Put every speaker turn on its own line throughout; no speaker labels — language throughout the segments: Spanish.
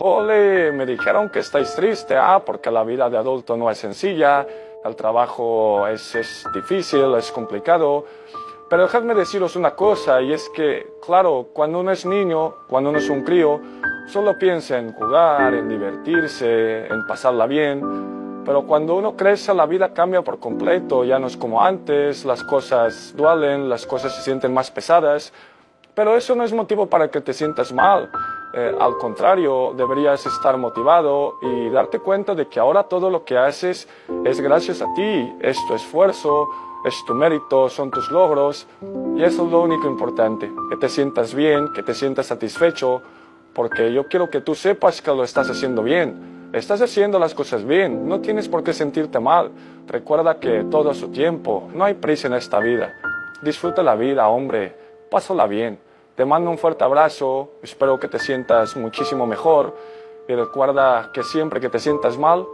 Jole, me dijeron que estáis triste, ah, porque la vida de adulto no es sencilla, el trabajo es, es difícil, es complicado. Pero dejadme deciros una cosa, y es que, claro, cuando uno es niño, cuando uno es un crío, solo piensa en jugar, en divertirse, en pasarla bien. Pero cuando uno crece, la vida cambia por completo, ya no es como antes, las cosas duelen, las cosas se sienten más pesadas. Pero eso no es motivo para que te sientas mal. Eh, al contrario, deberías estar motivado y darte cuenta de que ahora todo lo que haces es gracias a ti, es tu esfuerzo, es tu mérito, son tus logros y eso es lo único importante, que te sientas bien, que te sientas satisfecho, porque yo quiero que tú sepas que lo estás haciendo bien, estás haciendo las cosas bien, no tienes por qué sentirte mal, recuerda que todo a su tiempo, no hay prisa en esta vida, disfruta la vida, hombre, pásala bien. Te mando un fuerte abrazo, espero que te sientas muchísimo mejor y recuerda que siempre que te sientas mal,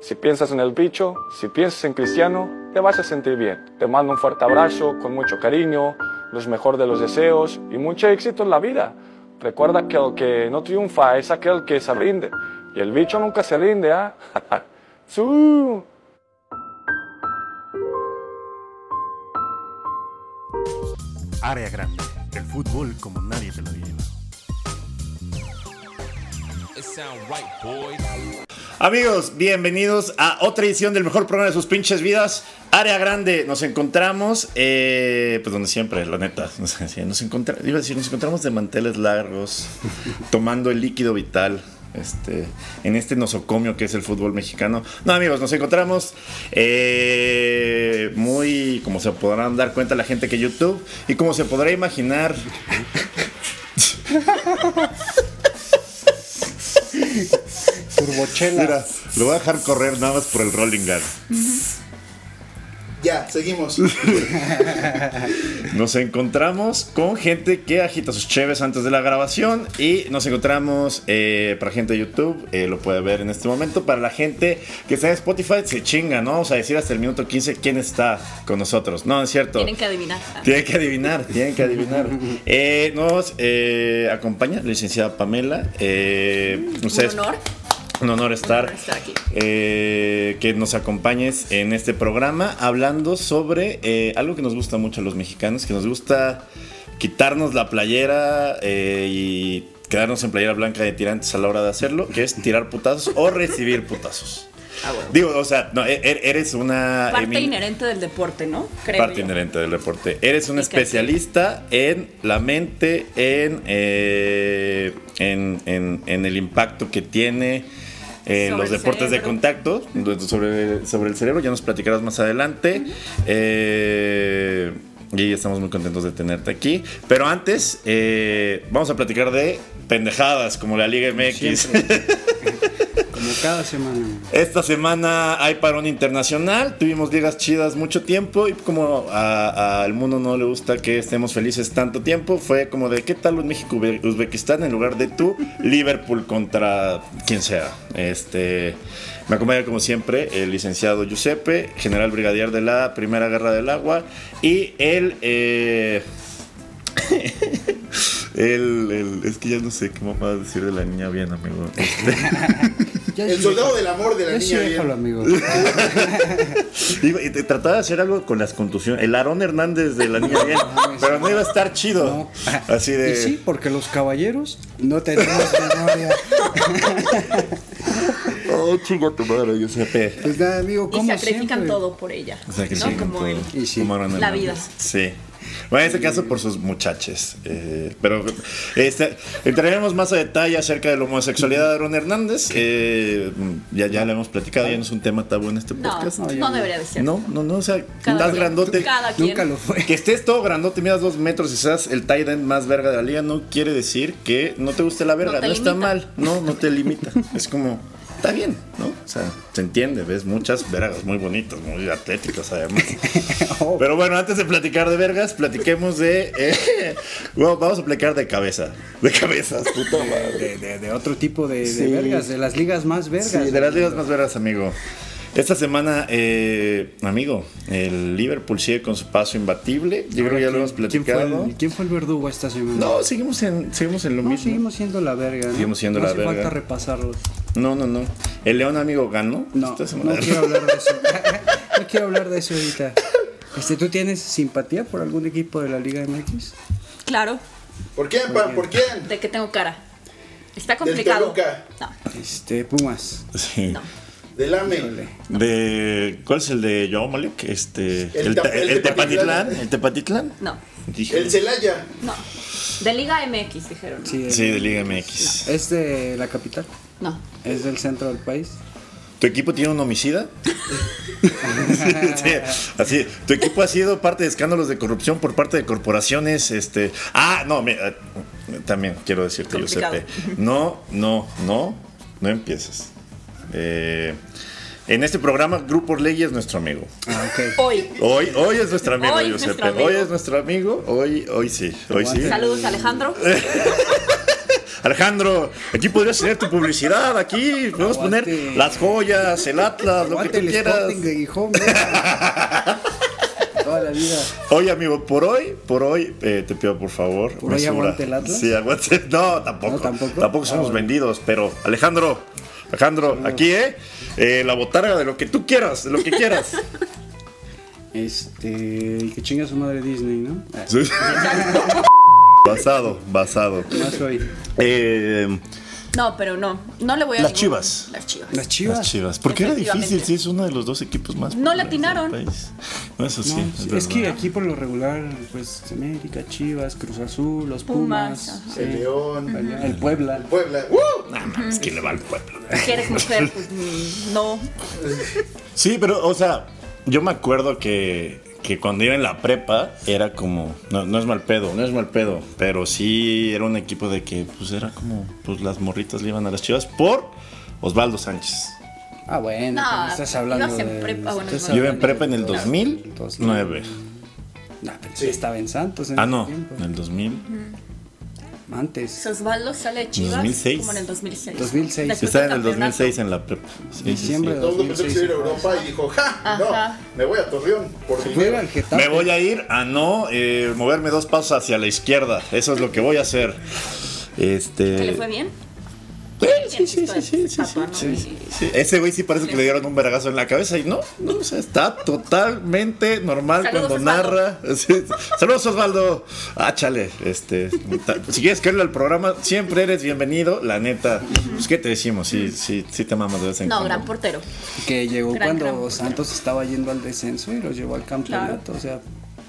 si piensas en el bicho, si piensas en Cristiano, te vas a sentir bien. Te mando un fuerte abrazo, con mucho cariño, los mejor de los deseos y mucho éxito en la vida. Recuerda que el que no triunfa es aquel que se rinde y el bicho nunca se rinde, ¿ah? ¡Su!
Área grande. El fútbol como nadie te lo había llevado.
It sound right, boy.
Amigos, bienvenidos a otra edición del mejor programa de sus pinches vidas, Área Grande. Nos encontramos, eh, pues donde siempre, la neta. Nos, nos encontra- iba a decir, nos encontramos de manteles largos, tomando el líquido vital. Este, en este nosocomio que es el fútbol mexicano. No, amigos, nos encontramos eh, muy, como se podrán dar cuenta la gente que YouTube y como se podrá imaginar,
Turbochela.
lo voy a dejar correr nada más por el rolling gun.
Ya, seguimos.
Nos encontramos con gente que agita sus cheves antes de la grabación y nos encontramos eh, para gente de YouTube, eh, lo puede ver en este momento. Para la gente que está en Spotify, se chinga, ¿no? Vamos a decir hasta el minuto 15 quién está con nosotros. No, es cierto.
Tienen que adivinar.
Tienen que adivinar, tienen que adivinar. Eh, nos eh, acompaña la licenciada Pamela. eh, ustedes-
Mm, Un honor.
un honor estar,
honor estar aquí.
eh, que nos acompañes en este programa hablando sobre eh, algo que nos gusta mucho a los mexicanos, que nos gusta quitarnos la playera eh, y quedarnos en playera blanca de tirantes a la hora de hacerlo, que es tirar putazos o recibir putazos.
Ah,
Digo, o sea, no, e- e- eres una
Parte
emin-
inherente del deporte, ¿no? Creo
parte
yo.
inherente del deporte. Eres un
Y casi.
especialista en la mente, en, eh, en, en- en el impacto que tiene en
Sobre
los
el
deportes de
cerebro.
contacto, sobre, sobre el cerebro. Ya nos platicarás más adelante. Eh, y estamos muy contentos de tenerte aquí. Pero antes, eh, vamos a platicar de pendejadas como la Liga MX.
Siempre. Como cada semana.
Esta semana hay parón internacional, tuvimos ligas chidas mucho tiempo y como a- al mundo no le gusta que estemos felices tanto tiempo, fue como de qué tal un México Ube- Uzbekistán en lugar de tú Liverpool contra quien sea. Este me acompaña como siempre el licenciado Giuseppe, general brigadier de la Primera Guerra del Agua y el eh, el, el- es que ya no sé cómo va a decir de la niña bien, amigo. Este,
Ya
El
es
soldado
viejo.
del amor de la
Ya es
niña. bien.
viejo, amigo.
Iba- y te- trataba de hacer algo con las contusiones. El Aarón Hernández de la niña bien. pero no iba a estar chido.
Ah, No.
Así de.
Y sí, porque los caballeros no tenemos memoria.
Oh, chinga tu madre, Giuseppe.
Pues nada, amigo,
Y
como
sacrifican
siempre. Pues
todo por ella.
Sacrifican
¿no? Como
todo.
él.
Y sí.
Como Aarón
La
Hernández.
vida.
Sí. Bueno, en este caso por sus muchachos. Eh, pero este, entraremos más a detalle acerca de la homosexualidad de Aarón Hernández. Eh, ya, ya lo hemos platicado, ya no es un tema tabú en este
No,
podcast.
no, yo
no
no.
debería de ser.
No, no, no, o sea,
Cada
estás
quien.
grandote.
Cada quien.
Nunca lo fue.
Que estés todo grandote, midas dos metros y seas el tight end más verga de la liga, no quiere decir que no te guste la verga. No,
No te
está
limita.
mal. No, no te limita. es como, está bien, ¿no? O sea, se entiende, ves muchas vergas muy bonitas, muy atléticas además.
Oh.
Pero bueno, antes de platicar de vergas, platiquemos de. eh, bueno, vamos a platicar de cabeza. De cabezas, puta madre.
De, de- de otro tipo de, de
Sí.
vergas, de las ligas más vergas.
Sí, de las ligas más vergas, amigo. Esta semana, eh, amigo, el Liverpool sigue con su paso imbatible. Yo creo que ya lo hemos
¿Quién fue,
platicado.
el, quién fue el verdugo esta semana?
No, seguimos en, seguimos en lo
No,
mismo.
seguimos siendo la verga. ¿no?
Seguimos siendo
No
la
hace
verga.
falta repasarlos.
No, no, no. El León, amigo, ganó.
No,
esta semana.
no quiero hablar de eso. no quiero hablar de eso ahorita. Este, ¿Tú tienes simpatía por algún equipo de la Liga MX?
Claro,
¿Por quién? pa- ¿Por quién?
de que tengo cara. Está complicado.
Toluca.
No,
Este, Pumas.
Sí.
Del AME.
De, ¿Cuál es el de Joao Malek? Este, el,
El
te-
Tep- el
el Tepatitlán.
Tepatitlán.
¿El Tepatitlán?
no,
Dije-
El Celaya.
no. De Liga MX dijeron. ¿no?
Sí, el-
Sí, de Liga MX.
¿Es de la capital?
No.
¿Es del centro del país?
¿Tu equipo tiene un homicida? Sí, así, tu equipo ha sido parte de escándalos de corrupción por parte de corporaciones, este, ah, no, me- ah, también quiero decirte,
Complicado.
Giuseppe, no, no, no, no empieces. Eh, en este programa, Grupo Ley es nuestro amigo.
Ah, ok.
Hoy.
Hoy, hoy es nuestro amigo,
Hoy es
Giuseppe.
nuestro amigo.
Hoy es nuestro amigo, hoy, hoy sí, hoy sí.
Saludos, Alejandro.
Eh. Alejandro, aquí podrías tener tu publicidad, aquí podemos poner
Aguante.
las joyas, el atlas, lo que tú
Aguante el
quieras.
Sporting de Gijón, mira. Toda la vida.
Oye, amigo, por hoy, por hoy, eh, te pido por favor.
¿Por hoy aguante el Atlas?
Sí, aguante. No, tampoco.
No, tampoco.
tampoco.
Ah,
somos
bueno.
vendidos, pero Alejandro, Alejandro, aquí, ¿eh? Eh, La botarga de lo que tú quieras, de lo que quieras.
Este, y que chinga su madre Disney, ¿no? Ah,
Sí. basado, basado.
Más hoy.
Eh,
No, pero no. No le voy a.
Las
ninguno.
Chivas.
Las chivas.
Las chivas.
las chivas. ¿Por qué era difícil
Efectivamente.
si es uno de los dos equipos más?
No le
populares del
atinaron.
país? No, eso
No,
sí.
sí,
es
es que
verdad.
aquí por lo regular, pues América, Chivas, Cruz Azul, los
Pumas,
Pumas,
ajá.
sí.
El León.
El- el Puebla.
Puebla. ¡Uh!
Nah, nah, es que le va al pueblo.
Si eres mujer, pues mm, no.
Sí, pero, o sea, yo me acuerdo que, que cuando iba en la prepa era como, no, no es mal pedo, no es mal pedo, pero sí era un equipo de que, pues era como, pues las morritas le iban a las chivas por Osvaldo Sánchez.
Ah, bueno,
No,
pero estás hablando este
ibas en
del-
prepa, bueno, no.
estás
Yo iba
hablando
en prepa en el
del-
2009.
No, pero sí estaba en Santos en
Ah,
ese
no,
tiempo.
en el 2000.
Antes.
Osvaldo sale de Chivas
2006.
como en el 2006.
2006.
Después
Estaba
del
en el
campeonato.
2006 en la prepa. Sí, sí, sí.
Diciembre de
Todo el mundo pensó que se iba a ir a
2006.
Europa y dijo, ¡ja!
Ajá.
No, me voy a Torreón. Por
Fue
dinero.
al Getafe.
Me voy a ir a no eh, moverme dos pasos hacia la izquierda. Eso es lo que voy a hacer. Este. pues,
¿Que le fue bien?
Sí, sí, sí, sí, sí, sí, sí, sí, sí. Ese güey sí parece que le dieron un vergazo en la cabeza y no, no, o sea, está totalmente normal
Saludos,
cuando
Osvaldo.
narra. Sí. Saludos Osvaldo. Ah, chale, este, ta- si quieres caerle al programa, siempre eres bienvenido, la neta. Pues qué te decimos, sí, sí, sí te mamas de vez en
No,
cuando.
gran portero.
Que llegó
Gran,
cuando
gran portero.
Santos estaba yendo al descenso y lo llevó al campeonato. O sea,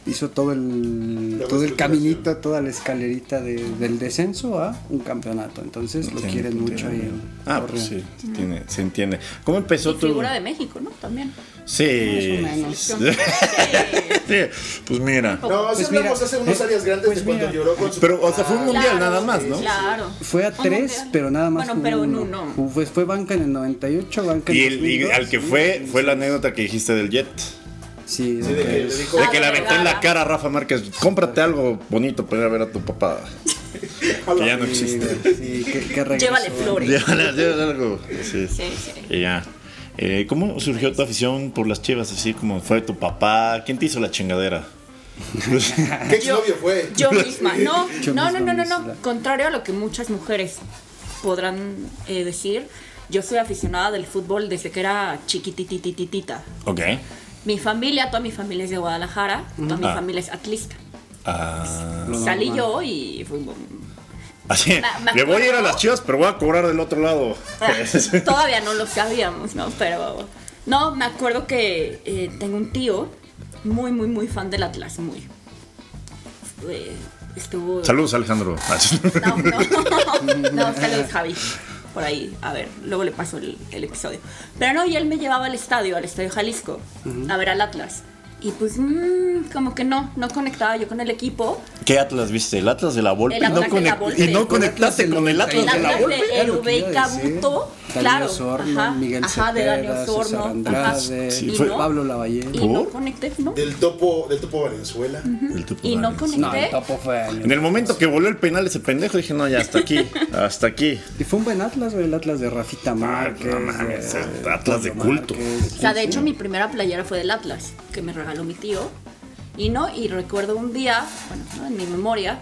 hizo todo el,
La
todo el
reestructuración.
caminito, toda la escalerita de- del descenso a un campeonato. Entonces lo
Tiene
quieren
puta
mucho
idea.
ahí. en
Ah, pues sí,
Torreón.
tiene- se entiende. ¿Cómo empezó tu
Figura de México, ¿no? También.
Sí. Sí, Pues mira.
No, así
Pues
hablamos
mira,
hace unos
eh,
áreas grandes
pues
de cuando
mira.
lloró con su.
Pero, o sea, fue un
papá.
mundial nada más, ¿no?
Claro.
Fue a
Fue
tres,
mundial.
pero nada más.
Bueno,
jugó
pero en
uno.
uno.
Jugó- Fue, fue banca en el 98, banca en
Y,
el
el, y
2002.
al que fue, fue la anécdota que dijiste del jet.
Sí,
Sí, de que le dijo,
De que le aventó en la cara a Rafa Márquez. Cómprate algo bonito para ir a ver a tu papá. Que ya no
sí,
existe.
güey, sí, que, que regresó.
Llévale flores.
Llévale, llévale algo. Sí.
Sí, sí.
Y ya. Eh, ¿Cómo surgió tu afición por las chivas? Así como fue tu papá. ¿Quién te hizo la chingadera?
¿Qué exnovio fue?
Yo misma. No,
Yo
no, no,
misma,
no, no,
misma.
no. Contrario a lo que muchas mujeres podrán eh, decir, yo soy aficionada del fútbol desde que era chiquititititita.
Ok.
Mi familia, toda mi familia es de Guadalajara, toda mi
Ah.
familia es atlista.
Ah,
Lo
Salí
normal.
yo y fue un-
así.
Me- me
Le voy a ir a
acuerdo.
las chivas, pero voy a cobrar del otro lado.
Todavía no lo sabíamos, ¿no? Pero no, me acuerdo que eh, tengo un tío muy, muy, muy fan del Atlas, muy. Eh, estuvo.
Saludos, Alejandro.
No, no, no, saludos Javi. Por ahí, a ver, luego le paso el, el episodio. Pero no, y él me llevaba al estadio, al Estadio Jalisco, a ver al Atlas. Y pues, mm, como que no, no conectaba yo con el equipo.
¿Qué Atlas viste? El Atlas de la Volpe.
El
y no,
Atlas de la
conect-
Volpe.
y no
El
conectaste con el Atlas de la
Atlas
Volpe.
de- el VK Buto, claro,
Sorno,
ajá,
Miguel
ajá, de Daniel
Cepeda,
Sorno,
César
ajá.
Andrade,
Sí,
y
fue-
no- Pablo Lavallén.
Y no
¿Por?
conecté, ¿no?
Del topo, del topo Valenzuela.
El Tupo
Y no
Valdés.
No, el
conecté.
topo fue.
En el momento que voló el penal ese pendejo, dije, no, ya, hasta aquí, hasta aquí.
Y fue un buen Atlas, güey, el Atlas de Rafita Márquez.
Ah, no mames,
de-
el Atlas de
Pablo
culto.
Márquez.
O sea, de hecho mi primera playera fue del Atlas, que me regaló mi tío. Y no, y recuerdo un día, bueno, ¿no? en mi memoria,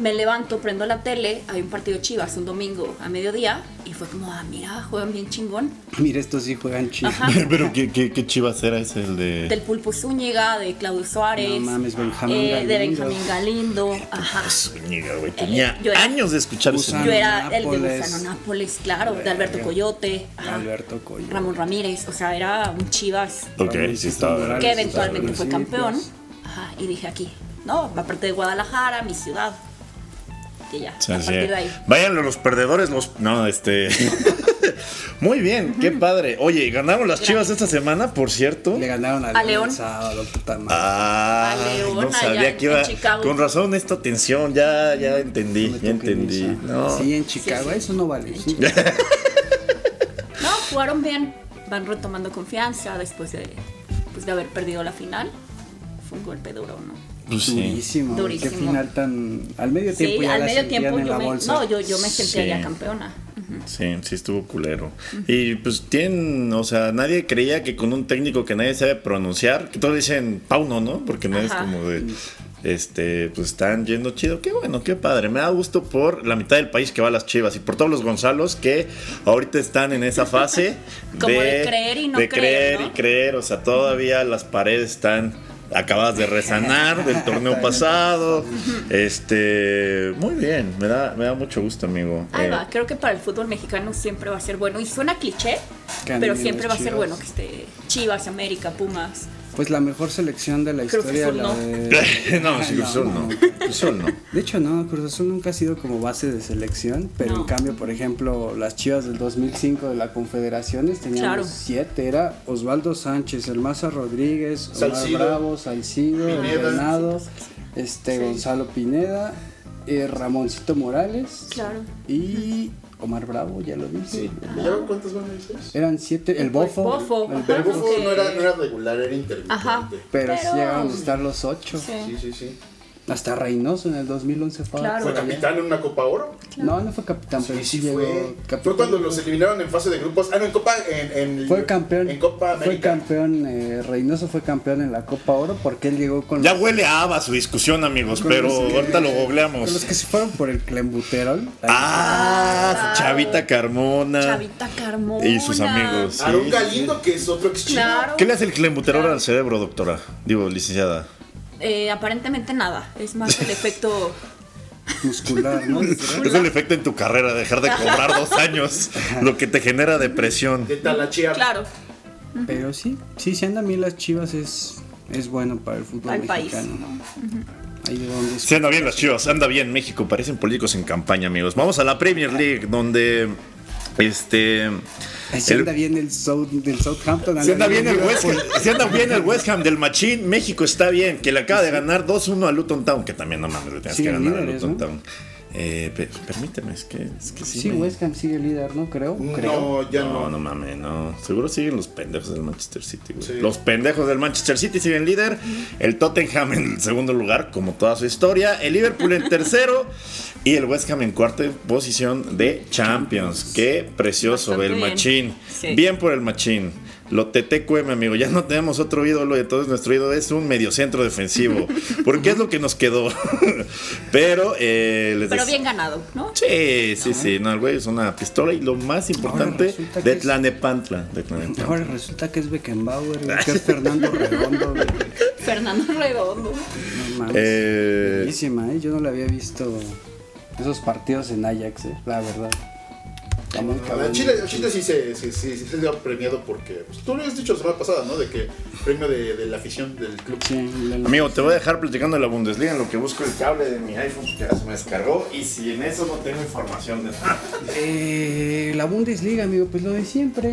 me levanto, prendo la tele, hay un partido de Chivas un domingo a mediodía y fue como, ah, mira, juegan bien chingón.
Mira, estos sí juegan chido.
Ajá.
Pero ¿qué, qué, qué chivas era ese, el de...
Ah. Del Pulpo Zúñiga, de Claudio Suárez. eh,
No mames, Benjamín
De
Galindo.
Benjamín Galindo. Ajá.
Zúñiga, Ah, güey, tenía
Eh, Yo era-
años de escuchar ese
Gusano.
Yo
nombre.
era el de
Nápoles.
Gusano Nápoles, claro, de Alberto Coyote. ajá.
Alberto Coyote.
Ramón Ramírez, o sea, era un Chivas
Ok, sí estaba...
Morales.
que
Claro,
eventualmente
sí,
fue
sí,
campeón.
pues.
Ajá, y dije aquí, no, aparte de Guadalajara, mi ciudad. Y ya,
Sí,
a
sí.
partir de ahí.
Vayan los perdedores, los... No, este... Muy bien, qué padre. Oye, ganaron las chivas esta semana, por cierto.
Le ganaron a,
A
León
León.
el sábado, puta madre.
Ah,
A León,
no
allá
sabía
en-
que iba.
en Chicago.
Con razón esta tensión, ya, ya entendí,
Me
ya
toqué
entendí.
en esa.
No.
Sí, en Chicago,
Sí, sí.
eso no vale.
En No, jugaron bien, van retomando confianza después de, pues, de haber perdido la final. Fue un golpe duro, ¿no?
Pues sí.
Durísimo, güey, Qué
Durísimo.
final tan. Al medio tiempo
sí,
ya
al
la
medio
sentían
tiempo
en
yo
la
me,
bolsa.
no, yo, yo me sentía
Sí.
ya campeona.
Sí, sí estuvo culero. Y pues tienen, o sea, nadie creía que con un técnico que nadie sabe pronunciar, que todos dicen Pauno, ¿no? Porque no es
Ajá.
como de, este, pues están yendo chido. Qué bueno, qué padre. Me da gusto por la mitad del país que va a las Chivas y por todos los Gonzalos que ahorita están en esa fase
Como de creer y no
de
creer,
creer
¿no?
y creer. O sea, todavía las paredes están acabadas de resanar del torneo pasado. Este, muy bien. Me da, me da mucho gusto, amigo.
Ahí
Eh,
va, creo que para el fútbol mexicano siempre va a ser bueno. Y suena cliché,
Que anden
pero
bien
siempre va
las
a ser
Chivas.
bueno que esté Chivas, América, Pumas.
Pues la mejor selección de la
Cruz
historia,
Azul,
la
no.
de.
no, sí, Cruz Azul no. Cruz Azul no.
De hecho, no, Cruz Azul nunca ha sido como base de selección, pero
No.
en cambio, por ejemplo, las chivas del 2005 de la Confederaciones teníamos
Claro.
siete: era Osvaldo Sánchez, El Maza Rodríguez, Omar
Salcido.
Bravo, Salcido,
Pineda.
Venado, este, Gonzalo Pineda, eh, Ramoncito Morales
Claro.
y Omar Bravo, ya lo dije.
Sí. ¿Ya cuántos van a decir?
Eran siete, el Bofo.
Bofo,
el
ajá.
El bufo
Porque-
no era, no era regular, era intermitente.
Ajá.
Pero, sí
Pero-
llegaron a estar los ocho.
Sí.
Sí, sí, sí.
Hasta Reynoso en el 2011 fue.
Claro.
Fue capitán en una Copa Oro.
No, no fue capitán, pero
Sí, sí
llegó
fue.
capitán.
Fue cuando los eliminaron en fase de grupos. Ah, no, en Copa. En, en-
Fue campeón.
En Copa
fue
América.
campeón, eh, Reynoso fue campeón en la Copa Oro porque él llegó con,
Ya
los,
huele a haba su discusión, amigos,
Con
pero
los que-
ahorita lo
con los
googleamos.
que se fueron por el Clembuterol.
Ah, Chavita Carmona.
Chavita Carmona.
Ah, Y sus amigos.
Aarón
Sí,
Ah, Galindo, que es otro ex chico.
Claro.
¿Qué le hace el clenbuterol al cerebro, doctora? Digo, licenciada.
Eh, aparentemente nada. Es más el efecto.
Muscular, ¿no?
Es el efecto en tu carrera, dejar de cobrar dos años, lo que te genera depresión.
De Talachea.
Claro.
pero sí, sí, si andan bien las chivas es, es bueno para el fútbol
Al país,
mexicano. Ahí de donde es-
Sí, anda bien las chivas, anda bien México, parecen políticos en campaña, amigos. Vamos a la Premier League, donde este.
Ahí se
el-
anda bien el, South, del Southampton.
Si anda bien el West Ham,
pues,
si anda bien el West Ham del machín, México está bien, que le acaba de ganar 2-1 a Luton Town, que también no mames, le tienes
Sí,
que ganar a
líderes,
Luton
¿no?
Town. Eh, pe- permíteme, es que, es que sí.
Sí,
me-
West Ham sigue líder, ¿no? Creo. creo.
No, ya
No,
no.
no mames, no. Seguro siguen los pendejos del Manchester City, güey.
Sí.
Los pendejos del Manchester City siguen líder. El Tottenham en el segundo lugar, como toda su historia. El Liverpool en tercero. y el West Ham en cuarta posición de Champions. Qué precioso,
Bastante
el
bien.
machín.
Sí.
Bien por el machín. Lo TTQM, amigo. Ya no tenemos otro ídolo. y Entonces, nuestro ídolo es un mediocentro defensivo. Porque es lo que nos quedó. Pero, eh, les
Pero
des-
bien ganado, ¿no?
Sí, sí, sí, no, el güey es una pistola y lo más importante
resulta que
de
es-
Tlanepantla. De Tlanepantla.
Ahora resulta que es Beckenbauer, güey, que es Fernando Redondo. güey.
Fernando Redondo.
No mames.
Eh,
Buenísima, ¿eh? Yo no la había visto esos partidos en Ajax, ¿eh? la verdad. Jamón
A
cabrón.
ver, Chile, Chile sí se sí, sí, sí se ha premiado porque. pues, tú lo habías dicho la semana pasada, ¿no? De que premio de, de la afición del club.
Sí, la-
Amigo, te voy a dejar platicando de la Bundesliga en lo que busco el cable de mi iPhone que ya se me descargó y si en eso no tengo información de nada.
Eh, la Bundesliga, amigo, pues lo de siempre.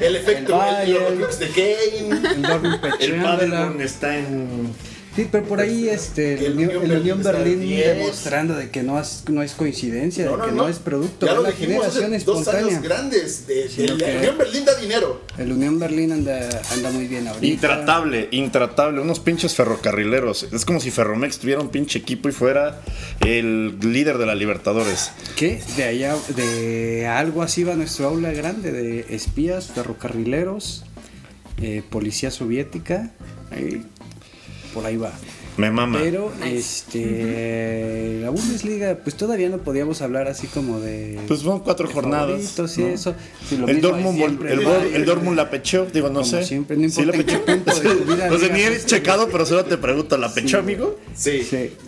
El efecto, el,
Bayern.
los clubs de Kane.
El Dortmund
El
pecheándola.
Paderborn está en...
Sí, pero por ahí este, el,
El
Unión-
Unión
el
Berlín
Unión
está
Berlín
10.
demostrando de que no, has- no es coincidencia, de que no, es producto
Ya
de
lo
la
dijimos
generación
hace dos años
espontánea.
grandes. De,
Sí,
de-
lo que-
la Unión Berlín da dinero.
El Unión Berlín anda, anda muy bien ahorita.
Intratable, intratable, unos pinches ferrocarrileros. Es como si Ferromex tuviera un pinche equipo y fuera el líder de la Libertadores.
Que de allá, de algo así va nuestro aula grande de espías, ferrocarrileros, eh, policía soviética. ahí- por ahí va.
Me mama.
Pero este la Bundesliga, pues todavía no podíamos hablar así como de.
Pues van cuatro
de
jornadas,
favoritos y
¿no?
eso. Sí, lo
el
mismo de
Dortmund, vol-
siempre,
el,
¿no?
Dor- el Dortmund la pechó, digo, no
Como
sé.
siempre, no
Sí la
importa
pechó.
en qué punto de tu vida
No sé, ni
digas
he
esto.
checado, pero solo te pregunto, ¿la pechó, amigo?
Sí.
Sí.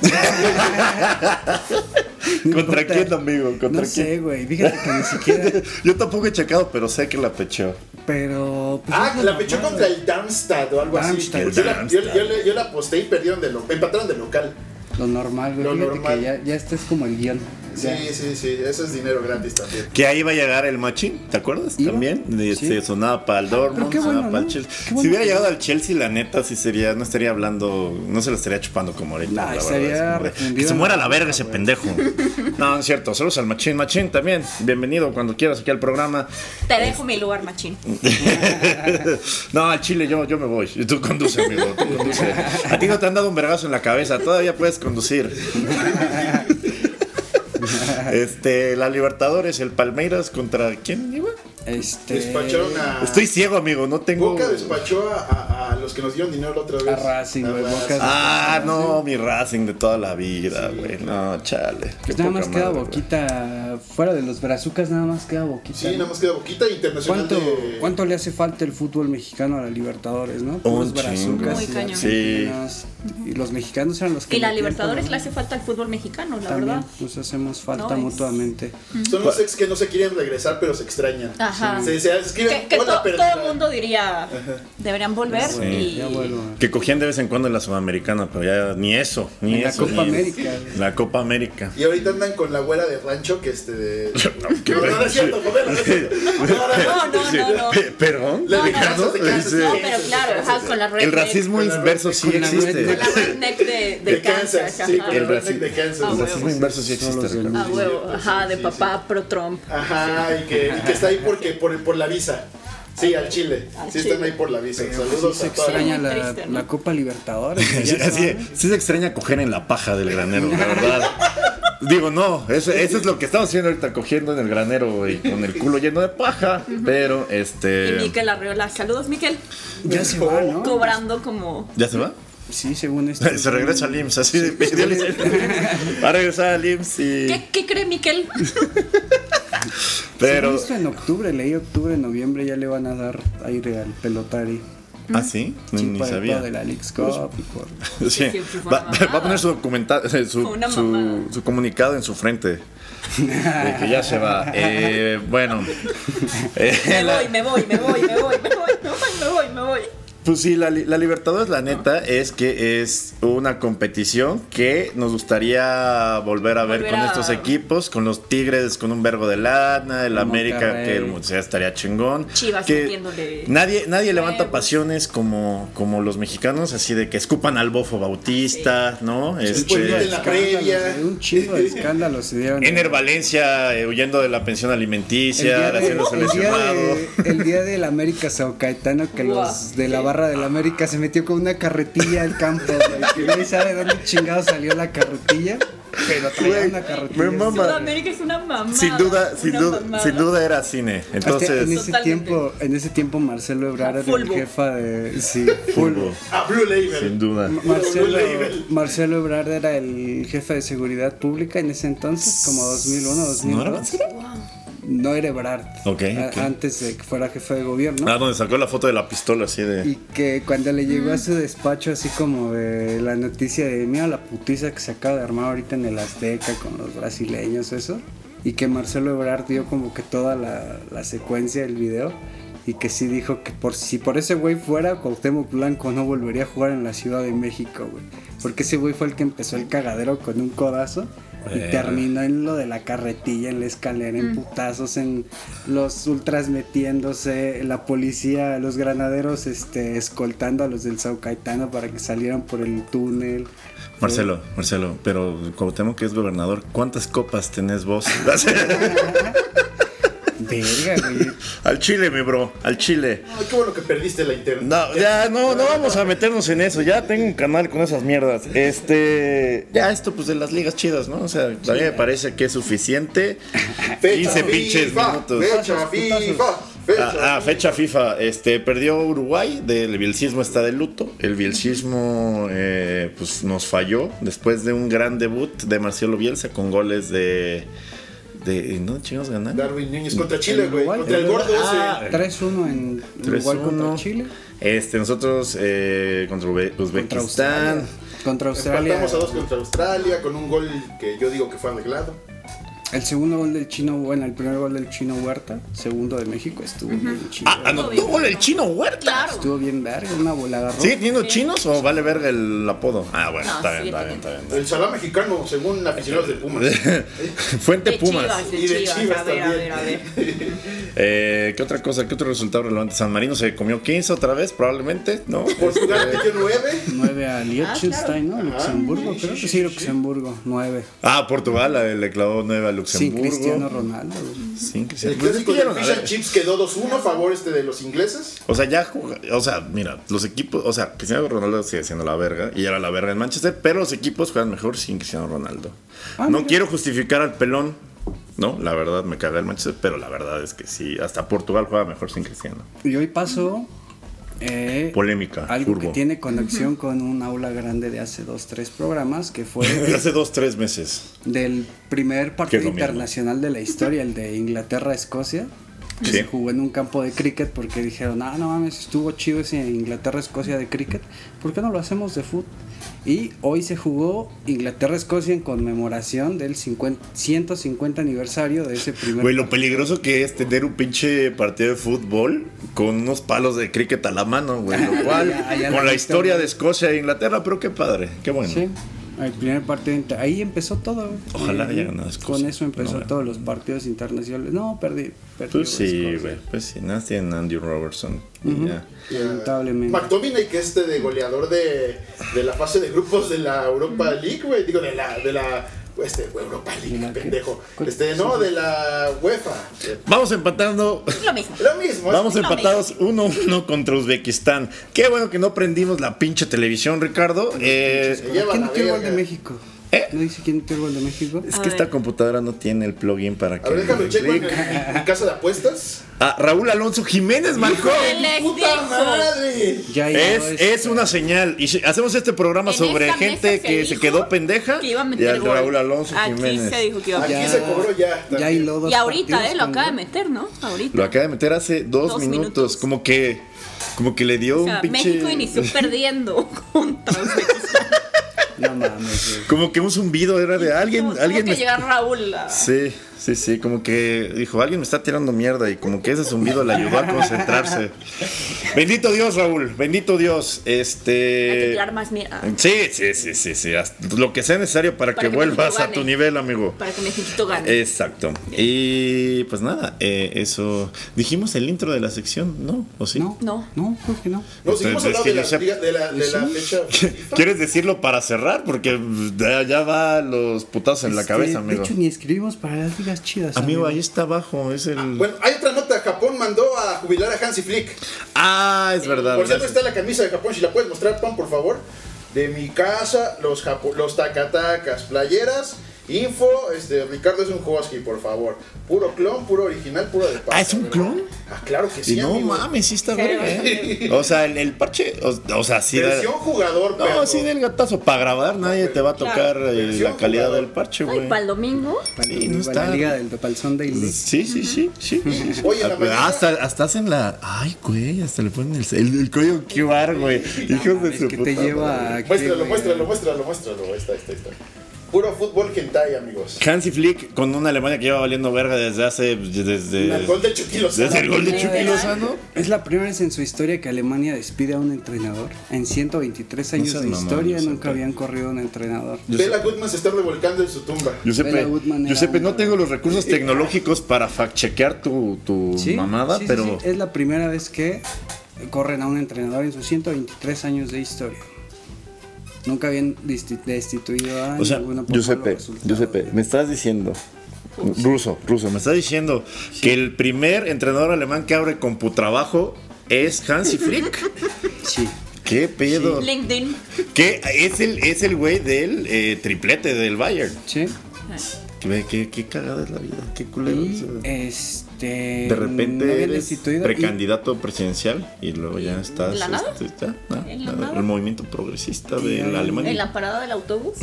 ¿Contra
importa.
quién, amigo? ¿Contra
no sé,
quién?
güey. Fíjate que ni siquiera.
Yo tampoco he checado, pero sé que la pechó.
Pero. pues,
Ah,
no
la
es normal.
pechó contra el Darmstadt o algo así.
Darmstadt.
que Yo la, yo, yo le- yo la aposté y perdieron de lo, empataron de local.
Lo normal, güey.
Lo
Fíjate
normal.
que ya, ya este es como el guión.
Sí, sí, sí. Eso es dinero gratis también.
Que ahí iba a llegar el Machín, ¿te acuerdas?
¿Iba?
También.
Sí.
Este, Sonaba para el Dortmund,
qué
sonaba
bueno,
para el
¿no?
Chelsea.
Qué bueno
si hubiera
que-
llegado al Chelsea, la neta, sí sería, no estaría hablando, no se lo estaría chupando como ahorita.
Nah,
la verdad,
estaría
es como de,
refundido
que se
en
muera
la
la verga
boca,
ese
güey.
pendejo. No, no es cierto. Saludos al Machín. Machín también. Bienvenido cuando quieras aquí al programa.
Te dejo mi lugar, machín.
no, al Chile yo, yo me voy. Y Tú conduce, amigo. Tú conduce. A ti no te han dado un vergazo en la cabeza. Todavía puedes conducir. Este, la Libertadores, el Palmeiras contra quién iba?
Este.
Despacharon a.
Estoy ciego, amigo, no tengo.
Ah. Boca despachó a, a- a los que nos dieron dinero la otra vez.
A Racing, güey, Boca.
Ah, no, mi Racing de toda la vida, güey. No, chale.
Pues
qué
nada
poca
más queda
madre, güey.
boquita. Fuera de los brazucas, nada más queda boquita.
Sí,
¿no?
nada más queda Boquita Internacional
¿Cuánto,
de...
¿Cuánto le hace falta el fútbol mexicano a la Libertadores, no? Puros
Un chingo.
brazucas
Muy
y
cañón.
Sí.
argentinos. Y los mexicanos eran los que.
Y la
en el tiempo,
Libertadores
¿no?
le hace falta al fútbol mexicano, la
También
verdad.
nos hacemos falta
No, es-
mutuamente.
Son los ex que no se quieren regresar, pero se extrañan.
Ajá.
Se, se escriben
Que, que
"Hola,
to-
perdida".
todo el mundo diría, deberían volver.
Sí.
y...
Ya vuelvo.
Que cogían de vez en cuando en la Sudamericana, pero ya ni eso, ni
En la
eso,
Copa
ni-
América.
La Copa América.
Y ahorita andan con la güera de rancho que este de...
qué
no, no, no es cierto, joder, no es cierto. No, no, no.
No, no, no, no.
Pe- ¿Perdón?
La de
no,
Kansas, de Kansas.
Sí.
No, pero claro, ajá, con la red.
El racismo
Con la
inverso
red-
sí
con la red-
existe.
Con la redneck de, de,
De
Kansas.
Kansas, sí, con
ajá.
la
El
redneck
racismo-
de Kansas.
Ah,
El
huevo.
racismo inverso sí
Son
existe,
los del
Ricardo.
A huevo, ajá, de
Sí,
papá pro Trump.
Ajá, y que, y que está ahí porque, por, por la visa. Sí, al Chile.
Al
Sí,
Chile.
están ahí por la visa.
Sí
Saludos
se
a todos.
extraña
Muy
la,
triste, ¿no?
la Copa Libertadores. que
Sí,
ya se
así-
va, ¿no?
sí se extraña coger en la paja del granero, la verdad. Digo, no, eso, eso es lo que estamos haciendo ahorita, cogiendo en el granero, güey, con el culo lleno de paja. Pero,
Y
este.
Miquel Arreola. Saludos, Miquel.
Ya se va, ¿no?
Cobrando como.
¿Ya se va?
Sí, según esto.
Se regresa al IMSS, así de pidió licencia. Va a regresar al IMSS y.
¿Qué, qué cree Miquel?
Pero.
Pero.
Esto en octubre, leí octubre, noviembre, ya le van a dar aire al pelotari.
¿Ah, sí? Ni,
Sí,
ni
por el pedo
sabía. Pues,
de la Leagues Cup y por-
Sí.
Sí, sí, fue
Va,
una mamada.
va a poner su, documenta- eh, su,
Fue una
su-
mamada.
su comunicado en su frente. De que ya se va. Eh, bueno. Eh,
Me
la-
voy, me voy, me voy, me voy, me voy, me voy, me voy, me voy.
Pues sí, la, li- la Libertadores,
Ah.
la neta, es que es una competición que nos gustaría volver a ver
Volver
con
a-
estos equipos, con los Tigres con un vergo de lana, el América que
Monterrey.
o sea, estaría chingón.
Chivas
que
metiéndole
nadie, nadie levanta
huevos.
pasiones como, como los mexicanos, así de que escupan al bofo Bautista, ¿no?
pues,
pueblito
Este,
en la
Escándalos,
previa.
eh, Un chingo de escándalos se dieron.
Ener Valencia eh, huyendo de la pensión
El día
alimenticia,
de-
haciéndose
el día
lesionado.
de- el día del América Sao Caetano, que
Guau.
los de la barra del América se metió con una carretilla al campo, güey, que nadie sabe dónde chingado salió la carretilla, pero traía
Güey,
una
me
carretilla.
mama.
Sudamérica es una mamada.
Sin duda, sin
una
duda,
mamada.
sin duda era cine.
Hasta
Entonces.
en este ese
Totalmente.
tiempo, en ese tiempo Marcelo Ebrard era el
Fulbo.
jefa de sí,
Fulbo,
Fulbo.
A Blue
sin
Label.
duda.
Marcelo,
Label.
Marcelo Ebrard era el jefe de seguridad pública en ese entonces, como 2001,
¿No era
2002. No era Ebrard.
Ok,
A-
ok.
Antes de que fuera jefe de gobierno.
Ah, donde sacó la foto de la pistola así de.
Y que cuando le llegó a su despacho así como de la noticia de mira la putiza que se acaba de armar ahorita en el Azteca con los brasileños, eso. y que Marcelo Ebrard dio como que toda la, la secuencia del video y que sí dijo que por, si por ese güey fuera Cuauhtémoc Blanco no volvería a jugar en la Ciudad de México, güey. Porque ese güey fue el que empezó el cagadero con un codazo y terminó en lo de la carretilla, en la escalera, en putazos, en los ultras metiéndose, la policía, los granaderos este, escoltando a los del Sao Caetano para que salieran por el túnel.
Marcelo, Marcelo, pero Cuauhtémoc que es gobernador, ¿cuántas copas tenés vos?
Verga, güey.
al chile, mi bro, al chile.
Ay, qué bueno que perdiste la internet.
No, ya, no, no vamos a meternos en eso. Ya tengo un canal con esas mierdas. Este. Ya, esto, pues de las ligas chidas, ¿no? O sea, a mí me parece que es suficiente. 15 pinches minutos.
Fecha FIFA. Fecha.
Ah, ah, fecha FIFA. Este, perdió Uruguay. El bielcismo está de luto. El bielcismo, eh, pues nos falló después de un gran debut de Marcelo Bielsa con goles de. de ¿No chingados ganar?
Darwin Núñez contra Chile,
¿En
güey.
Uruguay?
Contra el
¿En
gordo ese.
Ah,
3-1 en Uruguay contra
3-1.
Chile.
Este, nosotros eh, contra Ube-
Contra
Uzbekistán.
Australia. Contra Australia.
Empatamos a dos contra Australia con un gol que yo digo que fue arreglado.
El segundo gol del chino, bueno, el primer gol del chino Huerta, segundo de México, estuvo bien chido.
Ah, anotó gol el chino Huerta.
Claro.
Estuvo bien verga, una volada roja.
¿Sigue teniendo chinos o vale verga el apodo? Ah, bueno,
No,
está, bien,
sigue
está bien, está bien,
teniendo.
está
El chalá mexicano, según aficionados de Pumas.
bien. Fuente
De
Pumas.
Chivas,
Y
de
de
Chivas.
Chivas
a ver, a
también.
ver, a ver.
Eh, ¿Qué otra cosa? ¿Qué otro resultado relevante? San Marino se comió 15 otra vez, probablemente, ¿no?
Portugal metió nueve.
9 a Liechtenstein, ¿no? Luxemburgo, creo que Ah, sí, Luxemburgo, 9.
Ah, Portugal eh, le clavó 9 a
Sin
Luxemburgo.
Cristiano Ronaldo. güey.
Sin
El
Cristiano. Pues es
clásico
que ya
de
no-
los Fish and Chips quedó 2-1 a favor este de los ingleses.
O sea, ya juega- o sea, mira, los equipos, o sea, Cristiano Ronaldo sigue siendo la verga y era la verga en Manchester, pero los equipos juegan mejor sin Cristiano Ronaldo.
Ah,
no
mira.
quiero justificar al pelón, no, la verdad me caga el Manchester, pero la verdad es que sí, hasta Portugal juega mejor sin Cristiano.
Y hoy pasó eh,
Polémica,
algo
turbo.
que tiene conexión con un aula grande de hace dos, tres programas, que fue
Desde hace dos, tres meses.
del primer
es
partido
lo mismo.
internacional de la historia, el de Inglaterra-Escocia. Que
Sí.
se jugó en un campo de cricket porque dijeron, ah, no mames, estuvo chido ese Inglaterra-Escocia de cricket, ¿por qué no lo hacemos de fútbol? Y hoy se jugó Inglaterra-Escocia en conmemoración del 50 150 aniversario de ese primer
Güey, lo peligroso que es tener un pinche partido de fútbol con unos palos de cricket a la mano, güey. Lo cual,
Ya, ya
con
lo
la
viste,
historia
güey.
de Escocia e Inglaterra, pero qué padre, qué bueno.
Sí, el primer partido. inter- Ahí empezó todo. güey.
Ojalá haya ganado Escocia.
Con eso empezó
No, güey.
todos los partidos internacionales. No, perdí. perdí
Pues sí,
Escocia.
güey. Pues sí, nada, más tienen Andrew Robertson. y ya.
Lamentablemente.
McTominay, que este de goleador de, de la fase de grupos de la Europa League, güey. Digo, de la. De la este, güey, Europa
¿De
League,
la qué?
pendejo.
¿Cuál?
Este, no, de la UEFA.
Vamos empatando.
Es lo mismo.
Lo mismo.
Vamos
Pues Lo
empatados 1-1 contra Uzbekistán. Qué bueno que no prendimos la pinche televisión, Ricardo. Eh,
Se lleva
¿Quién
la
metió el gol de
verga.
México?
¿Eh?
¿No dice quién metió el gol de México?
es
A
que
ver.
esta computadora no tiene el plugin para
A
que.
ver, déjame
le
checo en
clic.
mi- mi casa de apuestas.
Ah, Raúl Alonso Jiménez marcó.
Híjole. Les
¡Puta
dijo.
madre!
Ya
Es,
llegó este-
es una señal. Y si- hacemos este programa
En
sobre
esta mesa
gente
se
que se
dijo
quedó pendeja.
Que iba a
y
meter
al
gol.
Raúl Alonso
Aquí
Jiménez.
se dijo que iba a
Aquí
meter.
se cobró ya.
Ya
también.
hiló dos
Y ahorita,
partidos
eh, lo
con
acaba de
gol.
meter, ¿no? Ahorita.
Lo acaba de meter hace dos,
Dos
minutos.
minutos.
Como que. Como que le dio
O sea,
un pinche.
México inició perdiendo contra Uzbekistán.
No mames, güey.
Como que un zumbido era de alguien.
Tuvo- tuvo
alguien
que
me-
llegar Raúl a-
Sí, sí, sí, como que dijo, alguien me está tirando mierda y como que ese zumbido le ayudó a concentrarse. Bendito Dios, Raúl, bendito Dios.
Hay que
Este...
tirar más mierda.
Sí, sí, sí, sí, sí, hasta lo que sea necesario para,
Para
que,
que
vuelvas
México
a tu
gane.
nivel, amigo.
Para que México gane.
Eh, Exacto. Y pues nada, eh, eso... Dijimos el intro de la sección, ¿no? ¿O sí?
No,
No.
no, creo que no.
No, seguimos
Entonces,
hablando
que
de
yo
la,
sea-
liga- de la, de la fecha.
¿Quieres decirlo para cerrar? Porque ya, ya va los putazos en la
Este,
cabeza, amigo.
De hecho, ni escribimos para las ligas chidas.
Amigo, ahí está abajo, es el...
Ah,
Bueno, hay otra nota. Japón mandó a jubilar a Hansi Flick.
Ah, es verdad.
Por cierto,
gracias.
está la camisa de Japón. Si la puedes mostrar, Pan, por favor. De mi casa, los, japo- los tacatacas, playeras, info. Este, Ricardo es un husky, por favor. Puro clon, puro original, puro de pasta,
Ah, ¿es un
¿verdad?
clon?
Ah, claro que
Y
sí.
no
amigo.
mames, sí está verga, ¿eh? O sea, el, el parche, o, o sea, sí da-
Versión jugador,
No,
perro.
sí del gatazo. Para grabar nadie te va a tocar eh, la
Versión
calidad
jugador.
del parche,
Ay,
güey.
para el domingo.
Sí, no
La
está.
liga del Topalzón de
Sí, sí, sí, sí.
Oye, la
Ah,
mañana-
hasta, hasta hacen la. Ay, güey, hasta le ponen el, el, el código QR, güey. Hijos de su
que
puta
te lleva
madre.
aquí,
Muéstralo,
güey.
muéstralo, muéstralo, muéstralo. Ahí está, ahí está, ahí está. Puro fútbol hentai, amigos.
Hansi Flick con una Alemania que lleva valiendo verga desde hace. pues, Desde,
El gol de Chucky Lozano.
desde el gol de Chucky Lozano.
Es la primera vez en su historia que Alemania despide a un entrenador. En 123 años
seas
de
mamón,
historia
Giuseppe.
nunca habían corrido un entrenador.
Bella Goodman se está revolcando en su tumba.
Giuseppe,
Bella Goodman era
Giuseppe,
un-
no tengo los recursos tecnológicos para fact-chequear tu, tu
Sí,
mamada,
sí, sí,
pero.
sí. Es la primera vez que corren a un entrenador en sus 123 años de historia. Nunca habían disti- destituido a
O sea,
ninguno por
Giuseppe,
malos resultados.
Giuseppe, me estás diciendo.
Pues,
Ruso, ruso, me estás diciendo que el primer entrenador alemán que abre con trabajo es Hansi Flick.
Sí.
¿Qué pedo?
LinkedIn.
¿Qué? Es el es el güey del eh, triplete del Bayern.
Sí.
Qué, qué- qué cagada es la vida, qué culero. o
Y
sea,
este.
de
no
repente
habían
eres
destituido y-
precandidato presidencial y luego ya estás.
¿De la nada?
este, ya, ¿no?
¿De la
Nada,
nada?
el movimiento progresista de la Alemania.
En la parada del autobús.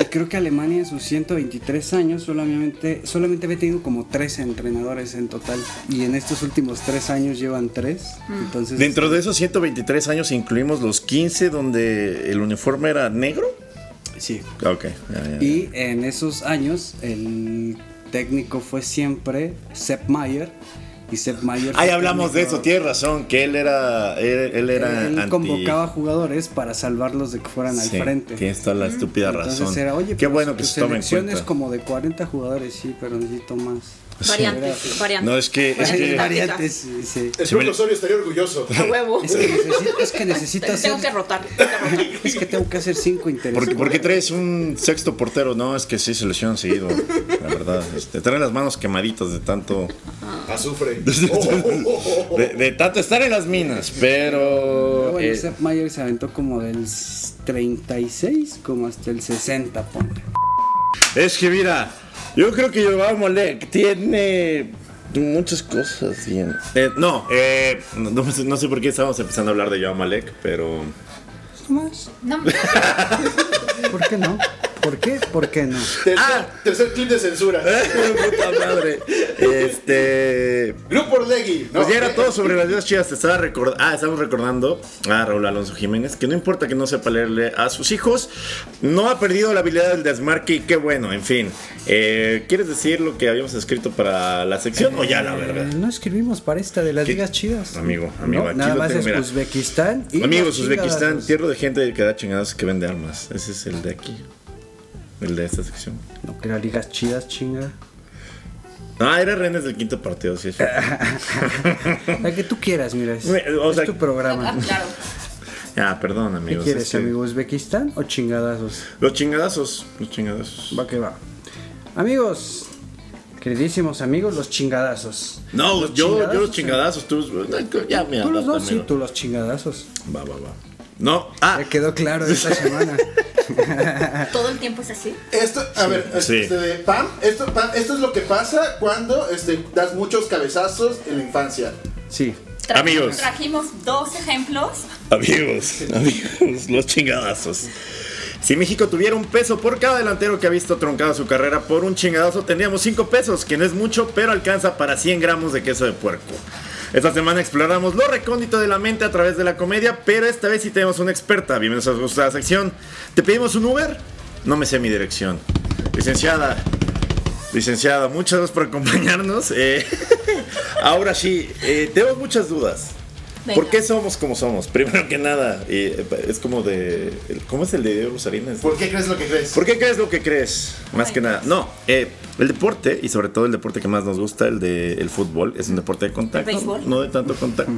y creo que Alemania en sus 123 años solamente, solamente había tenido como 13 entrenadores en total. Y en estos últimos 3 años llevan 3. Entonces.
Pues, Dentro de esos 123 años incluimos los 15 donde el uniforme era negro.
Sí.
Ah, Ok. ya, ya, ya.
Y en esos años el técnico fue siempre Sepp Mayer. Y Sepp Mayer.
Ahí
fue
hablamos de
técnico-
eso, tienes razón, que él era él, él era
Él
anti-
convocaba jugadores para salvarlos de que fueran al
Sí,
frente.
Tienes toda la estúpida
Entonces
razón.
era,
Qué
oye, pues,
bueno que
tu
se tome en
selección
cuenta.
es como de 40 jugadores, sí, pero necesito más.
Variantes, sí, variantes.
No, es que- Pues es
Variantes
que-
tácticas.
Variantes, sí, sí.
El
Sí, me-
propio Osorio estaría orgulloso.
A huevo.
Es que necesito- es que necesitas
Tengo que
hacer-
rotar. tengo que rotar.
es que tengo que hacer cinco intereses.
Porque, porque traes un sexto portero, no, es que sí se lesiona seguido, la verdad. Este, traen las manos quemaditas de tanto
Azufre. Oh, oh, oh, oh, oh.
de, de tanto estar en las minas, pero
Bueno,
eh,
Sepp Mayer se aventó como del 36 como hasta el 60, ponte.
es que mira, yo creo que Joao Molek tiene muchas cosas bien. Eh, no, eh, no, no sé- no sé por qué estábamos empezando a hablar de Joao Molek, pero
más?
No,
¿Por qué no? ¿Por qué? ¿Por qué no?
Tercer, tercer clip de censura.
¡Ah! puta madre. Este
Grupo Orlegui. No,
pues ya era
eh,
todo sobre las diosas chidas. Te estaba record- ah, estamos recordando a Raúl Alonso Jiménez que no importa que no sepa leerle a sus hijos, no ha perdido la habilidad del desmarque y qué bueno, en fin. Eh, ¿Quieres decir lo que habíamos escrito para la sección o ya la verdad?
Eh, no escribimos para esta de las
¿Qué?
ligas chidas.
Amigo, amigo,
No,
aquí
Nada
lo
más
tengo,
es
mira.
Uzbekistán. y
Amigos,
las
Uzbekistán,
chingadas.
tierra de gente que da chingadas que vende armas. Ese es el de aquí, el de esta sección.
No, que las ligas chidas, chinga.
Ah, era Renes del quinto partido, sí. es-
La que tú quieras, mira. Es,
Me- o
es
sea-
tu
ah,
programa.
claro.
Ah, perdón,
¿Qué
amigos.
quieres,
es que-
amigo? ¿Uzbekistán o chingadazos?
Los chingadazos, los chingadazos.
Va que va. Amigos, queridísimos amigos, los chingadazos.
No, yo, yo los
chingadazos,
chingadazos, tú. no, Ya me
Tú los
adapto,
dos, sí,
amigo.
tú los chingadazos.
Va, va, va. No, ah,
Me quedó claro esta semana.
Todo el tiempo es así.
Esto, a ver,
Sí.
este de Pam, esto, Pam, esto es lo que pasa cuando este, das muchos cabezazos en la infancia.
Sí.
Tra-
Amigos.
Trajimos dos ejemplos.
amigos, amigos, los chingadazos. Si México tuviera un peso por cada delantero que ha visto troncada su carrera por un chingadazo, tendríamos 5 pesos, que no es mucho, pero alcanza para 100 gramos de queso de puerco. Esta semana exploramos lo recóndito de la mente a través de la comedia, pero esta vez sí tenemos una experta. Bienvenidos a nuestra sección. ¿Te pedimos un Uber? No me sé mi dirección. Licenciada, Licenciada, muchas gracias por acompañarnos. Eh, ahora sí, eh, tenemos muchas dudas.
Venga.
¿Por qué somos como somos? Primero que nada, eh, es como de... el- ¿Cómo es el de Diego Rosarines?
¿Por qué crees lo que crees?
¿Por qué crees lo que crees? Más
Ay,
que nada. No, eh, el deporte, y sobre todo el deporte que más nos gusta, el de el fútbol, es un deporte de contacto.
béisbol?
No de tanto contacto.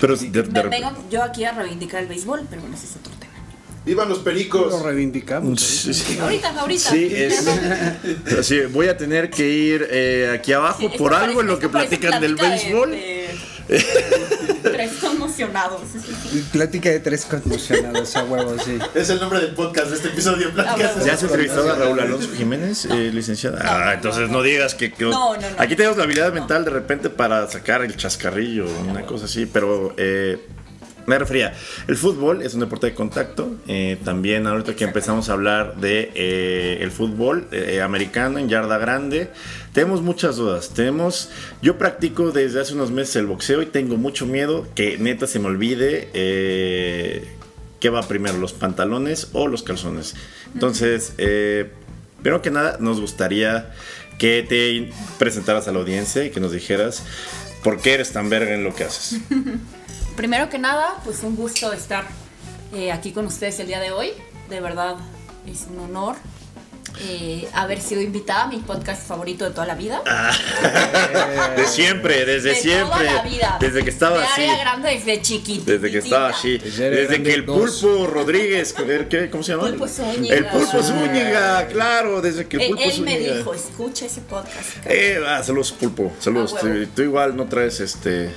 Pero de- de-
Ve- Vengo yo aquí a reivindicar el béisbol, pero bueno, ese es otro tema.
Vivan los pericos.
Lo reivindicamos.
Sí, sí.
Ahorita, ahorita.
Sí, es- sí, voy a tener que ir eh, aquí abajo
Sí,
por
esto
algo en lo
parece-
que
esto parece
platican del
plática de-
béisbol.
de- Tres conmocionados.
Plática de tres conmocionados a huevo, sí.
Es el nombre del podcast de este episodio. Pláticas.
Ah, bueno.
¿Ya has entrevistado a Raúl Alonso Jiménez, eh, licenciada? ah, entonces no digas que... que-
No, no, no.
Aquí tenemos la habilidad mental de repente para sacar el chascarrillo, una cosa así, pero eh, me refería, el fútbol es un deporte de contacto, eh, también ahorita que empezamos a hablar de eh, el fútbol eh, americano en yarda grande, tenemos muchas dudas, tenemos, yo practico desde hace unos meses el boxeo y tengo mucho miedo que neta se me olvide... eh, ¿qué va primero, los pantalones o los calzones? Entonces, eh, primero que nada, nos gustaría que te presentaras a la audiencia y que nos dijeras por qué eres tan verga en lo que haces.
Primero que nada, pues un gusto estar eh, aquí con ustedes el día de hoy. De verdad, es un honor eh, haber sido invitada a mi podcast favorito de toda la vida.
De siempre, desde
Eh, de
siempre.
toda la vida.
Desde que estaba
de
así.
Área grande desde E, chiquita.
Desde que estaba así.
Desde Área
Desde
Grande
que el
dos.
pulpo Rodríguez. ¿qué? ¿Cómo se llama?
Pulpo Zúñiga.
El pulpo
Ah.
Zúñiga, claro. Desde que el
Él,
pulpo
él me
Zúñiga.
dijo, escucha ese podcast.
Eh, ah, saludos, Pulpo. Saludos.
A Ah, huevo.
tú, tú igual no traes este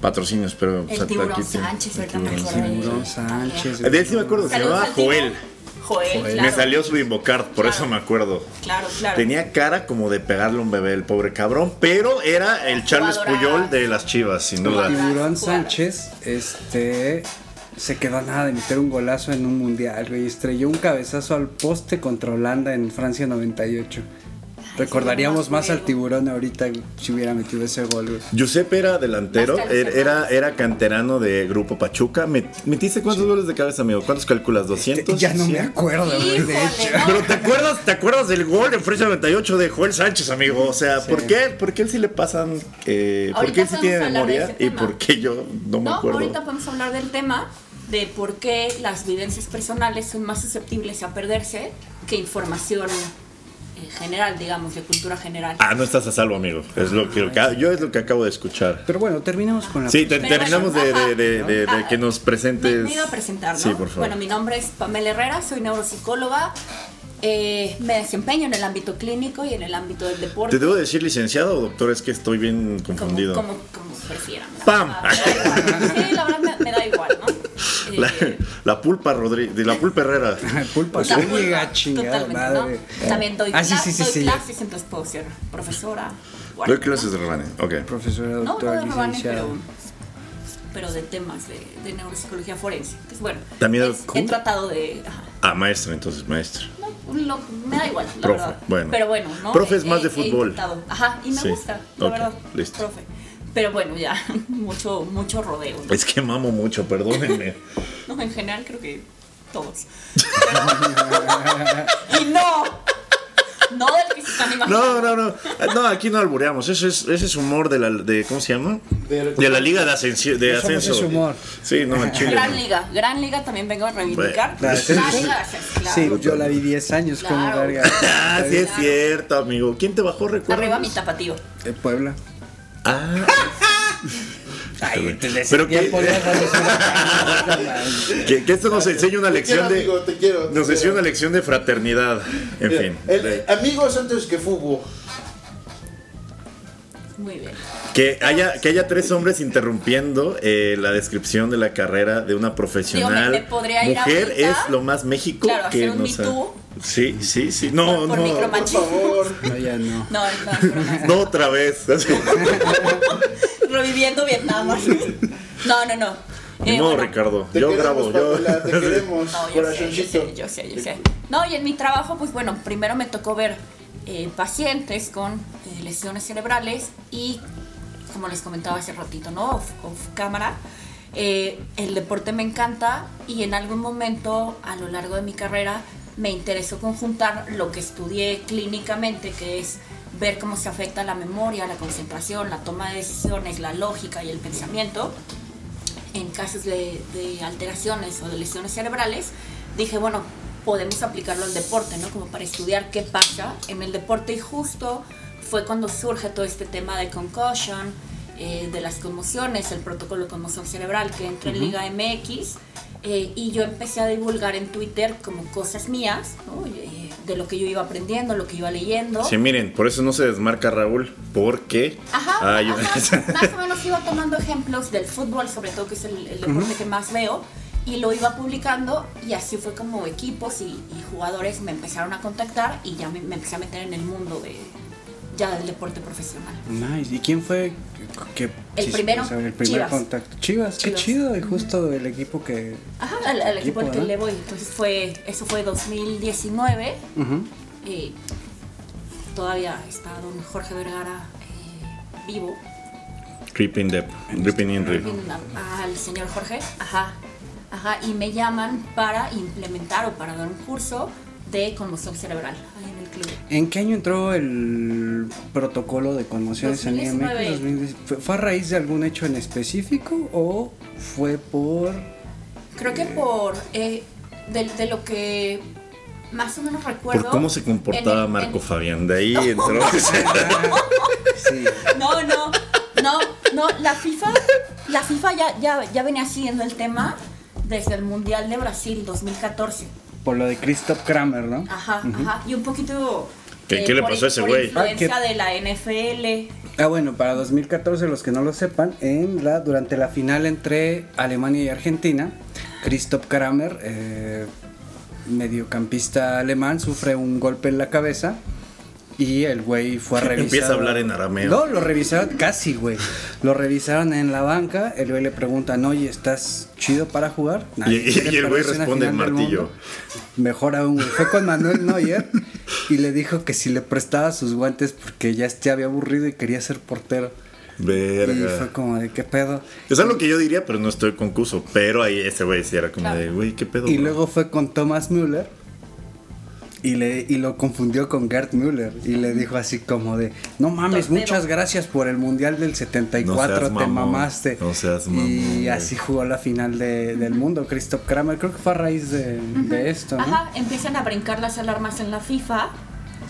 patrocinios, pero.
El
o sea,
tiburón
aquí te-
Sánchez,
el
ahorita me
tiburón
acordé.
Sánchez.
Don Sánchez.
De él sí me acuerdo, se
Saludos
llamaba
al tiburón.
Joel.
Joel, claro.
Me salió su invocard, por eso me acuerdo.
Claro, claro.
Tenía cara como de pegarle a un bebé, el pobre cabrón, pero era el Charles
Jugadorazo.
Puyol de las Chivas, sin duda.
Tiburón
Jugadas.
Sánchez, este. Se quedó a nada de meter un golazo en un mundial, güey. Estrelló un cabezazo al poste contra Holanda en Francia 98. Recordaríamos
más
más al
juego.
tiburón ahorita güey, si hubiera metido ese gol, güey.
Giuseppe era delantero,
Más
er- era,
calcetas.
era canterano de Grupo Pachuca. Met- ¿Metiste cuántos goles de cabeza, amigo? ¿Cuántos calculas? ¿200?
Ya no me
100?
acuerdo, güey, de
Híjole,
hecho.
no.
Pero te acuerdas, te acuerdas del gol en Francia 98 de Joel Sánchez, amigo. O sea, ¿por qué? ¿Por qué él sí le pasan? eh, ¿Por
Ahorita
qué él sí
podemos
tiene
hablar de
memoria?
ese
¿Y
tema.
por qué yo no me
No,
acuerdo?
ahorita podemos hablar del tema de por qué las vivencias personales son más susceptibles a perderse que información eh, general, digamos, de cultura general.
Ah, no estás a salvo, amigo. Es lo que, yo es lo que acabo de escuchar.
Pero bueno, terminamos con la.
Sí, te-
Pero
terminamos de,
bueno,
de- de- de-
ajá.
de que nos
Me,
presentes.
me iba a presentar, ¿no?
Sí, por favor.
Bueno, mi nombre es Pamela Herrera, soy neuropsicóloga. eh, me desempeño en el ámbito clínico y en el ámbito del deporte.
¿Te debo decir licenciado o doctor? Es que estoy bien
como,
confundido.
como, como prefieran. ¿no?
¡Pam!
Ah, me da igual. Sí, la verdad me, me da igual, ¿no?
La,
Eh,
la pulpa Rodríguez, de la pulpa Herrera.
Pulpa
La vulva,
Zúñiga, chingada
totalmente,
madre.
¿no? También doy,
Ah, sí,
cla-
sí, sí,
doy
sí.
clases, entonces puedo ser profesora. guardia,
Doy clases de Rane. Ok.
Profesora,
No, no, no
doctora,
de rebanes,
licenciada.
pero, pero de temas de, de neuropsicología forense. Entonces, bueno,
También-
es- he
¿cómo?
tratado de... ajá,
Ah, maestro, entonces, maestro.
no, lo- me da igual, la
Profe,
verdad.
bueno.
Pero bueno, ¿no?
Profe es
He-
más de
he
fútbol.
intentado. Ajá, y me
Sí,
gusta, la
ok,
verdad,
listo.
profe. Pero bueno, ya, mucho, mucho rodeo. ¿no?
Es que mamo mucho, perdónenme.
No, en general creo que todos. Pero- y no, no del que se están imaginando.
No, no, no. No, aquí no albureamos. Ese es, ese es humor de la. De, ¿Cómo se llama?
De-
De la Liga de, Ascensión. de
Eso no
Ascenso.
es humor.
Sí, no, en Chile.
Gran
no.
Liga, Gran Liga también vengo a reivindicar.
Bueno, pues,
Gran Liga, claro.
Sí, yo la vi 10 años como
Claro.
verga.
Ah, sí, es
Claro.
cierto, amigo. ¿Quién te bajó recuerdo?
Arriba mi tapatío.
En Puebla.
Ah,
Ay,
pero que, que, que esto nos enseña una lección
quiero,
de.
amigo, te quiero, te
Nos enseña
quiero.
una lección de fraternidad. En fin.
El- el- amigos antes que fútbol.
Muy bien.
Que haya, que haya tres hombres interrumpiendo eh, la descripción de la carrera de una profesional.
Digo, me- me podría ir
Mujer
ahorita.
es lo más México
Claro,
que
hacer un
nos
Me
ha-
Too.
Sí, sí, sí. No,
por, por
no.
Por
micromachismo.
favor.
No, ya no.
No, no, es broma.
No otra vez.
Reviviendo Vietnam. No, no, no. Eh,
no,
bueno,
Ricardo.
Te
yo grabo.
queremos,
Yo...
Pamela, te queremos,
No, yo sé, yo
corazoncito.
sé, yo sé, yo sé. No, y en mi trabajo, pues bueno, primero me tocó ver eh, pacientes con eh, lesiones cerebrales y, como les comentaba hace ratito, ¿no? Off, off cámara. eh, el deporte me encanta y en algún momento a lo largo de mi carrera me interesó conjuntar lo que estudié clínicamente, que es ver cómo se afecta la memoria, la concentración, la toma de decisiones, la lógica y el pensamiento en casos de, de alteraciones o de lesiones cerebrales, dije, bueno, podemos aplicarlo al deporte, ¿no? Como para estudiar qué pasa en el deporte y justo fue cuando surge todo este tema de concussion, eh, de las conmociones, el protocolo de conmoción cerebral que entra en Liga MX eh, y yo empecé a divulgar en Twitter como cosas mías, ¿no? Eh, de lo que yo iba aprendiendo, lo que iba leyendo.
Sí, miren, por eso no se desmarca Raúl. Porque
Ajá,
hay una-
ajá. más o menos iba tomando ejemplos del fútbol, sobre todo que es el, el deporte que más veo, y lo iba publicando y así fue como equipos y, y jugadores me empezaron a contactar y ya me, me empecé a meter en el mundo de, ya del deporte profesional.
Nice. ¿Y quién fue que,
El
sí,
primero,
o sea, el primer
Chivas.
contacto? Chivas, qué
Chivas.
chido. Y justo el equipo que.
Ajá, al, al equipo al que
Equipo, ¿no?
le voy, entonces fue, eso fue 2019,
Ujú.
eh, todavía está don Jorge Vergara eh, vivo,
Ripping Depp. Ripping in Rip.
Bien, a- al señor Jorge. Ajá. Ajá, y me llaman para implementar o para dar un curso de conmoción cerebral ahí en el club.
¿En qué año entró el protocolo de conmoción en
2019.
¿Fue, ¿Fue a raíz de algún hecho en específico o fue por...?
Creo que por eh, de, de lo que más o menos recuerdo.
Por cómo se
en
comportaba
el- en-
Marco Fabián. De ahí entró.
Sí.
No, no, no, no, la FIFA, la FIFA ya, ya, ya venía siguiendo el tema desde el Mundial de Brasil 2014.
Por lo de Christoph Kramer, ¿no?
Ajá, ajá. Y un poquito. eh,
¿Qué- qué le
por-
pasó a ese
por
güey?
Influencia
Ah,
de la NFL.
Ah, bueno, para 2014, los que no lo sepan, en la, durante la final entre Alemania y Argentina, Christoph Kramer, eh, mediocampista alemán, sufre un golpe en la cabeza y el güey fue revisado.
Empieza a hablar en arameo.
No, lo revisaron casi, güey. Lo revisaron en la banca, el güey le preguntan, oye, ¿estás chido para jugar? Nah,
Y- y-
quiere
y el güey
perderse una
responde,
final del
"Martillo".
mundo". Mejor aún, güey. Fue con Manuel Neuer y le dijo que si le prestaba sus guantes porque ya se había aburrido y quería ser portero. Y fue
Verga.
como de qué pedo.
Es algo que yo diría, pero no estoy concurso. Pero ahí ese güey sí era como
Claro.
de, güey, qué pedo.
Y
bro?
luego fue con Thomas Müller y, le, y lo confundió con Gerd Müller y le dijo así como de, no mames,
Torpedo.
muchas gracias por el Mundial del 74,
No
te
seas mamón,
mamaste.
no seas mamón,
y
güey.
así jugó la final de- del mundo, Christoph Kramer, creo que fue a raíz de, de esto. ¿no?
Ajá, empiezan a brincar las alarmas en la FIFA.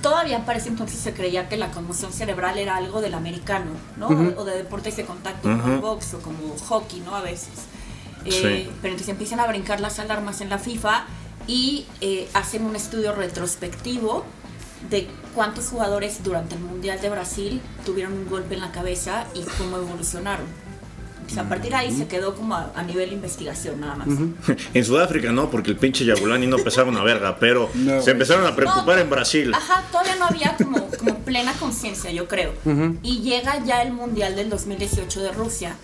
Todavía parece entonces se creía que la conmoción cerebral era algo del americano, ¿no? O de deportes de contacto, como
Ujú.
box o como hockey, ¿no? A veces. Eh,
Sí.
Pero entonces empiezan a brincar las alarmas en la FIFA y eh, hacen un estudio retrospectivo de cuántos jugadores durante el Mundial de Brasil tuvieron un golpe en la cabeza y cómo evolucionaron. Pues a partir de ahí se quedó como a, a nivel investigación nada más.
En Sudáfrica no, porque el pinche Yagulani no pesaba una verga, pero
No,
se
güey.
empezaron a preocupar
No,
en Brasil.
Ajá, todavía no había como, como plena conciencia, yo creo. Y llega ya el Mundial del 2018 de Rusia.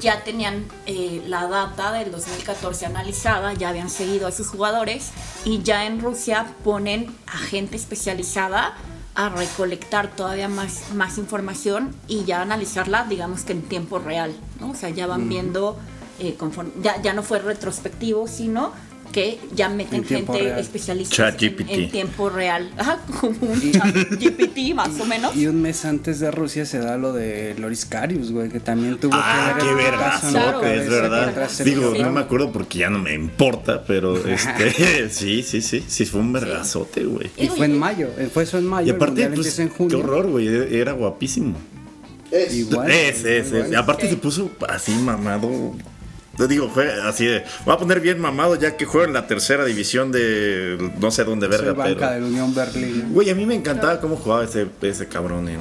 Ya tenían eh, la data del 2014 analizada, ya habían seguido a sus jugadores y ya en Rusia ponen a gente especializada a recolectar todavía más, más información y ya analizarla, digamos que en tiempo real, ¿no? O sea, ya van viendo, eh, conforme- ya, ya no fue retrospectivo, sino que ya meten
En tiempo
gente
real.
especializada en,
ChatGPT.
en tiempo real. Ajá, como un ChatGPT más o menos.
Y un mes antes de Rusia se da lo de Loris Karius, güey, que también tuvo
Ah,
que
qué
ver el
vergazo,
putazo en la
Claro,
que
cabeza
es
contra
verdad.
sí,
Digo,
sí.
no me acuerdo porque ya no me importa, pero este, sí, sí, sí, sí fue un vergazote, güey.
Y fue en mayo, eh, fue eso en mayo,
Y
el
aparte,
mundial
pues,
empieza en
qué
junio.
horror, güey, e-, era guapísimo.
Es.
Igual.
es, es,
igual.
es. Aparte se puso así mamado. Te digo, fue así de. Voy a poner bien mamado ya que juega en la tercera división de no sé dónde
Soy
verga,
banca de
pero.
la Unión Berlín.
Güey, a mí me encantaba cómo jugaba ese, ese cabrón en.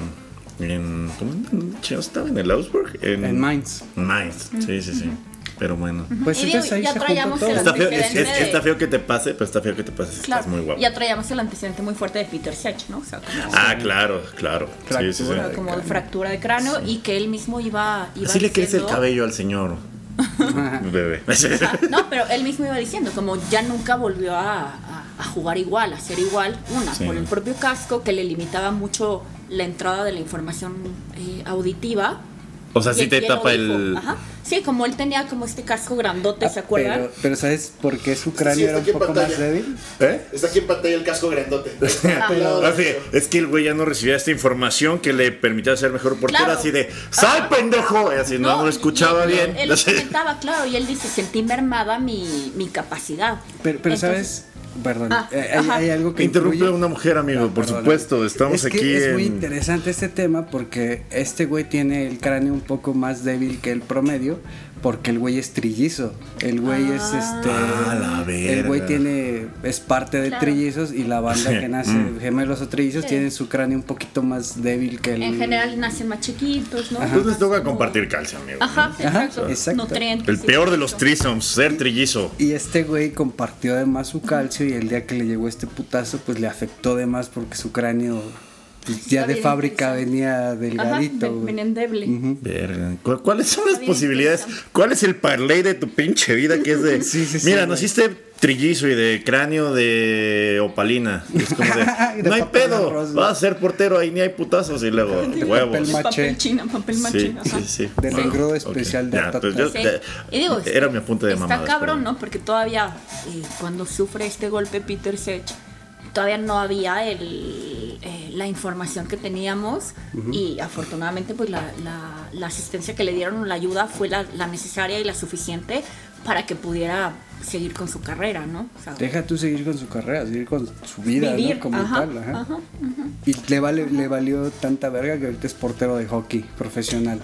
en ¿Cómo en- chino, estaba? ¿En el Augsburg?
En Mainz.
Mainz, sí, sí, sí. Pero bueno.
Pues
Y
entonces
digo,
ahí
ya
se juntó
traíamos
todo.
el
Está feo, es-
Diferente
es-
de-
está feo que te pase, pero está feo que te pase. si
Claro,
Estás muy guapo.
ya traíamos el antecedente muy fuerte de Peter Sech, ¿no? O sea, como,
Ah, claro, claro. Sí, sí, sí.
o sea, como de fractura de cráneo y que él mismo iba, iba
Así le crece el
diciendo-
cabello al señor. Bebé.
Ah, No, pero él mismo iba diciendo, como ya nunca volvió a, a- a jugar igual, a ser igual, una,
Sí.
por el propio casco que le limitaba mucho la entrada de la información eh, auditiva.
O sea,
Y
sí te
aquí él lo
tapa
dijo.
el.
Ajá. Sí, como él tenía como este casco grandote, ¿se
Ah,
acuerdan?
pero, pero ¿sabes por qué su
Sí,
cráneo
está
era un
aquí en
poco más
pantalla.
débil?
¿Eh?
Está aquí en pantalla el casco grandote. Ah,
Pero-
Ahora sí, es que el güey ya no recibía esta información que le permitía ser mejor portero,
Claro.
así de ¡Sal, pendejo! Y así no, no lo escuchaba
y- y
bien.
Él,
No
lo
sé.
comentaba, claro, y él dice, sentí mermada mi, mi capacidad.
Pero, pero
Entonces,
¿sabes? Perdón,
Ah,
eh, hay,
ajá.
hay algo que
Interrumpe
influye.
a una mujer, amigo,
No,
por
perdón.
supuesto, estamos
Es que
aquí
Es muy
en-
interesante este tema porque este güey tiene el cráneo un poco más débil que el promedio porque el güey es trillizo. El güey es este...
Ah, la
El güey
verga.
tiene... es parte de
Claro.
trillizos y la banda que nace
Mm.
gemelos o trillizos
Sí.
tienen su cráneo un poquito más débil que el...
En general nacen más chiquitos, ¿no?
Entonces les
Más
toca
como-
compartir calcio, amigo.
Ajá, exacto.
exacto.
Nutrientes.
El
sí,
peor de los
exacto.
trisoms, ser trillizo.
Y este güey compartió además su calcio y el día que le llegó este putazo, pues le afectó de más porque su cráneo pues, ya
Está
de
bien
fábrica
interesante.
venía
Ajá,
delgadito.
ven-
güey.
venía endeble.
Verga, ¿cu- ¿Cuáles son las
bien
posibilidades?
interesante.
¿Cuál es el parlay de tu pinche vida que es de...
Sí, sí, sí,
Mira,
güey.
naciste trillizo y de cráneo de opalina. Es como de,
Y de
no hay
papel
pedo,
arroz, ¿no?
va a ser portero ahí, ni hay putazos. Y luego, huevos.
papel maché.
Papel china, papel
Sí,
machina. ajá.
sí, sí.
Del
Wow,
engrudo
ok.
especial de
Ya,
Tata.
pues yo-
Sí.
ya-
eh, Y digo,
Era mi apunte de
está
mamadas,
cabrón,
pero-
¿no? Porque todavía, eh, cuando sufre este golpe Peter Sech, todavía no había el, eh, la información que teníamos y afortunadamente pues la, la- la asistencia que le dieron, la ayuda fue la, la necesaria y la suficiente para que pudiera seguir con su carrera, ¿no? O sea,
Deja tú seguir con su carrera, seguir con su vida, ¿no?
Vivir,
Como
ajá,
tal, ajá.
ajá,
Y le, vale, le valió tanta verga que ahorita es portero de hockey profesional.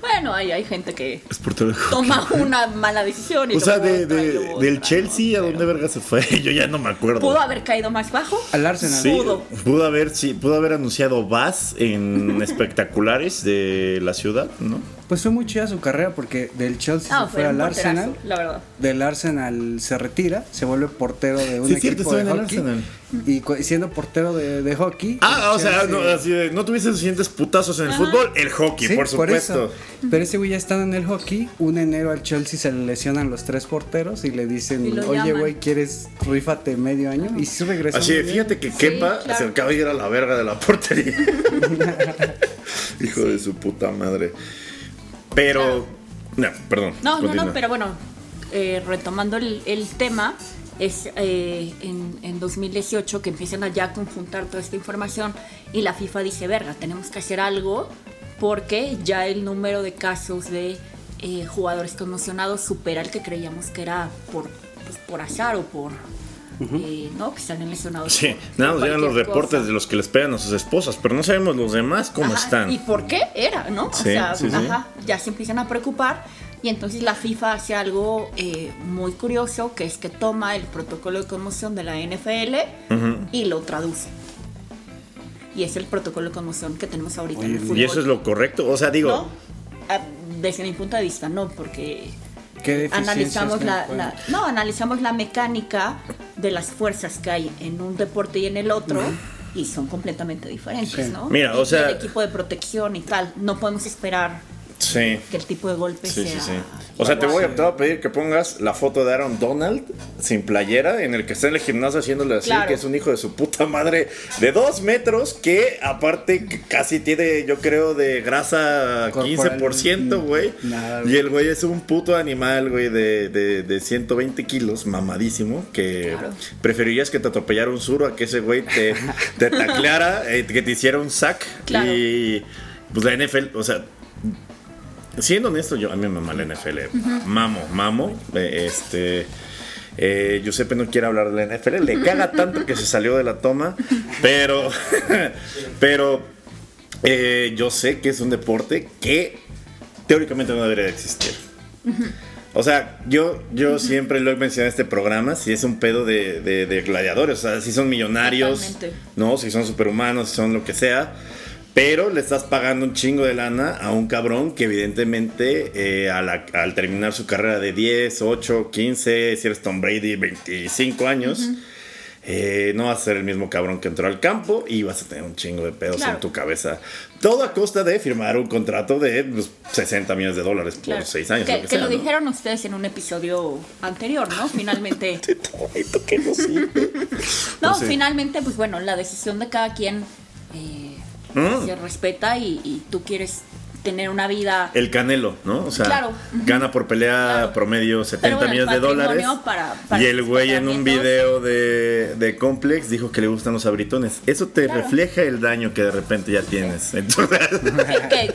bueno, hay, hay gente que
Es portero de hockey.
toma una mala decisión y
O sea,
luego
de,
otra y
de-
luego
del
otra, ¿no?
Chelsea, ¿a
Pero
dónde verga se fue? Yo ya no me acuerdo.
Pudo haber caído más bajo.
Al Arsenal.
Sí,
Pudo.
pudo haber, sí, pudo haber anunciado Vaz en espectaculares de la ciudad, ¿no?
Pues fue muy chida su carrera porque del Chelsea
Ah,
se
fue
fue
un
al
porterazo,
Arsenal.
la verdad.
Del Arsenal se retira, se vuelve portero de un
Sí, es cierto, estuvo
equipo de
en el
hockey.
Arsenal.
Y cu- siendo portero de, de hockey.
Ah,
el
o sea, no,
Chelsea-
así de, no tuviste suficientes putazos en el fútbol, el hockey,
Sí,
por supuesto.
eso. Pero ese güey ya estando en el hockey, un enero al Chelsea se le lesionan los tres porteros y le dicen,
Y lo
oye
llaman. Ah.
güey, ¿quieres rifate medio año? Y sí regresó.
Así de,
muy bien.
fíjate que Kepa
claro.
se acaba de ir a la verga de la portería. Hijo de su puta madre. Pero. No, perdón.
No, no,
continúa.
no, pero bueno, eh, retomando el, el tema, es eh, en, en 2018 que empiezan allá a conjuntar toda esta información y la FIFA dice, verga, tenemos que hacer algo porque ya el número de casos de eh, jugadores conmocionados supera el que creíamos que era por, pues, por azar o por... eh, no, que salen lesionados.
Sí,
por-
nada,
por
nos llegan los
cualquier
reportes
cosa.
de los que les pegan a sus esposas, pero no sabemos los demás cómo
Ajá,
están.
¿Y por qué era, no? O
Sí,
sea,
sí, sí.
ajá, ya se empiezan a preocupar y entonces la FIFA hace algo eh, muy curioso, que es que toma el protocolo de conmoción de la NFL y lo traduce. Y es el protocolo de conmoción que tenemos ahorita en el fútbol.
Y eso es lo correcto. O sea, digo,
¿No? Ah, Desde mi punto de vista, no, porque
¿Qué deficiencias
analizamos
te
la, la-
encuentras?
no analizamos la mecánica de las fuerzas que hay en un deporte y en el otro y son completamente diferentes,
Sí.
¿no?
Mira,
Y
o sea-
el equipo de protección y tal, no podemos esperar
sí.
que el tipo de golpe
Sí, sí,
sea.
sí. O sea, te voy, a, te voy a pedir que pongas la foto de Aaron Donald sin playera en el que está en el gimnasio haciéndole así,
Claro.
que es un hijo de su puta madre de dos metros que aparte c- casi tiene, yo creo, de grasa
Corporal.
15%, güey.
Nada,
Y el güey es un puto animal, güey, de, de, de 120 kilos, mamadísimo, que preferirías que te atropellara un suro a que ese güey te, te tacleara, eh, que te hiciera un sack.
Claro.
Y pues la NFL, o sea... Siendo honesto, yo a mí me mama la NFL. Mamo, mamo. eh, este. Eh, Giuseppe no quiere hablar de la NFL. Le caga tanto que se salió de la toma. Pero. pero. eh, yo sé que es un deporte que teóricamente no debería de existir. O sea, yo, yo siempre lo he mencionado en este programa, si es un pedo de, de- de gladiadores, o sea, si son millonarios,
Totalmente.
no, si son superhumanos, si son lo que sea, pero le estás pagando un chingo de lana a un cabrón que evidentemente eh, a la- al terminar su carrera de 10, 8, 15, si eres Tom Brady, 25 años, eh, no vas a ser el mismo cabrón que entró al campo y vas a tener un chingo de pedos
Claro.
en tu cabeza. Todo a costa de firmar un contrato de pues, 60 millones de dólares por
Claro.
6 años.
que,
lo que
que
sea,
lo
¿no?
dijeron ustedes en un episodio anterior, ¿no? Finalmente.
pues Tomadito que no sirve.
No,
No sé.
finalmente, pues bueno, la decisión de cada quien eh,
Mm.
se respeta y, y tú quieres tener una vida.
El Canelo, ¿no? O sea,
Claro.
gana por pelea
Claro.
promedio 70
bueno,
millones de dólares.
patrimonio para- para
y el
sus
güey en un
tratamientos.
video de, de Complex dijo que le gustan los abritones. Eso te
Claro.
refleja el daño que de repente ya tienes. Entonces,
que, que-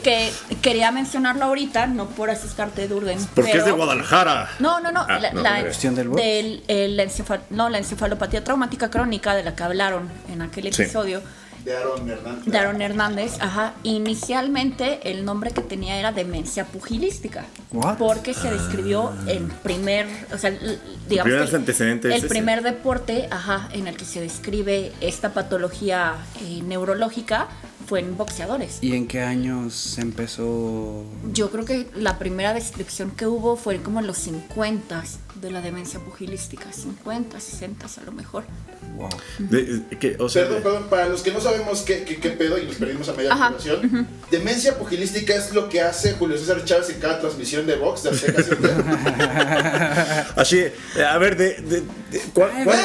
que quería mencionarlo ahorita, no por asustarte, Durden.
porque
pero-
es de Guadalajara.
No, no, no.
Ah,
la,
no,
la-
no, no.
cuestión del box.
del- el encefa- no, la encefalopatía traumática crónica de la que hablaron en aquel
Sí.
episodio.
De Aaron Hernández.
de Aaron Hernández, ajá, inicialmente el nombre que tenía era demencia pugilística,
What?
porque se describió en primer, o sea, l- digamos
Ah. primer
que el-
antecedente es
el
ese.
primer deporte, ajá, en el que se describe esta patología eh, neurológica fue en boxeadores.
¿Y en qué años empezó?
Yo creo que la primera descripción que hubo fue como en los 50 de la demencia pugilística, 50, 60 a lo mejor.
Wow.
De- de- que, o sea,
Perdón, perdón, para los que no sabemos qué, qué- qué pedo y nos perdimos a media
Ajá,
población, demencia pugilística es lo que hace Julio César Chávez en cada transmisión de box de Azteca 7.
Pues,
así, eh, a ver, de, de- de- ¿cuá- Eh, cuá-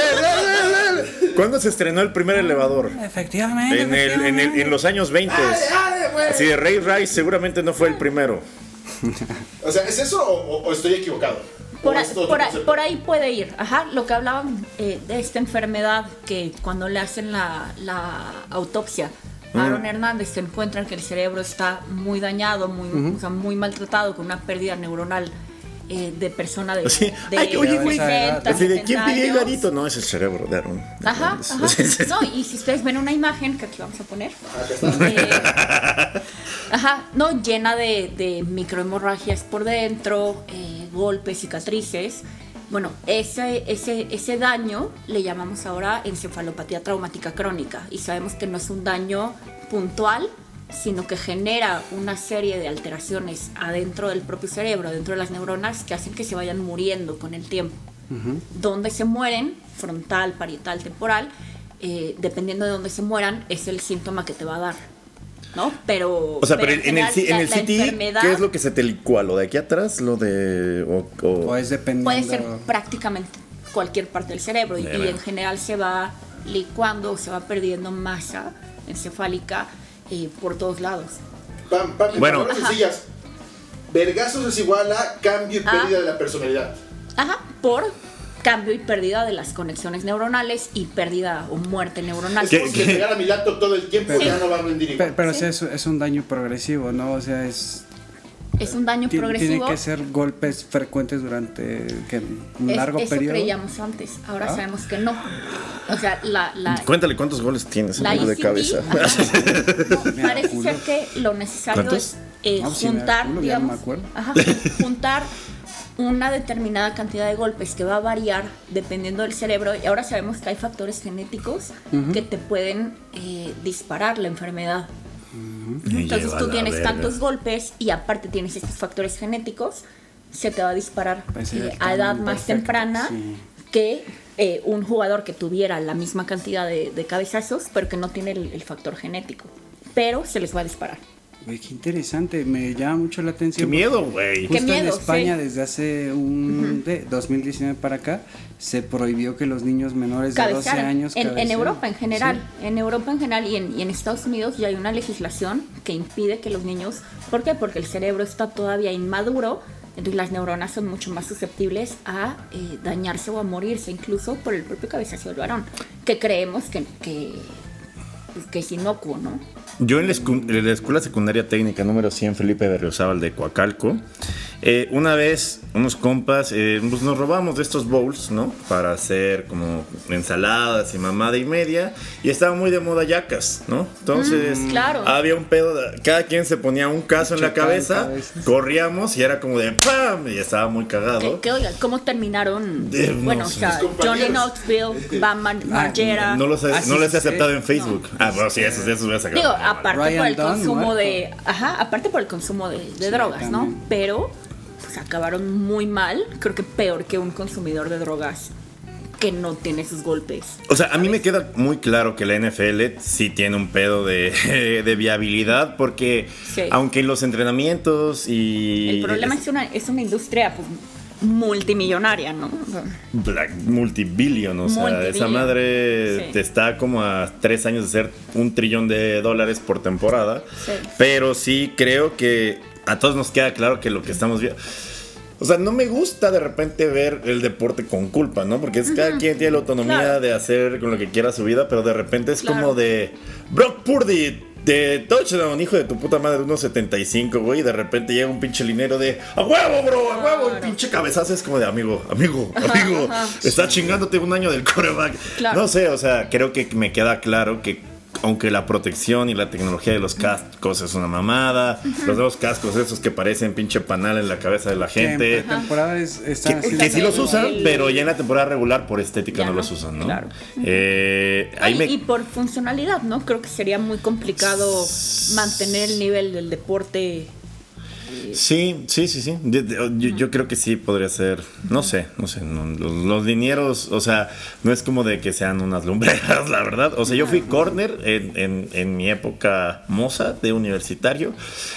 eh, ¿cuándo se estrenó el primer elevador?
Efectivamente.
En, el- en el- en los años 20. Así de Ray Rice seguramente no fue el primero.
O sea, ¿es eso o, o- o estoy equivocado?
Por,
¿O
ahí-
es otro
por ahí,
concepto?
por ahí puede ir. Ajá, lo que hablaban eh, de esta enfermedad que cuando le hacen la, la autopsia
Ah.
a Aaron Hernández se encuentran que el cerebro está muy dañado, muy, o sea, muy maltratado, con una pérdida neuronal eh, de persona de,
Sí.
de,
Ay, oye, güey,
60,
Así de quién
70
pidió
años.
higadito, no es el cerebro de Aaron.
Ajá, ajá.
pues,
No, y si ustedes ven una imagen que aquí vamos a poner. eh, ajá, no, llena de, de microhemorragias por dentro, eh, golpes, cicatrices. Bueno, ese, ese, ese daño le llamamos ahora encefalopatía traumática crónica y sabemos que no es un daño puntual, sino que genera una serie de alteraciones adentro del propio cerebro, adentro de las neuronas, que hacen que se vayan muriendo con el tiempo donde se mueren, frontal, parietal, temporal, eh, dependiendo de dónde se mueran, es el síntoma que te va a dar. ¿No? Pero.
O sea, pero en el,
general,
ci- en
la-
el
la
CTI,
enfermedad
¿qué es lo que se te licúa? ¿Lo de aquí atrás? ¿Lo de.? O, o-
O es dependiendo.
Puede ser prácticamente cualquier parte del cerebro y,
De
y
verdad.
en general se va licuando, se va perdiendo masa encefálica eh, por todos lados.
Pam, pam, en
Bueno.
palabras
Ajá.
sencillas. Vergazos es igual a cambio y
Ah.
pérdida de la personalidad.
Ajá, por cambio y pérdida de las conexiones neuronales y pérdida o muerte neuronal.
¿Qué-
Como si le pegara a mi laptop todo el tiempo, ya no va a rendir
Pe- Pero,
igual.
sí es, es un daño progresivo, ¿no? O sea, es.
Es un daño
ti- Tiene
progresivo.
que ser golpes frecuentes durante que, un
Es-
largo
eso
periodo.
creíamos antes, ahora
Ah.
sabemos que no. O sea, la, la,
Cuéntale cuántos goles tienes
la
amigo, de
ICT,
cabeza.
ajá, no,
Mira,
parece
culo.
ser que lo necesario
¿Cuántos?
es eh,
No, si me da
juntar,
culo, ya no me
digamos,
acuerdo.
ajá, juntar una determinada cantidad de golpes que va a variar dependiendo del cerebro y ahora sabemos que hay factores genéticos que te pueden eh, disparar la enfermedad. Entonces
lleva
tú
la
tienes
verga.
tantos golpes y aparte tienes estos factores genéticos, se te va a disparar
Pues sí,
eh,
está
a edad
muy
más
perfecto,
temprana
sí.
que eh, un jugador que tuviera la misma cantidad de, de cabezazos, pero que no tiene el, el factor genético. Pero se les va a disparar.
Güey, qué interesante, me llama mucho la
Qué
atención.
miedo, güey.
Qué
Justo en
miedo,
España
sí.
desde hace un de 2019 para acá se prohibió que los niños menores de 12
Cabecear.
años
En- en,
cabeceen.
Europa en general. En Europa en general y en, y en Estados Unidos ya hay una legislación que impide que los niños. ¿Por qué? Porque el cerebro está todavía inmaduro. Entonces las neuronas son mucho más susceptibles a eh, dañarse o a morirse, incluso por el propio cabezazo del varón, que creemos que, que, pues, que es inocuo, ¿no?
Yo en la, escu- en la escuela secundaria técnica número 100 Felipe Berriozábal de Coacalco, eh, una vez unos compas eh, pues nos robamos de estos bowls, ¿no? Para hacer como ensaladas y mamada y media, y estaba muy de moda yacas, ¿no? Entonces
Mm, claro.
había un pedo, de- cada quien se ponía un caso en la
Chacal,
cabeza,
cabezas.
corríamos y era como de ¡pam! Y estaba muy
Que,
cagado.
que, oiga, ¿cómo terminaron?
De-
bueno,
no
o
sé.
sea,
Sus compañeros.
Johnny Knoxville, Van Man- Margera.
No los, he-
Ah, sí,
no les he
sí, sí.
aceptado en Facebook. Ah, bueno, sí, eso, eso voy a sacar.
Digo, aparte
Ryan
por el
Dunn,
consumo
muerto.
de. Ajá, aparte por el consumo de, de drogas, ¿no?
también.
Pero, pues acabaron muy mal. Creo que peor que un consumidor de drogas que no tiene sus golpes.
O sea, a mí me queda muy claro que la NFL sí tiene un pedo de, de viabilidad porque
Sí.
aunque los entrenamientos y...
El problema es una, es una industria pues, multimillonaria, ¿no? O sea,
Black multibillion, o sea,
Multibillion.
esa madre
Sí.
te está como a tres años de ser un trillón de dólares por temporada.
Sí.
Pero sí creo que a todos nos queda claro que lo que estamos viendo. O sea, no me gusta de repente ver el deporte con culpa, ¿no? Porque es cada quien tiene la autonomía
Claro.
de hacer con lo que quiera su vida, pero de repente es
Claro.
como de Brock Purdy de touchdown, hijo de tu puta madre, 1.75, güey, y de repente llega un pinche linero de a huevo, bro, a huevo, el
Claro.
pinche cabezazo es como de amigo, amigo, amigo, está chingándote un año del coreback.
Claro.
No sé, o sea, creo que me queda claro que aunque la protección y la tecnología de los cascos es una mamada, los nuevos cascos esos que parecen pinche panal en la cabeza de la
Que en
gente,
pretemporada es- están
que,
así.
que sí los usan,
El-
pero ya en la temporada regular por estética
Ya
no,
no.
los usan, ¿no?
Claro.
Eh, ahí
Ay,
me-
Y por funcionalidad, ¿no? Creo que sería muy complicado mantener el nivel del deporte.
Sí, sí, sí, sí. Yo, yo- yo creo que sí podría ser. No sé, no sé. no, los, los linieros, o sea, no es como de que sean unas lumbreras, la verdad. O sea, yo fui corner en, en- en mi época moza de universitario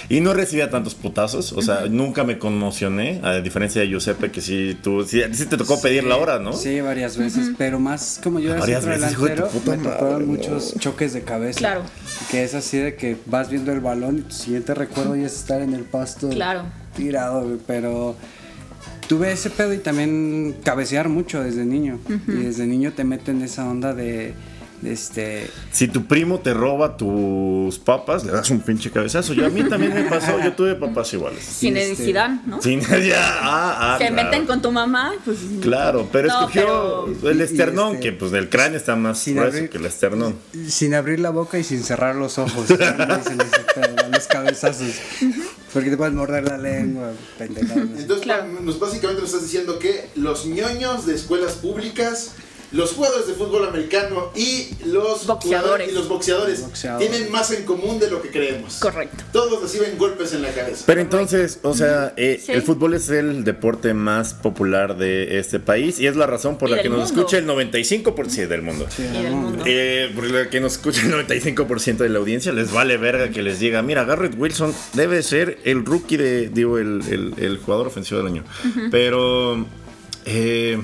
y no recibía tantos putazos. O sea, nunca me conmocioné, a diferencia de Giuseppe, que sí, tú, sí, sí te tocó pedir la hora, ¿no?
Sí, varias veces, pero más como yo era
Varias
centro
veces, hijo de tu
delantero,
puta
me
madre,
tocaban
no.
muchos choques de cabeza.
Claro.
Que es así de que vas viendo el balón y tu siguiente recuerdo ya es estar en el pasto
Claro.
tirado, güey, pero tuve ese pedo y también cabecear mucho desde niño. Y desde niño te meten esa onda de, de este
Si tu primo te roba tus papas, le das un pinche cabezazo. Yo a mí también me pasó, yo tuve papas iguales.
Sin
este-
edicidad, ¿no?
Sí, ya, ah, ah,
Se
claro.
meten con tu mamá, pues.
Claro, pero
No,
escogió
pero-
el
Y- y
esternón,
este-
que pues del cráneo está más
Sin
grueso
abrir-
que el esternón.
sin abrir la boca y sin cerrar los ojos. ¿no? Dicen ese pedo, los cabezazos. Porque te puedes morder la lengua, pendejadas así.
Entonces, pa- nos- básicamente nos estás diciendo que los ñoños de escuelas públicas, los jugadores de fútbol americano y los
Boxeadores.
jugadores- y los boxeadores
Boxeadores.
tienen más en común de lo que creemos.
Correcto.
Todos reciben golpes en la cabeza.
Pero entonces, o sea, eh,
Sí.
el fútbol es el deporte más popular de este país y es la razón por
Y
la
del
que nos
mundo.
escucha el 95% del mundo.
Y del mundo.
Eh, por la que nos escucha el 95% de la audiencia, les vale verga que les diga, mira, Garrett Wilson debe ser el rookie de, digo, el, el- el jugador ofensivo del año. Pero, eh,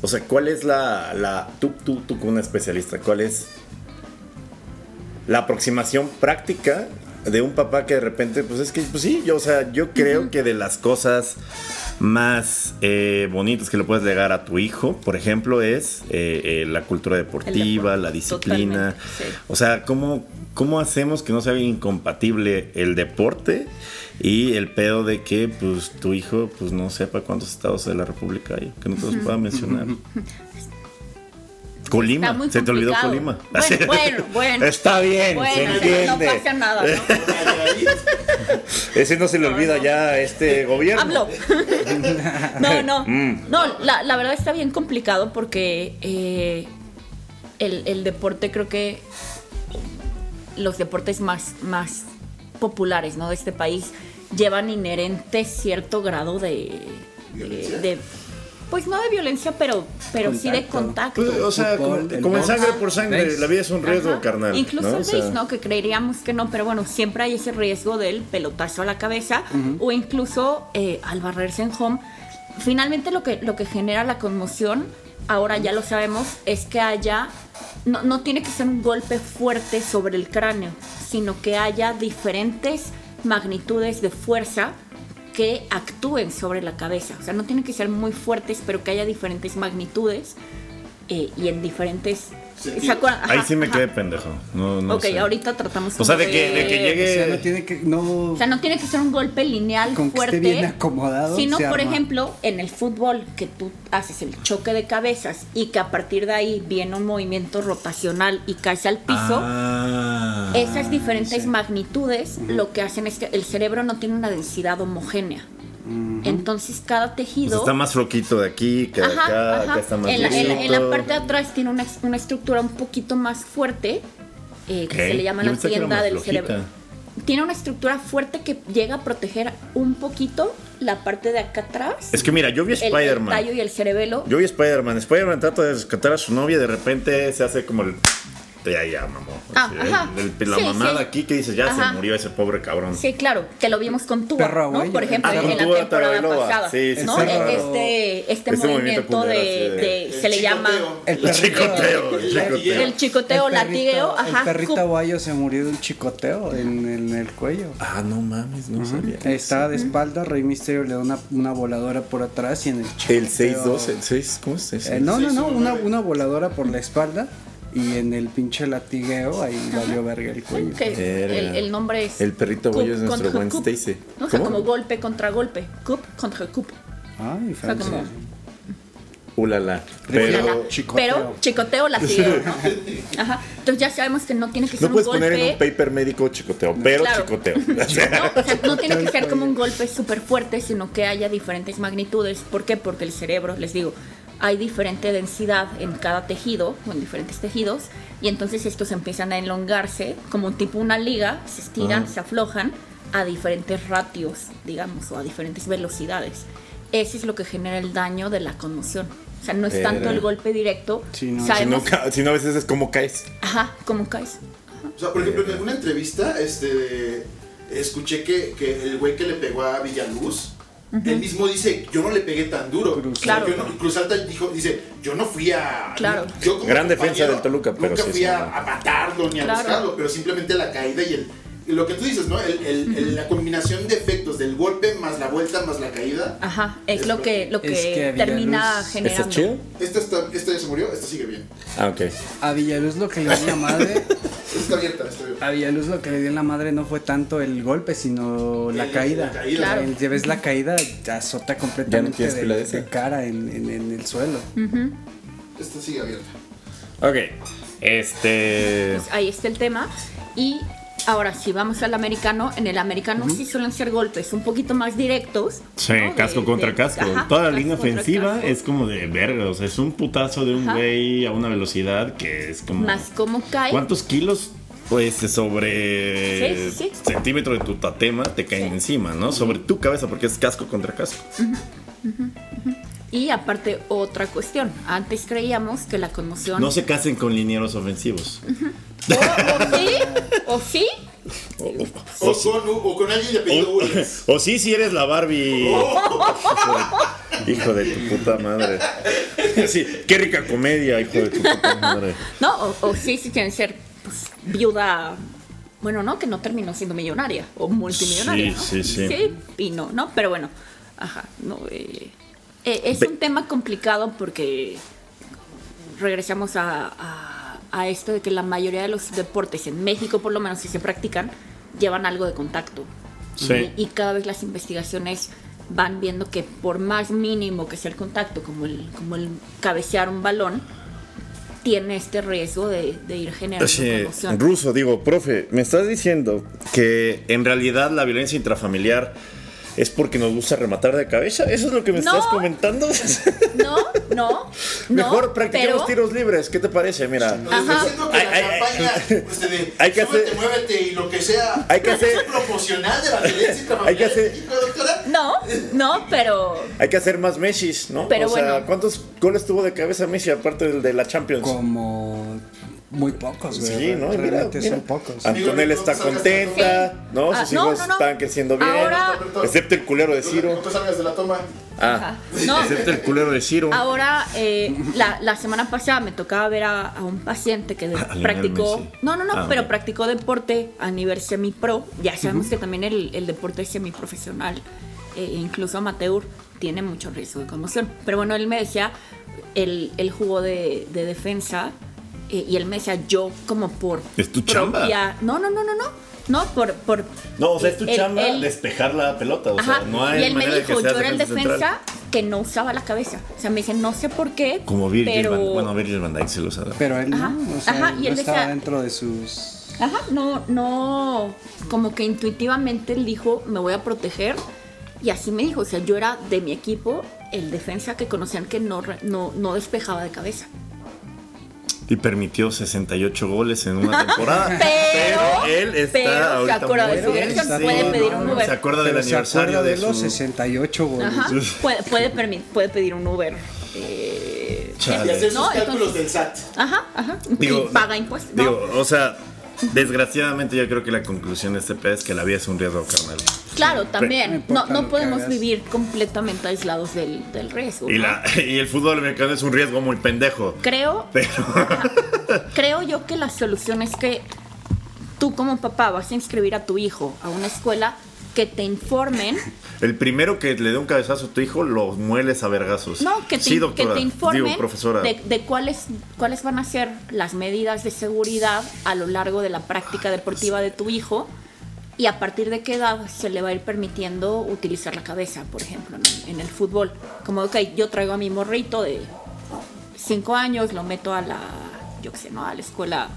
o sea, ¿cuál es la, la tú, tú, tú como una especialista, cuál es la aproximación práctica de un papá que de repente, pues es que, pues sí, yo, o sea, yo creo que de las cosas más eh, bonitas que le puedes llegar a tu hijo, por ejemplo, es eh, eh, la cultura deportiva,
deporte,
la disciplina.
totalmente, sí.
O sea, ¿cómo, ¿cómo hacemos que no sea incompatible el deporte y el pedo de que pues tu hijo pues no sepa cuántos estados de la República hay? Que no te los pueda mencionar. Colima,
Está muy
se te olvidó Colima.
complicado. Bueno, bueno, bueno.
Está bien, se
Bueno,
entiende.
no pasa nada, ¿no?
Ese no se le olvida ya a este gobierno.
Hablo. no, no.
Mm.
No, la, la verdad está bien complicado porque eh, el, el deporte creo que los deportes más, más populares ¿no? de este país llevan inherente cierto grado de... de, de- pues no de violencia, pero, pero sí de contacto.
Contacto.
Pues, o sea,
Fútbol,
como,
el
como en
box.
sangre por sangre,
Bex.
la vida es un riesgo,
Ajá.
carnal.
Incluso
¿no?
el
O sea,
base, ¿no? Que creeríamos que no, pero bueno, siempre hay ese riesgo del pelotazo a la cabeza o incluso eh, al barrerse en home. Finalmente lo que, lo que genera la conmoción, ahora ya lo sabemos, es que haya, no, no tiene que ser un golpe fuerte sobre el cráneo, sino que haya diferentes magnitudes de fuerza que actúen sobre la cabeza. O sea, no tienen que ser muy fuertes, pero que haya diferentes magnitudes eh, y en diferentes...
Sentidos.
¿se acuerdan?
Ahí
Ajá,
sí me
ajá.
quedé pendejo. No, no
ok,
sé.
ahorita tratamos
O sea,
como
de que, de que
O sea, no
llegue.
tiene que. No,
O sea, no tiene que ser un golpe lineal
Con que
fuerte.
esté bien acomodado,
Sino,
se
por
arma.
ejemplo, en el fútbol, que tú haces el choque de cabezas y que a partir de ahí viene un movimiento rotacional y caes al piso.
Ah.
Esas diferentes magnitudes lo que hacen es que el cerebro no tiene una densidad homogénea. Entonces cada
O sea,
tejido
Pues está más floquito de aquí que de
Ajá,
acá,
ajá.
acá está más
en, la, en la- en la
durito.
parte de atrás tiene una, una estructura un poquito más fuerte, eh, que
Ok.
se le llama
Yo
la
pensé que era
tienda
más
del
flojita.
cerebro. Tiene una estructura fuerte que llega a proteger un poquito la parte de acá atrás,
Es que mira, yo vi
el, el
Spider-Man.
tallo y el cerebelo.
Yo vi Spider-Man. Spider-Man trata de rescatar a su novia y de repente se hace como el. Ya, ya, mamó.
Ah,
Así, el-
ajá.
el- la
Sí,
mamada
sí.
aquí que dices, ya
Ajá.
se murió ese pobre cabrón.
Sí, claro, que lo vimos con Tua,
Perro
¿no?
aguayo.
Por ejemplo,
Ah,
en
con
la
Tua
temporada
Tagovailoa,
pasada,
sí, sí,
¿no?
sí.
E-
Claro.
Este, este
Ese movimiento
movimiento,
culero,
de,
así de-
de- se le llama
el
El
perrito-
chicoteo, el chicoteo.
el chicoteo,
el
latigueo,
perrito-
ajá,
El perrito
cu-
aguayo se murió de un chicoteo en, en el cuello.
Ah, no mames, no sabía.
Estaba de espalda, Rey Misterio le da una, una voladora por atrás y en el chicoteo.
El 6-2, el 6, ¿cómo es ese?
Eh, no, no, no, una, una voladora por la espalda y en el pinche latigueo ahí valió verga el cuello.
que el, el nombre es.
El perrito
Cup
bollo es nuestro
contra
buen
cup.
Stacy.
No, o sea,
¿Cómo?
como golpe contra golpe. Cup contra cup.
Ay,
sea, como-
francés.
Ulala.
Pero,
Pero
chicoteo.
pero chicoteo la sigue. ¿no? Ajá. Entonces ya sabemos que no tiene que ser
no puedes
un golpe.
poner en un paper médico chicoteo, pero
Claro.
chicoteo.
No, o sea, no tiene que ser como un golpe súper fuerte, sino que haya diferentes magnitudes. ¿Por qué? Porque el cerebro, les digo, hay diferente densidad en cada tejido, o en diferentes tejidos, y entonces estos empiezan a elongarse, como tipo una liga, se estiran, se aflojan a diferentes ratios, digamos, o a diferentes velocidades. Eso es lo que genera el daño de la conmoción. O sea, no es tanto el
Verga.
golpe directo,
Sí, no,
Si
sabemos,
no, ca- si no, a veces es como caes.
ajá, cómo caes.
O sea, por ejemplo, en alguna entrevista, este, escuché que, que el güey que le pegó a Villaluz, él mismo dice, yo no le pegué tan duro.
Cruz
Claro.
O sea, yo no- Cruz Alta dijo, dice, yo no fui a...
Claro.
yo como
Gran defensa
compañero
del Toluca, pero
Nunca
sí,
fui
sí,
a,
no.
a matarlo ni a
Claro.
buscarlo, pero simplemente la caída y el... y Lo que tú dices, ¿no? El- el- el- la combinación de efectos del golpe más la vuelta más la caída.
Ajá, es lo que, lo que,
Es que
termina
Villaluz-
generando.
¿Está chido?
Esta, está- esta ya se murió, esta sigue bien.
Ah, ok.
A Villaluz lo que le dio en la madre,
Esta está abierta, esta está abierta.
a Villaluz lo que le dio en la madre no fue tanto el golpe, sino la
El-
caída.
la caída.
Claro.
El- Ya ves la caída, te azota completamente
tienes
de,
pila de esa.
de cara en, en- en el suelo.
Esta sigue abierta.
Ok. Este.
Pues ahí está el tema. Y ahora, si vamos al americano, en el americano sí suelen ser golpes un poquito más directos.
Sí,
¿no? De-
casco contra
de-
casco.
ajá,
Toda la
casco
línea
contra
ofensiva
casco.
es como de verga. O sea, es un putazo de un
Ajá.
güey a una velocidad que es como.
Más como cae.
¿Cuántos kilos? Pues sobre
Sí, sí, sí.
centímetro de tu tatema te caen
Sí.
encima, ¿no? Sobre tu cabeza, porque es casco contra casco.
Y aparte, otra cuestión. Antes creíamos que la conmoción.
No se casen con linieros ofensivos.
O, o sí, o sí.
O con, o con alguien de apellido
O,
Urias.
o sí, si eres la Barbie.
Hijo de tu puta madre. Sí, qué rica comedia, hijo de tu puta madre.
No, o, o sí, si quieren ser pues, viuda. Bueno, no, que no terminó siendo millonaria o multimillonaria.
Sí,
¿no?
sí, sí.
y no, ¿no? Pero bueno, ajá, no. eh, eh, es un tema complicado porque regresamos a, a- a esto de que la mayoría de los deportes, en México por lo menos, si se practican, llevan algo de contacto.
Sí.
Y, y cada vez las investigaciones van viendo que por más mínimo que sea el contacto, como el, como el cabecear un balón, tiene este riesgo de, de ir generando
Oye,
conmoción.
Ruso, digo, profe, me estás diciendo que en realidad la violencia intrafamiliar es porque nos gusta rematar de cabeza. ¿Eso es lo que me
No.
estás comentando?
No, no, no.
Mejor practiquemos
pero-
tiros libres. ¿Qué te parece? Mira.
Nos está
Ajá.
diciendo que
Ay,
la
ay,
campaña
ay.
este, de
Hay que
súbete,
hacer-
muévete y lo que sea
Hay que hacer-
es proporcional de la violencia intrafamiliar
Hay que hacer-
en México, doctora.
No, no, pero
Hay que hacer más Messi, ¿no?
Pero
o sea,
bueno.
¿cuántos goles tuvo de cabeza Messi aparte del de la Champions?
Como muy pocos, güey.
Sí, ¿no? Y mira,
Realmente
mira.
son pocos.
Antonella está contenta, ¿no?
Ah,
Sus
no,
hijos
no, no.
están creciendo bien.
Ahora-
Excepto el culero de
No
Ciro.
te salgas de la toma.
Ah,
no.
excepto el culero de Ciro.
Ahora, eh, la, la semana pasada me tocaba ver a, a un paciente que de-
Lionel
practicó.
Messi.
No, no, no,
Ah,
pero
ok.
practicó deporte a nivel semipro. Ya sabemos que también el, el deporte semiprofesional, eh, incluso amateur, tiene mucho riesgo de conmoción. Pero bueno, él me decía, él, él jugó de, de defensa eh, y él me decía, yo como por.
Es tu chamba.
propia- No, no, no, no, no. No, por. por
No, o sea, es tu
él-
chamba
él-
despejar la pelota. O
Ajá,
sea, no hay
y él me
manera de que
dijo,
seas
yo era el defensa
central.
que no usaba la cabeza. O sea, me dice, no sé por qué.
Como Virgil
pero...
van, Bueno, Virgil van Dijk se los ha dado.
Pero él
Ajá,
no, o sea,
ajá, y
no
él
estaba
decía-
dentro de sus...
Ajá, no, no. Como que intuitivamente él dijo, me voy a proteger. Y así me dijo, o sea, yo era de mi equipo el defensa que conocían que no, re- no, no despejaba de cabeza.
Y permitió 68 goles en una temporada.
Pero-
él está
pero se
ahorita
acuerda de su
muy
dirección,
bien.
puede pedir un
no,
Uber.
Se acuerda del
Pero se
aniversario
acuerda
de,
de los
su-
68 goles.
Ajá, puede, puede, permi- puede pedir un Uber. eh,
Y hacer
Chale.
sus
No,
cálculos
entonces- Ah.
del SAT.
ajá, ajá.
Digo,
y paga impuestos. ¿no?
Digo, o sea, desgraciadamente yo creo que la conclusión de este pez es que la vida es un riesgo, carnal.
Claro,
No
también. No,
importa lo
no
que
podemos
hagas.
vivir completamente aislados del, del riesgo.
Y,
¿no?
la, y el fútbol americano es un riesgo muy pendejo.
Creo,
Pero
creo yo que la solución es que tú como papá vas a inscribir a tu hijo a una escuela que te informen,
el primero que le dé un cabezazo a tu hijo, lo mueles a vergazos.
no, que te,
sí, doctora.
que te informen
Digo, profesora.
de, de cuáles, cuáles van a ser las medidas de seguridad a lo largo de la práctica deportiva de tu hijo y a partir de qué edad se le va a ir permitiendo utilizar la cabeza, por ejemplo, ¿no? en el fútbol. Como, ok, yo traigo a mi morrito de cinco años, lo meto a la, yo qué sé, ¿no? A la escuela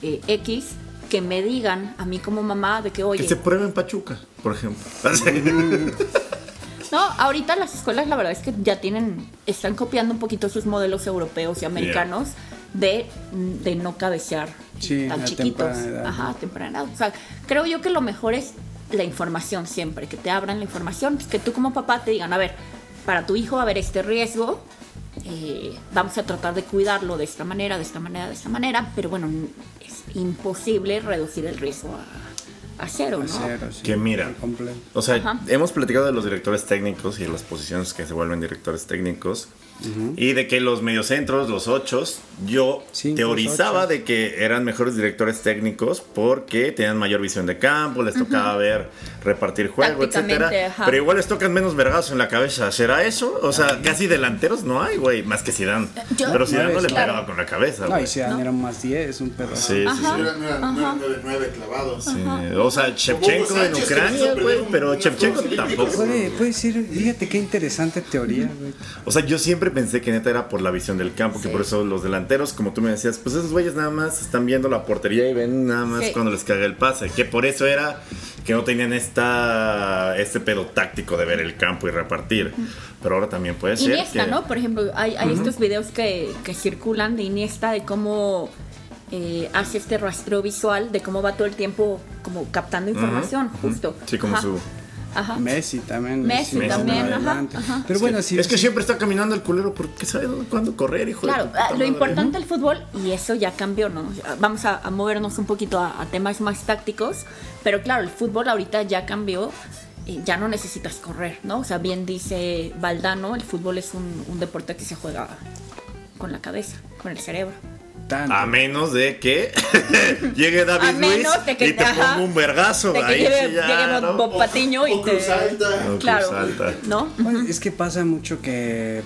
eh, X, que me digan a mí como mamá de que, oye,
Que se pruebe en Pachuca, por ejemplo.
Mm. No, ahorita las escuelas la verdad es que ya tienen, están copiando un poquito sus modelos europeos y americanos de, de no cabecear
Sí,
tan
a
chiquitos.
temprana edad,
Ajá,
¿no?
a temprana edad. O sea, creo yo que lo mejor es la información siempre, que te abran la información, pues que tú como papá te digan, a ver, para tu hijo va a haber este riesgo, eh, vamos a tratar de cuidarlo de esta manera, de esta manera, de esta manera, pero bueno, es imposible reducir el riesgo a, a cero, ¿no?
Cero, sí,
que mira,
por completo.
o sea,
Ajá.
hemos platicado de los directores técnicos y de las posiciones que se vuelven directores técnicos y de que los mediocentros, los ochos, yo
Cinco,
teorizaba
ochos.
de que eran mejores directores técnicos porque tenían mayor visión de campo, les tocaba ver repartir juego,
Tácticamente,
etcétera.
ajá.
Pero igual les tocan menos vergazos en la cabeza. ¿Será eso? O sea, casi delanteros no hay, güey, más que Zidane.
Eh, Yo-
Pero Zidane no,
Nueve,
le
claro.
pegaba con la cabeza,
No,
güey.
y
Sí,
se eran más 10, un pedo.
sí, sí.
Ajá.
Eran, eran, eran 9 clavados.
Eh, O sea, Shevchenko en
Sánchez, que
Ucrania,
hizo
güey,
perder un-
pero
unas
Shevchenko
Juegos
tampoco.
Puede, puede ser, fíjate qué interesante teoría, güey.
O sea, yo siempre pensé que neta era por la visión del campo, que
Sí.
por eso los delanteros, como tú me decías, pues esos güeyes nada más están viendo la portería y ven nada más
Sí.
cuando les caga el pase, que por eso era que no tenían esta este pedo táctico de ver el campo y repartir. Pero ahora también puede ser
Iniesta,
que
¿no? Por ejemplo, hay, hay estos videos que, que circulan de Iniesta de cómo eh, hace este rastreo visual, de cómo va todo el tiempo como captando información, justo.
sí como
Ajá,
su
ajá.
Messi también.
Messi
Messi
también,
más
ajá,
adelante.
ajá.
Pero bueno, sí.
Es que siempre está caminando el culero porque sabe dónde- cuándo correr, hijo. de
Claro,
tu puta
ah, lo
madre.
importante del fútbol, y eso ya cambió, ¿no? Vamos a, a movernos un poquito a, a temas más tácticos, pero claro, el fútbol ahorita ya cambió, eh, ya no necesitas correr, ¿no? O sea, bien dice Valdano, el fútbol es un, un deporte que se juega con la cabeza, con el cerebro.
tanto.
A menos de que llegue David
A menos
Luis
de que
y te
ajá,
ponga un vergazo.
de que
Ahí
llegue-
sí ya,
llegue
¿no?
Bob Patiño y
O
te...
Cruz Alta.
O
Claro,
Cruz Alta.
¿no?
Bueno, es que pasa mucho que,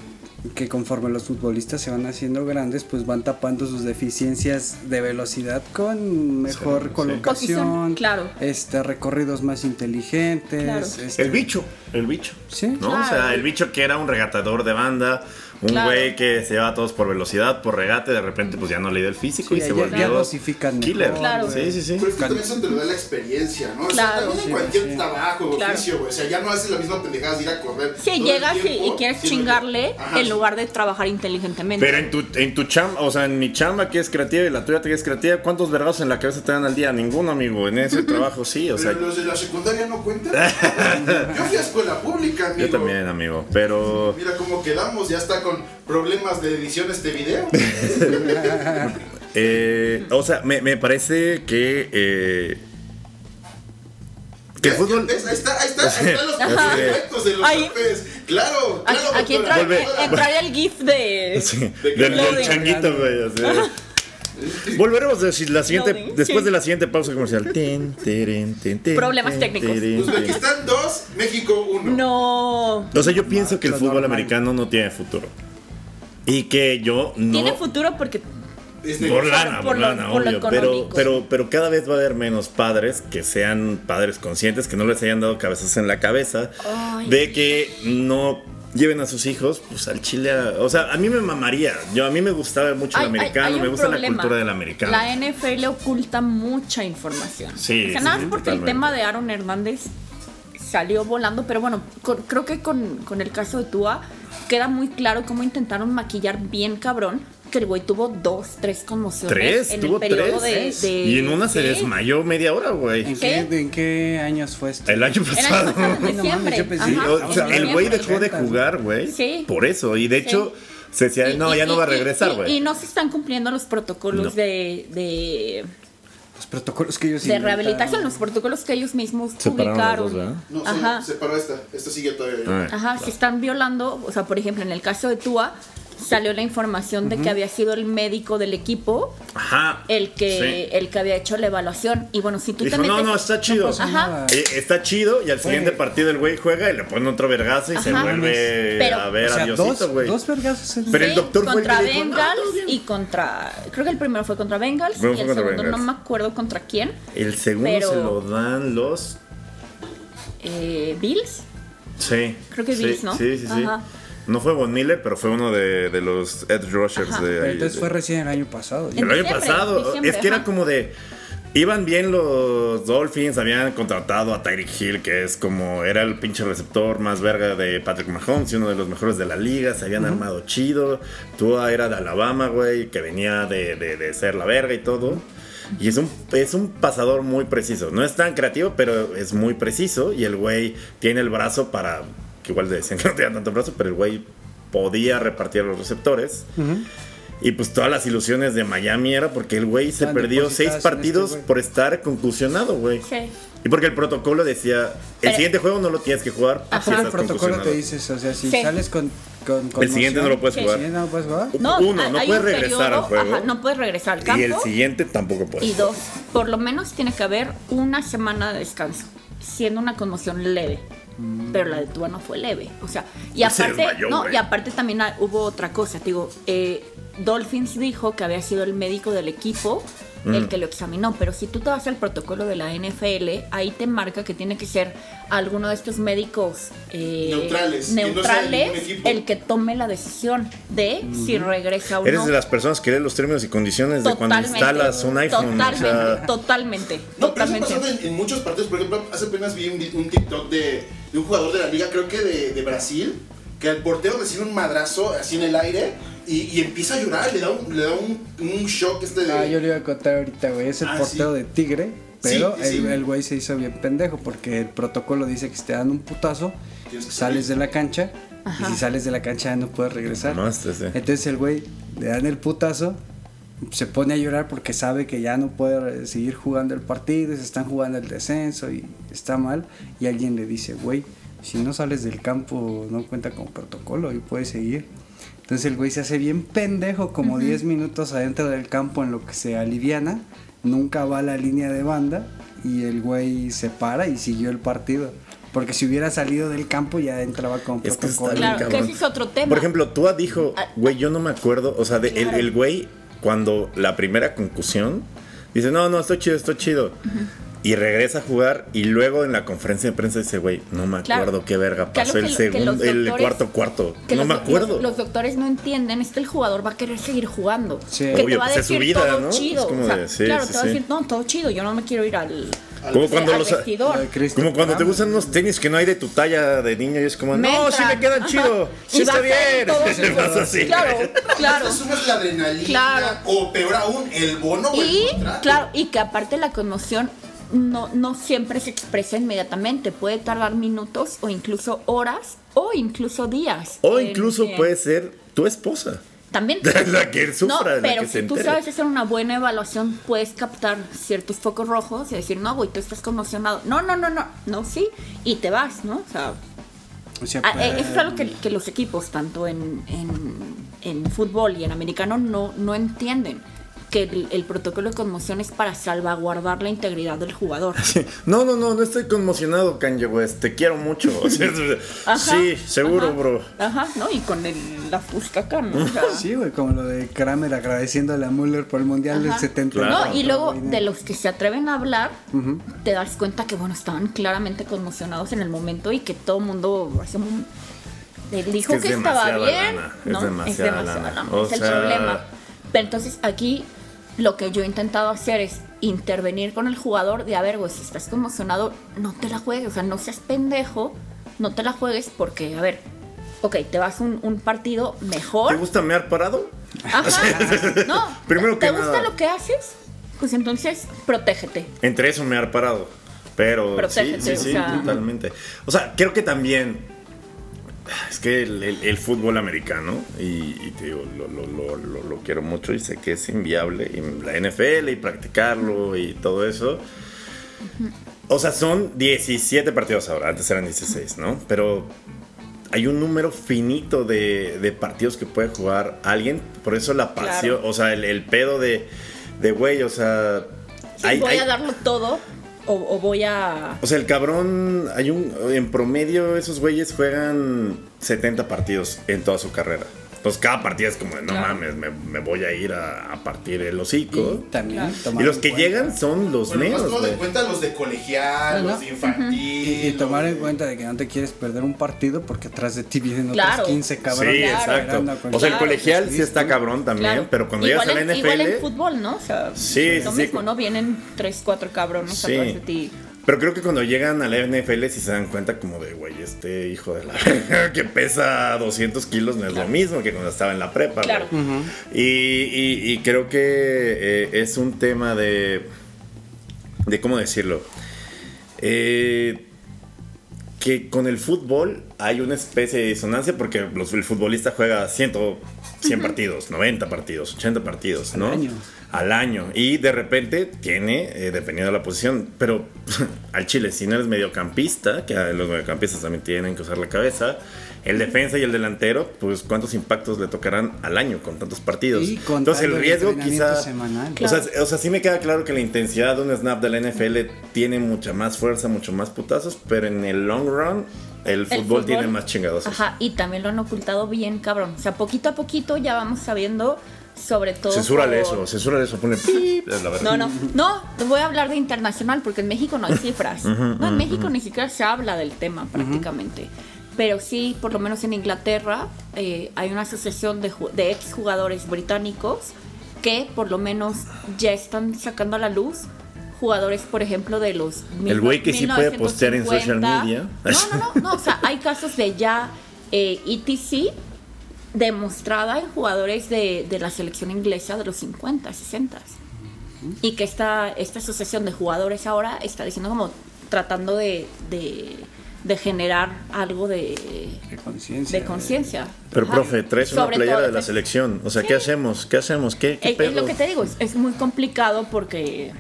que conforme los futbolistas se van haciendo grandes, pues van tapando sus deficiencias de velocidad con mejor
Sí, sí.
colocación,
Posición, claro.
este, recorridos más inteligentes.
Claro.
este-
El bicho, el bicho.
Sí.
¿No? O
Claro.
sea, el bicho que era un regatador de banda, un
Claro.
güey que se llevaba a todos por velocidad, por regate, de repente pues ya no le dio el físico
Sí,
y se
ya-
volvió
ya dosifican
killer.
mejor,
Claro.
Sí, sí, sí.
Pero es que Pues, también eso te lo da la experiencia, ¿no? O sea,
Claro.
también en
Sí,
cualquier
sí.
trabajo o
Claro.
oficio, güey. O sea, ya no haces la misma pendejada de ir a correr.
Si
todo el
llegas y,
tiempo,
y quieres
sino que-
chingarle
Ajá,
en
sí.
lugar de trabajar inteligentemente.
Pero en tu, en tu chamba, o sea, en mi chamba que es creativa y la tuya que es creativa, ¿cuántos vergazos en la cabeza te dan al día? Ninguno, amigo. En ese trabajo sí, o sea,
Pero los de la secundaria no cuentan. yo fui a escuela pública, amigo.
yo también, amigo. Pero
Mira cómo quedamos, ya está con problemas de edición este video.
Eh, o sea, me, me parece que. eh, que el fútbol.
¿Ves? Ahí está, ahí está, ahí están los
Ajá.
efectos de los
Ahí.
golpes. Claro,
aquí,
claro.
aquí entra,
doctora.
eh, entraría el GIF de...
Sí, del, del
Loading.
changuito, güey. o sea. Volveremos de la siguiente,
Loading,
después
sí.
de la siguiente pausa comercial. Tin, tirin, tin, tin,
Problemas
tin,
técnicos.
tirin, tin.
Uzbekistán 2, México 1.
No.
O sea, yo pienso que el
Lo
fútbol
normal.
americano no tiene futuro. Y que yo no.
Tiene futuro porque...
Este,
Por lana,
Por
por,
lo-
lana,
por lo
obvio. pero,
económico.
pero, pero cada vez va a haber menos padres que sean padres conscientes, que no les hayan dado cabezas en la cabeza,
Ay.
de que no lleven a sus hijos pues, al Chile. a- o sea, a mí me mamaría. Yo, a mí me gustaba mucho
Hay-
el
hay-
americano,
hay un
me gusta
problema.
la cultura del americano.
La NFL oculta mucha información.
Sí,
O sea,
sí,
nada
sí,
más porque
totalmente.
el tema de Aaron Hernández salió volando, pero bueno, con- creo que con, con el caso de Tua queda muy claro cómo intentaron maquillar bien cabrón que el güey tuvo dos, tres conmociones
tres,
en
tuvo
el periodo
tres.
De, de-
y en una se
Sí.
desmayó media hora,
¿En
güey.
qué,
¿Qué?
¿En qué años fue esto?
El año
El año
pasado.
pasado, en
No mames,
diciembre.
yo pensé-
Sí,
Ajá,
o
en
sea, el güey
diciembre.
dejó de jugar, güey.
Sí.
Por eso. Y de hecho, se decía,
Y-
"Ah, no,
y-
ya no va a
y-
regresar,
y-
güey.
Y, no se están cumpliendo los protocolos
No.
de- de
Los protocolos que ellos
de
inventaron.
rehabilitación, los protocolos que ellos mismos
Separaron los dos,
publicaron.
¿verdad?
No, se-
ajá,
se paró esta. Esta sigue todavía.
Ah.
ajá, se están violando, o sea, por ejemplo, en el caso de Tua salió la información de que había sido el médico del equipo
Ajá.
el que
Sí.
el que había hecho la evaluación y bueno, si tú
Dijo,
te
no,
metes-
no, está chido.
pasa Ajá. nada.
Eh, está chido y al siguiente partido el güey juega y le pone otro vergazo y se
Ajá.
vuelve
Pero-
a
O
ver
sea,
a Diosito,
dos,
güey.
dos vergazos en
Pero el
Sí,
doctor fue el
contra
que le dijo, "No,
Bengals
todo bien".
y contra creo que el primero fue contra Bengals
Primero
y
fue
el
contra
segundo no
Bengals.
me acuerdo contra quién.
El segundo
Pero-
se lo dan los.
Eh, Bills.
Sí.
Creo que
sí,
Bills, ¿no?
Sí, sí, sí.
Ajá.
No fue Von Miller, pero fue uno de, de los Edge Rushers
Ajá.
de
Pero
ahí,
Pero entonces
de-
fue recién el año pasado. ya.
En
El año
diciembre,
pasado,
diciembre,
es que era
ajá.
como de. Iban bien los Dolphins, habían contratado a Tyreek Hill, que es como era el pinche receptor más verga de Patrick Mahomes y uno de los mejores de la liga. Se habían armado chido. Tua era de Alabama, güey, que venía de, de- de ser la verga y todo. Y es un, es un pasador muy preciso. No es tan creativo, pero es muy preciso. Y el güey tiene el brazo para. Que igual le decían que no tenía tanto brazo, pero el güey podía repartir los receptores. Y pues todas las ilusiones de Miami era porque el güey se
Estaban
perdió seis
depositadas en
partidos
este güey.
por estar concusionado, güey.
Sí.
Y porque el protocolo decía, el
Pero-
siguiente juego no lo tienes que jugar si
Ah,
estás
el protocolo
concusionado.
te dice eso, o sea, si
Sí.
sales con, con
El siguiente no lo puedes
Sí.
jugar.
Sí, no lo puedes jugar.
No,
Uno,
hay-
no
hay
puedes
un
regresar
periodo,
al juego.
ajá, no puedes regresar al campo.
Y el siguiente tampoco puedes.
Y dos, por lo menos tiene que haber una semana de descanso, siendo una conmoción leve.
Mm.
Pero la de Tua no fue leve. O sea, y
Se
aparte,
desmayó,
no,
güey.
y aparte también ah, hubo otra cosa. Te Digo, eh, Dolphins dijo que había sido el médico del equipo
Mm.
el que lo examinó. Pero si tú te vas al protocolo de la NFL, ahí te marca que tiene que ser alguno de estos médicos eh,
Neutrales, que no sea
neutrales
ningún equipo.
el que tome la decisión de si regresa o no.
Eres de las personas que lee los términos y condiciones de cuando instalas un iPhone. o
Totalmente,
sea,
totalmente,
No, pero eso ha
totalmente.
pasado en, en muchos partidos. Por ejemplo, hace apenas vi un, un TikTok de, de un jugador de la liga, creo que de, de Brasil, que el portero recibe un madrazo así en el aire y, y empieza a llorar, le da un, le da un, un shock este de...
Ah, yo le iba a contar ahorita, güey. Es el
Ah,
portero
sí.
de Tigre, pero
Sí, sí.
el- el güey se hizo bien pendejo porque el protocolo dice que si te dan un putazo,
Tienes que
sales de la cancha y
Ajá.
si sales de la cancha ya no puedes regresar.
No, este, este.
Entonces el güey le dan el putazo, se pone a llorar porque sabe que ya no puede eh, seguir jugando el partido, y se están jugando el descenso y está mal. Y alguien le dice, güey, si no sales del campo no cuenta con protocolo y puedes seguir. Entonces el güey se hace bien pendejo como 10 minutos adentro del campo en lo que se aliviana, nunca va a la línea de banda y el güey se para y siguió el partido. Porque si hubiera salido del campo ya entraba con
Es que está
protocolo.
bien,
Claro, que
cabrón.
ese es otro tema.
Por ejemplo, Tua dijo,
Ah.
güey, yo no me acuerdo. O sea, de- el-
Claro.
el güey, cuando la primera concusión, dice, no, no, estoy chido, estoy chido. Y regresa a jugar y luego en la conferencia de prensa dice, güey, no me
Claro.
acuerdo qué verga
Que algo
pasó el
que- que los
segundo, el
doctores-
cuarto cuarto.
Que
No
los-
me acuerdo.
Los, los doctores no entienden, es que el jugador va a querer seguir jugando.
Sí.
Que te
Obvio,
va a
pues es su
decir
vida,
todo
¿no?
chido.
Es como
o sea,
de, sí,
claro,
sí,
te va
sí.
a decir, no, todo chido, yo no me quiero ir al, eh,
Como cuando
al
los-
Lo de
vestidor.
Cristo
Como cuando te
Trump.
gustan unos tenis que no hay de tu talla de niño y es como,
Me
no, sí
entran.
me quedan
Ajá.
chido, sí
Y
está
va a
bien.
ser todo chido.
Vas así, güey.
Claro, claro.
Te subes la adrenalina,
Claro.
o peor aún, el bono o el
Y
contrato.
claro, y que aparte la conmoción no, no siempre se expresa inmediatamente, puede tardar minutos o incluso horas o incluso días.
O
en-
incluso
en-
puede ser tu esposa.
También.
La que sufra, la
no, pero
que se
si tú
entere.
sabes hacer una buena evaluación, puedes captar ciertos focos rojos y decir, no, güey, tú estás conmocionado. No, no, no, no, no, sí, y te vas, ¿no? O sea,
O sea,
ah,
pues,
eh, eso es algo que, que los equipos, tanto en, en- en fútbol y en americano, no, no entienden. Que el, el protocolo de conmoción es para salvaguardar la integridad del jugador.
No, no, no, no estoy conmocionado, Kanye West. Te quiero mucho. O sea,
Ajá,
sí, seguro,
ajá,
bro.
Ajá, ¿no? Y con el- la fusca acá, ¿no? O sea,
Sí, güey, como lo de Kramer agradeciéndole a Müller por el Mundial del
Ajá.
70.
Claro.
No, y luego de los que se atreven a hablar, te das cuenta que, bueno, estaban claramente conmocionados en el momento y que todo el mundo hace un- le dijo
que es
que, estaba
demasiada
bien.
lana, es
¿no?
demasiada lana. O
es el
sea-
problema. Pero entonces aquí lo que yo he intentado hacer es intervenir con el jugador de, a ver, güey, si estás conmocionado, no te la juegues, o sea, no seas pendejo, no te la juegues porque, a ver, ok, te vas un, un partido mejor.
¿Te gusta mear parado?
Ajá. No.
Primero que
¿Te gusta
nada.
lo que haces? Pues entonces, protégete.
Entre eso mear parado. Pero sí,
Protégete,
sí,
o
sí,
sea.
totalmente. O sea, creo que también. ah, Es que el, el- el fútbol americano, y, y te digo, lo, lo- lo- lo- lo quiero mucho y sé que es inviable. Y la NFL y practicarlo y todo eso. O sea, son 17 partidos ahora, antes eran 16, ¿no? Pero hay un número finito de, de partidos que puede jugar alguien, por eso la
Claro.
pasión, o sea, el, el pedo de, de güey, o sea...
Sí,
hay-
voy
hay-
a darlo todo o, o voy a.
o sea, el cabrón, hay un, en promedio esos güeyes juegan 70 partidos en toda su carrera. Entonces cada partida es como de, no
Claro.
mames, me, me voy a ir a, a partir el hocico.
Y también
Y
tomar
los
en
que
cuenta-
llegan son los
Bueno, más
menos,
tomando en
güey.
cuenta los de colegial,
Ajá.
los de infantil.
Y, y tomar en
los de-
cuenta de que no te quieres perder un partido porque atrás de ti vienen
Claro.
otros 15 cabrones.
Sí,
Claro.
exacto.
esperando a
O sea, el
Claro,
colegial
pues,
sí está
listo.
cabrón también,
Claro.
pero cuando
igual
llegas a la
en-
NFL.
Igual en fútbol, ¿no? O sea,
Sí,
lo
sí,
mismo,
sí.
¿no? Vienen tres, cuatro cabrones
Sí.
atrás de ti.
Pero creo que cuando llegan a la NFL sí se dan cuenta como de, güey, este hijo de la... verga que pesa 200 kilos no es lo mismo que cuando estaba en la prepa. güey.
Claro.
y, y- y creo que eh, es un tema de... de ¿Cómo decirlo? Eh, que con el fútbol hay una especie de disonancia porque los- el futbolista juega 100, 100 partidos, 90 partidos, 80 partidos, ¿no?
año.
Al año. Y de repente tiene, eh, dependiendo de la posición, pero al chile, si no eres mediocampista, que a los mediocampistas también tienen que usar la cabeza, el defensa y el delantero, pues cuántos impactos le tocarán al año con tantos partidos.
Y contando
Entonces el
el
riesgo
entrenamiento
quizá...
semanal.
O sea, o sea, sí me queda claro que la intensidad de un snap de la NFL tiene mucha más fuerza, mucho más putazos, pero en el long run el fútbol,
El
tiene más chingados.
Ajá, y también lo han ocultado bien, cabrón. O sea, poquito a poquito ya vamos sabiendo, sobre todo.
Censúrale
por-
eso, censúrale eso, ponle pip, es la verdad.
No, no, no, te voy a hablar de internacional porque en México no hay cifras. No, en México ni siquiera se habla del tema prácticamente. Pero sí, por lo menos en Inglaterra eh, hay una asociación de, ju- de exjugadores británicos que por lo menos ya están sacando a la luz jugadores, por ejemplo, de los...
El güey que sí puede
1950.
postear en social media.
No, no, no, no, o sea, hay casos de ya eh, ETC demostrada en jugadores de, de la selección inglesa de los 50, 60. Y que esta, esta asociación de jugadores ahora está diciendo como tratando de, de, de generar algo de,
De conciencia.
de conciencia.
Pero
Ajá.
profe, traes una
Sobre
playera
todo,
de la
es-
selección, o sea,
Sí.
¿qué hacemos? ¿Qué hacemos? ¿Qué, qué
Es, es
pedo?
lo que te digo, es, es muy complicado porque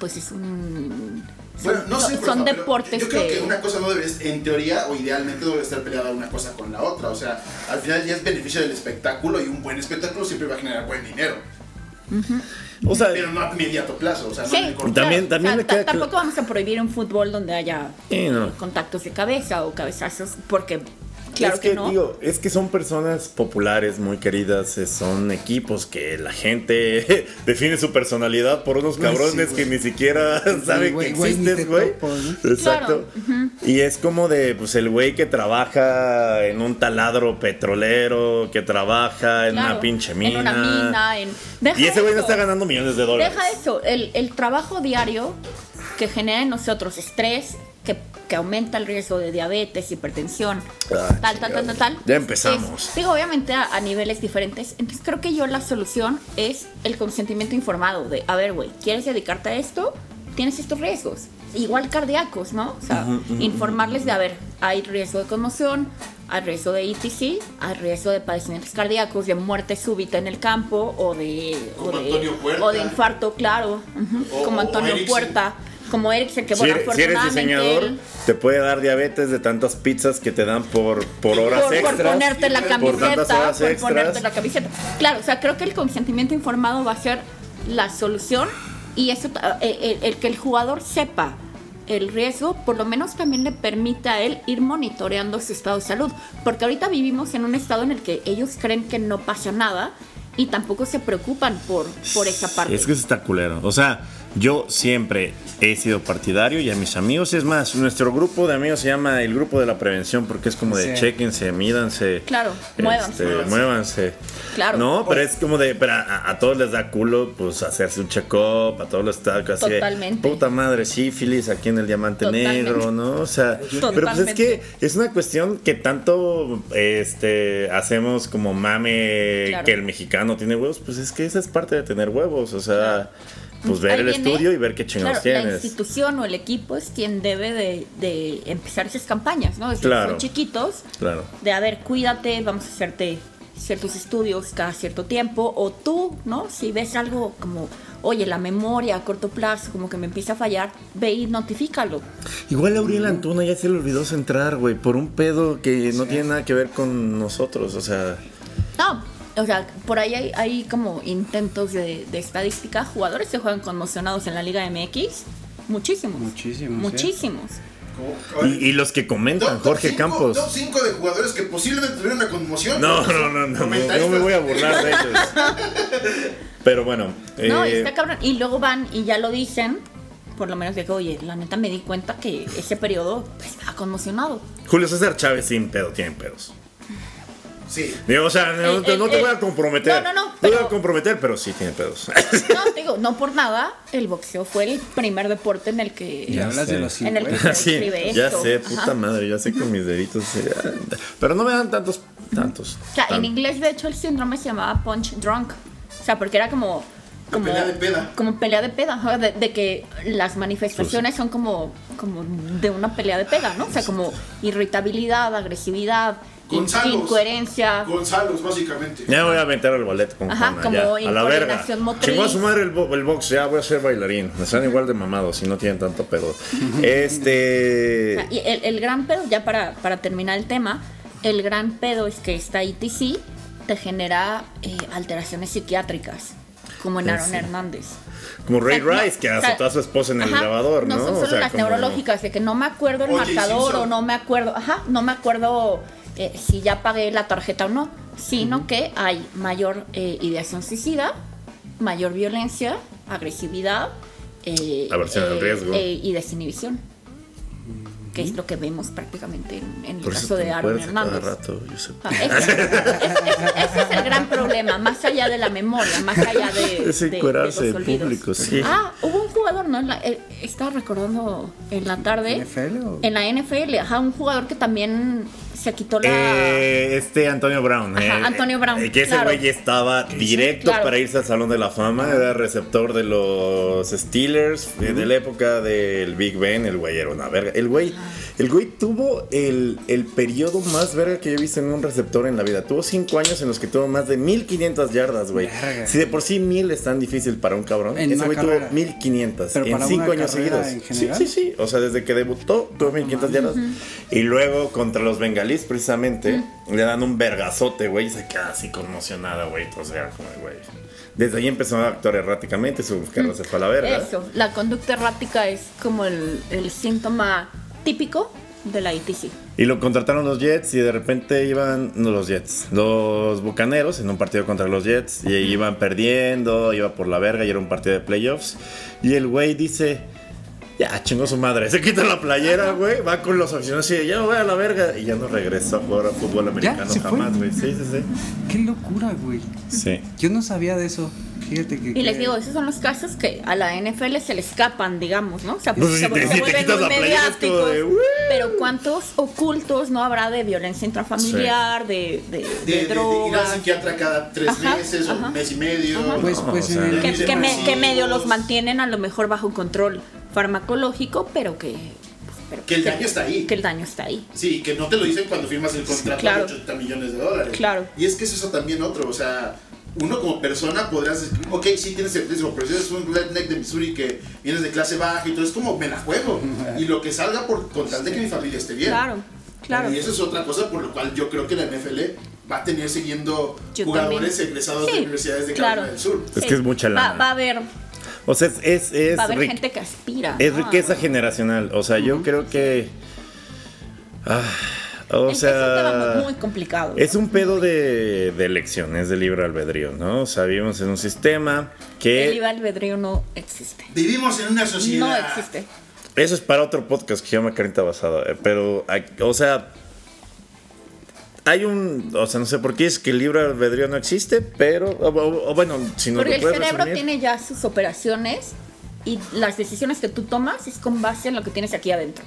pues es un son,
Bueno, no
son-
sé, por
son
favor, pero
deportes
Yo creo
que-
que una cosa no debe, en teoría o idealmente no debe estar peleada una cosa con la otra. O sea, al final ya es beneficio del espectáculo y un buen espectáculo siempre va a generar buen dinero.
O sea,
Pero no a mediato plazo, o sea, no
Sí,
en el corto.
También- también me
ta-
queda cl-
tampoco vamos a prohibir un fútbol donde haya
Sí, no.
eh, contactos de cabeza o cabezazos porque claro
es que,
no.
digo, es que son personas populares, muy queridas, eh, son equipos que la gente define su personalidad por unos
Güey, Pues sí,
cabrones
güey.
que ni siquiera saben
güey,
que
güey, ni
existes,
te
güey.
topo, ¿no?
Exacto. Y es como de, pues, el güey que trabaja en un taladro petrolero, que trabaja en
Claro,
una pinche mina.
En una mina, en- Deja
y ese güey no
eso.
está ganando millones de dólares.
Deja eso, el, el trabajo diario que genera en nosotros estrés, que, que aumenta el riesgo de diabetes, hipertensión,
Ah,
tal, tal,
chingado.
tal, tal, tal.
Ya empezamos.
Es- digo, obviamente a, a niveles diferentes. Entonces creo que yo la solución es el consentimiento informado de, a ver, güey, ¿quieres dedicarte a esto? Tienes estos riesgos. Igual cardíacos, ¿no? O sea, informarles de, a ver, hay riesgo de conmoción, hay riesgo de ETC, hay riesgo de padecimientos cardíacos, de muerte súbita en el campo o de...
Como
o de-
Antonio Puerta.
O de infarto, claro. ujú,
O-
como
o
Antonio
Eriksen.
Puerta, como Erickson, que
Si
bueno,
eres- si eres
afortunadamente
diseñador,
él-
te puede dar diabetes de tantas pizzas que te dan por, por horas
por, por
extras.
ponerte la
Por
camiseta,
tantas horas
por
extras.
ponerte la camiseta. Claro, o sea, creo que el consentimiento informado va a ser la solución y eso, ta- eh, el, el que el jugador sepa el riesgo, por lo menos también le permite a él ir monitoreando su estado de salud, porque ahorita vivimos en un estado en el que ellos creen que no pasa nada y tampoco se preocupan por, por esa parte.
Es que eso está culero. O sea, yo siempre he sido partidario y a mis amigos, es más, nuestro grupo de amigos se llama el grupo de la prevención porque es como de
Sí.
chequense, mídanse.
Claro, muévanse.
Muévanse. muévanse.
Claro.
No, pero es como de, pero a, a todos les da culo, pues hacerse un check-up, a todos les está casi. de,
Totalmente.
Puta madre, sífilis aquí en el diamante
Totalmente.
negro, ¿no? O sea, pero pues es que
Totalmente.
es una cuestión que tanto este hacemos como mame
Claro.
que el mexicano tiene huevos, pues es que esa es parte de tener huevos, o sea, pues ver
Ahí
el
viene,
estudio y ver qué chingados
claro, La
tienes.
institución o el equipo es quien debe de, de empezar esas campañas, ¿no? Es decir,
Claro.
son chiquitos,
Claro.
de a ver, cuídate, vamos a hacerte ciertos estudios cada cierto tiempo, o tú, ¿no? Si ves algo como, oye, la memoria a corto plazo, como que me empieza a fallar, ve y notifícalo.
Igual a Uriel Antuna ya se le olvidó centrar, güey, por un pedo que no tiene nada que ver con nosotros, o sea,
No, o sea, por ahí hay, hay como intentos de, de estadística, jugadores que juegan conmocionados en la Liga MX, muchísimos.
Muchísimos, ¿eh?
Muchísimos.
Y, y los que comentan,
Top- top
Jorge
cinco-
Campos.
Top 5 de jugadores que posiblemente tuvieron una conmoción.
No, no, no, no, no,
Comentaristas.
no me voy a burlar de ellos. Pero bueno,
No,
eh,
está cabrón. Y luego van y ya lo dicen. Por lo menos de que, oye, la neta me di cuenta que ese periodo pues, estaba conmocionado.
Julio César Chávez sin pedo, tiene pedos.
Sí.
Digo, o sea, no,
El- el-
no te
el-
voy a comprometer.
Eh, No, no, no,
te voy
pero-
a comprometer, pero sí tiene pedos.
No, te digo, no por nada, el boxeo fue el primer deporte en el que.
Y hablas de los
En el que
50.
se
sí,
escribe
ya
esto.
sé, puta
Ajá.
madre, ya sé con mis deditos. eh, Pero no me dan tantos, tantos.
O sea, en
tan-
inglés, de hecho, el síndrome se llamaba punch drunk. O sea, porque era como. Como
pelea de peda.
Como pelea de peda, ajá, de, de que las manifestaciones son como, como de una pelea de peda, ¿no? O sea, como irritabilidad, agresividad, in-
Gonzalo.
incoherencia.
Gonzalo, básicamente.
Ya me voy a meter al ballet con
Ajá,
Juana,
como
ya, a la verga.
incoordinación motriz.
Chingó a su madre el, bo- el box, ya voy a ser bailarín. Me están igual de mamados y no tienen tanto pedo.
O sea,
Este.
y el, el gran pedo, ya para, para terminar el tema, el gran pedo es que esta ITC te genera eh, alteraciones psiquiátricas, como en
Sí,
Aaron
sí.
Hernández.
Como Ray
O sea, no,
Rice, que
o sea,
azotó a su esposa en el
ajá,
grabador, ¿no?
No son
O
solo
sea,
las
como-
neurológicas, de que no me acuerdo el
Oye,
marcador
Simpson.
o no me acuerdo, ajá, no me acuerdo eh, si ya pagué la tarjeta o no, sino que hay mayor eh, ideación suicida, mayor violencia, agresividad, eh,
Aversión al riesgo.
eh, y desinhibición. Que es lo que vemos prácticamente en, en el
Por eso
caso
te
de Aaron
acuerdas a cada
Hernández.
rato, yo sé.
Ah, Ese, ese- ese es el gran problema, más allá de la memoria, más allá de,
Es
de- de
encuerarse de
los olvidos.
público, sí.
Ah, hubo un jugador, ¿no? En la- eh, estaba recordando en la tarde.
¿NFL o?
En la NFL, ajá, un jugador que también se quitó la.
Eh, este Antonio Brown.
Ajá,
eh,
Antonio Brown,
eh, que ese
claro.
güey estaba directo
claro.
para irse al Salón de la Fama. Era receptor de los Steelers eh, de la época del Big Ben. El güey era una verga. El güey, el güey tuvo el, el periodo más verga que yo he visto en un receptor en la vida. Tuvo cinco años en los que tuvo más de 1500 yardas, güey.
Verga.
Si de por sí 1000 es tan difícil para un cabrón,
En
ese
una
güey tuvo
carrera.
1500
Pero
en
para
cinco
una
años
carrera
seguidos.
en
sí,
general.
sí, sí. O sea, desde que debutó tuvo 1500 yardas. Y luego contra los bengalíes, precisamente, le dan un vergazote, güey. Y se queda así conmocionada, güey. O sea, como, güey. Desde ahí empezó a actuar erráticamente. Su carrera se fue a la verga.
Eso, la conducta errática es como el, el síntoma típico de la ITC.
Y lo contrataron los Jets y de repente iban, no los Jets, los Bucaneros en un partido contra los Jets y iban perdiendo, iba por la verga y era un partido de playoffs. Y el güey dice, ya chingó su madre, se quita la playera, güey, va con los aficionados y dice, ya me voy a la verga. Y ya no regresó a jugar a fútbol americano
se fue.
jamás, güey. Sí, sí,
Qué locura, güey.
sí. Sí.
Yo no sabía de eso. Fíjate que.
Y les digo, esos son los casos que a la NFL se le escapan, digamos, ¿no? O sea,
Pues si
se,
te- si te
vuelven
quitas
muy
la playera es como
mediáticos.
de, "Uy".
pero ¿cuántos ocultos no habrá de violencia intrafamiliar, de, de,
De,
de
de- de ir al
drogas?
psiquiatra cada tres
Ajá,
meses o
ajá.
un mes y medio.
Pues,
No,
pues
o sea,
en el-
que, que me- que medio los
Depresivos.
mantienen a lo mejor bajo control farmacológico, pero que... pero
Que el daño está ahí.
Que el daño está ahí.
Sí, que no te lo dicen cuando firmas el contrato
claro.
de 80 millones de dólares.
Claro.
Y es que es eso también otro, o sea, uno como persona podrás decir, ok, sí tienes el riesgo, pero si eres un redneck de Missouri que vienes de clase baja y todo, es como me la juego. Y lo que salga por con tal de que mi familia esté bien.
Claro, claro.
Y eso es otra cosa por lo cual yo creo que la NFL va a tener siguiendo
Yo
jugadores
también.
egresados
Sí,
de universidades de
claro.
Carolina del Sur.
Es que es mucha lana.
Va, va a haber,
O sea, es, es, es
va a haber
ric-
gente que aspira.
es
¿no?
riqueza generacional. O sea, yo creo que... ah, o
Es-
sea...
es un tema muy complicado.
Es un pedo de, de elecciones, de libre albedrío, ¿no? O sea, vivimos en un sistema
El
que...
libre albedrío no existe.
Vivimos en una sociedad.
No existe.
Eso es para otro podcast que se llama Carnita Basada, eh, pero, hay- o sea... Hay un... O sea, no sé por qué es que el libre albedrío no existe, pero... O, o- o bueno, si no
Porque
lo
el
puedes
cerebro
resumir.
tiene ya sus operaciones y las decisiones que tú tomas es con base en lo que tienes aquí adentro.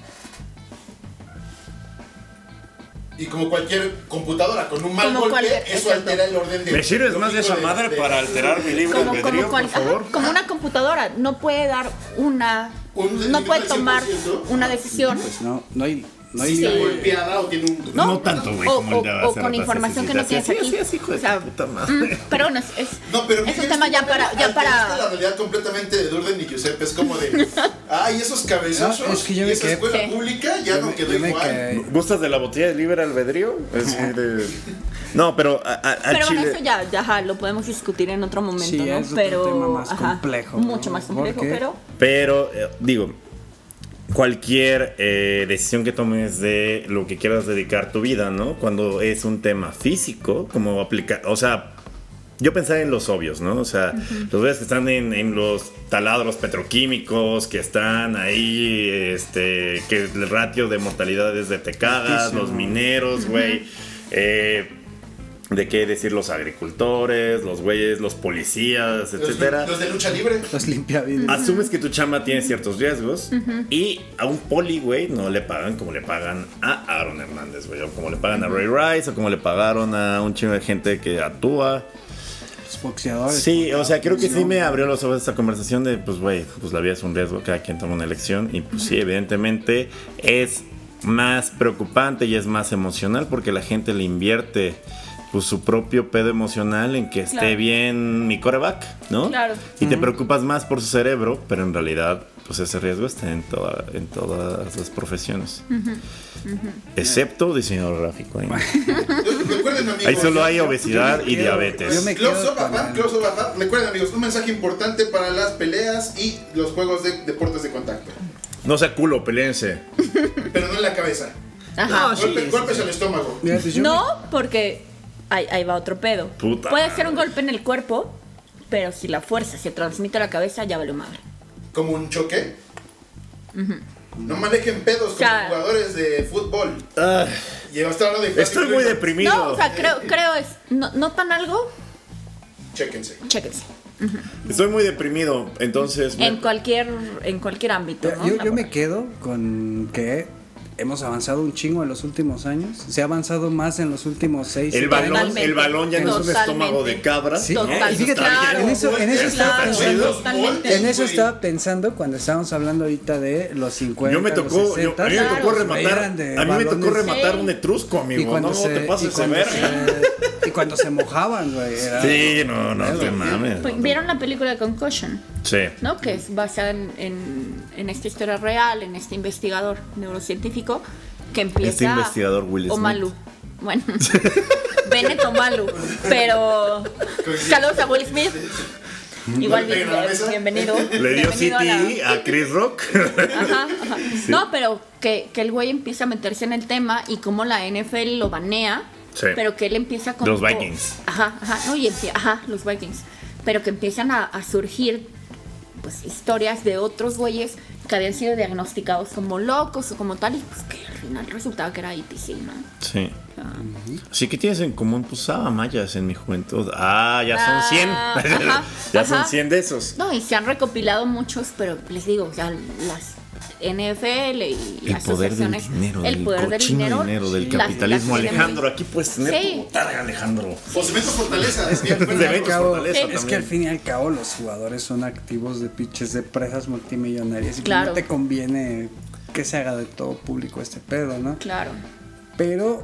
Y como cualquier computadora con un mal
Como
golpe,
cualquier-
eso
exacto.
altera el orden de.
¿Me sirves más de esa
lógico
madre
de-
para alterar mi libre
Como,
albedrío,
como, cual-
por
ajá,
favor?
como una computadora, no puede dar una...
Un-
no puede tomar
100%.
una decisión.
Pues no, no hay. No hay
Si está
Sí.
golpeada o tiene un.
No,
No tanto, güey,
o-
como el de
o-
hace
o con
rato,
información
sí,
que no
sí,
tienes
sí,
aquí.
sí, sí, hijo de
O sea,
tu puta madre.
mm, pero bueno, es, es,
No, pero
es un
fíjense
tema ya
que
para... Ya
alteraste la
para
realidad completamente de Durden y Giuseppe es como de. Ay, esos cabezazos.
No, Ah, es que yo
y
me
esa
quedé-
escuela
Sí.
pública ya
yo
no
me-
quedó
yo me
igual.
quedé-
¿Gustas de la botella de libre albedrío? Es decir, de- No, pero a, a- al
pero bueno,
Chile...
eso ya, ya, ajá, lo podemos discutir en otro momento,
Sí,
¿no?
es otro
pero
tema más complejo, ¿no?
mucho más complejo,
Porque-
pero
Pero, eh, digo, cualquier eh, decisión que tomes de lo que quieras dedicar tu vida, ¿no? Cuando es un tema físico, como aplicar, o sea, yo pensaba en los obvios, ¿no? O sea, los obvios que están en, en los taladros petroquímicos, que están ahí, este, que el ratio de mortalidad es de te cagas, los mineros, güey. eh, de qué decir los agricultores, los güeyes, los policías,
Los,
etcétera
los de lucha libre.
Los limpiavidas.
asumes que tu chamba tiene ciertos riesgos y a un poli, güey, no le pagan como le pagan a Aaron Hernández, güey, o como le pagan a Ray Rice, o como le pagaron a un chingo de gente que actúa.
Los boxeadores.
Sí, o sea, creo que sí
Función.
me abrió los ojos esta conversación de, pues, güey, pues la vida es un riesgo, cada quien toma una elección y pues sí, evidentemente es más preocupante y es más emocional porque la gente le invierte pues su propio pedo emocional en que esté
Claro.
bien mi coreback, ¿no?
Claro.
Y te preocupas más por su cerebro, pero en realidad pues ese riesgo está en, toda, en todas las profesiones. Excepto diseñador gráfico. ahí no.
Recuerden, amigos.
Ahí solo hay
yo-
obesidad y
yo-
diabetes.
yo me-
Close up,
quedo con
ajá,
el-
close up, ajá. Recuerden, amigos, un mensaje importante para las peleas y los juegos de deportes de contacto.
No sea culo, peleense.
Pero no en la cabeza.
Ajá.
Golpe- golpes al estómago.
Mira, pues yo
No, porque ahí, ahí va otro pedo.
Puta
Puede
madre.
ser un golpe en el cuerpo, pero si la fuerza se transmite a la cabeza, ya vale madre.
Como un choque. No manejen pedos
O
como
sea-
jugadores de fútbol.
Ah,
Llevaste hablando de
estoy muy
de
deprimido.
No, o sea, creo, creo es. No, notan algo,
Chéquense.
chéquense.
Estoy muy deprimido, entonces. me-
En cualquier, en cualquier ámbito,
Yo-
¿no?
Yo, yo me
Laboral.
quedo con que hemos avanzado un chingo en los últimos años. Se ha avanzado más en los últimos seis.
el
siete
balón,
Totalmente.
el balón ya no es un
Totalmente.
estómago de cabra.
Sí.
¿no?
Total.
Total,
Y fíjate,
claro,
en eso- en eso estaba
claro,
pensando.
totalmente.
En eso
Güey.
estaba pensando cuando estábamos hablando ahorita de los 50.
Yo me tocó,
los
yo- a mí me
60,
tocó
los
rematar,
eran de
a mí me tocó
balones.
rematar
Sí.
un etrusco,
Y
amigo.
cuando,
No,
se,
te
y,
pases a
cuando
ver.
se, y cuando se mojaban, güey. era-
Sí, no, no, te mames.
Pues, ¿Vieron la película de Concussion?
Sí.
¿no? Que es basada en, en- en esta historia real, en este investigador neurocientífico que empieza.
Este investigador, Will Smith.
Omalu. Bueno. Bennett Omalu. Pero. Saludos a Will Smith. Igual
le
bien-
peguen a la mesa.
bienvenido.
Le dio
bienvenido a la-
CTE a Chris Rock.
Ajá, ajá. No, pero que, que el güey empieza a meterse en el tema y cómo la NFL lo banea.
Sí.
Pero que él empieza con.
Los Vikings.
Ajá, ajá. No, y empie- ajá, los Vikings. Pero que empiezan a, a surgir pues historias de otros güeyes que habían sido diagnosticados como locos o como tal. Y pues que al final resultaba que era ITC, ¿no?
Sí.
Ah.
Así que tienes en común, pues, ah, mayas en mi juventud. Ah, ya son 100.
Ah, ajá,
ya son
ajá.
100 de esos.
No, y se han recopilado muchos, pero les digo, o sea, las NFL y
El poder del
asociaciones,
dinero,
el
del
poder del
cochino
dinero,
del
las- las
capitalismo.
tiene muy-
Alejandro, aquí puedes tener
Sí.
tu botarga, Alejandro.
O cemento fortaleza. bien,
Al fin y al
Debemos
cabo-
fortaleza
Sí.
es
también.
que al fin y al cabo los jugadores son activos de pitches de empresas multimillonarias y que
Claro.
no te conviene que se haga de todo público este pedo, ¿no?
Claro.
Pero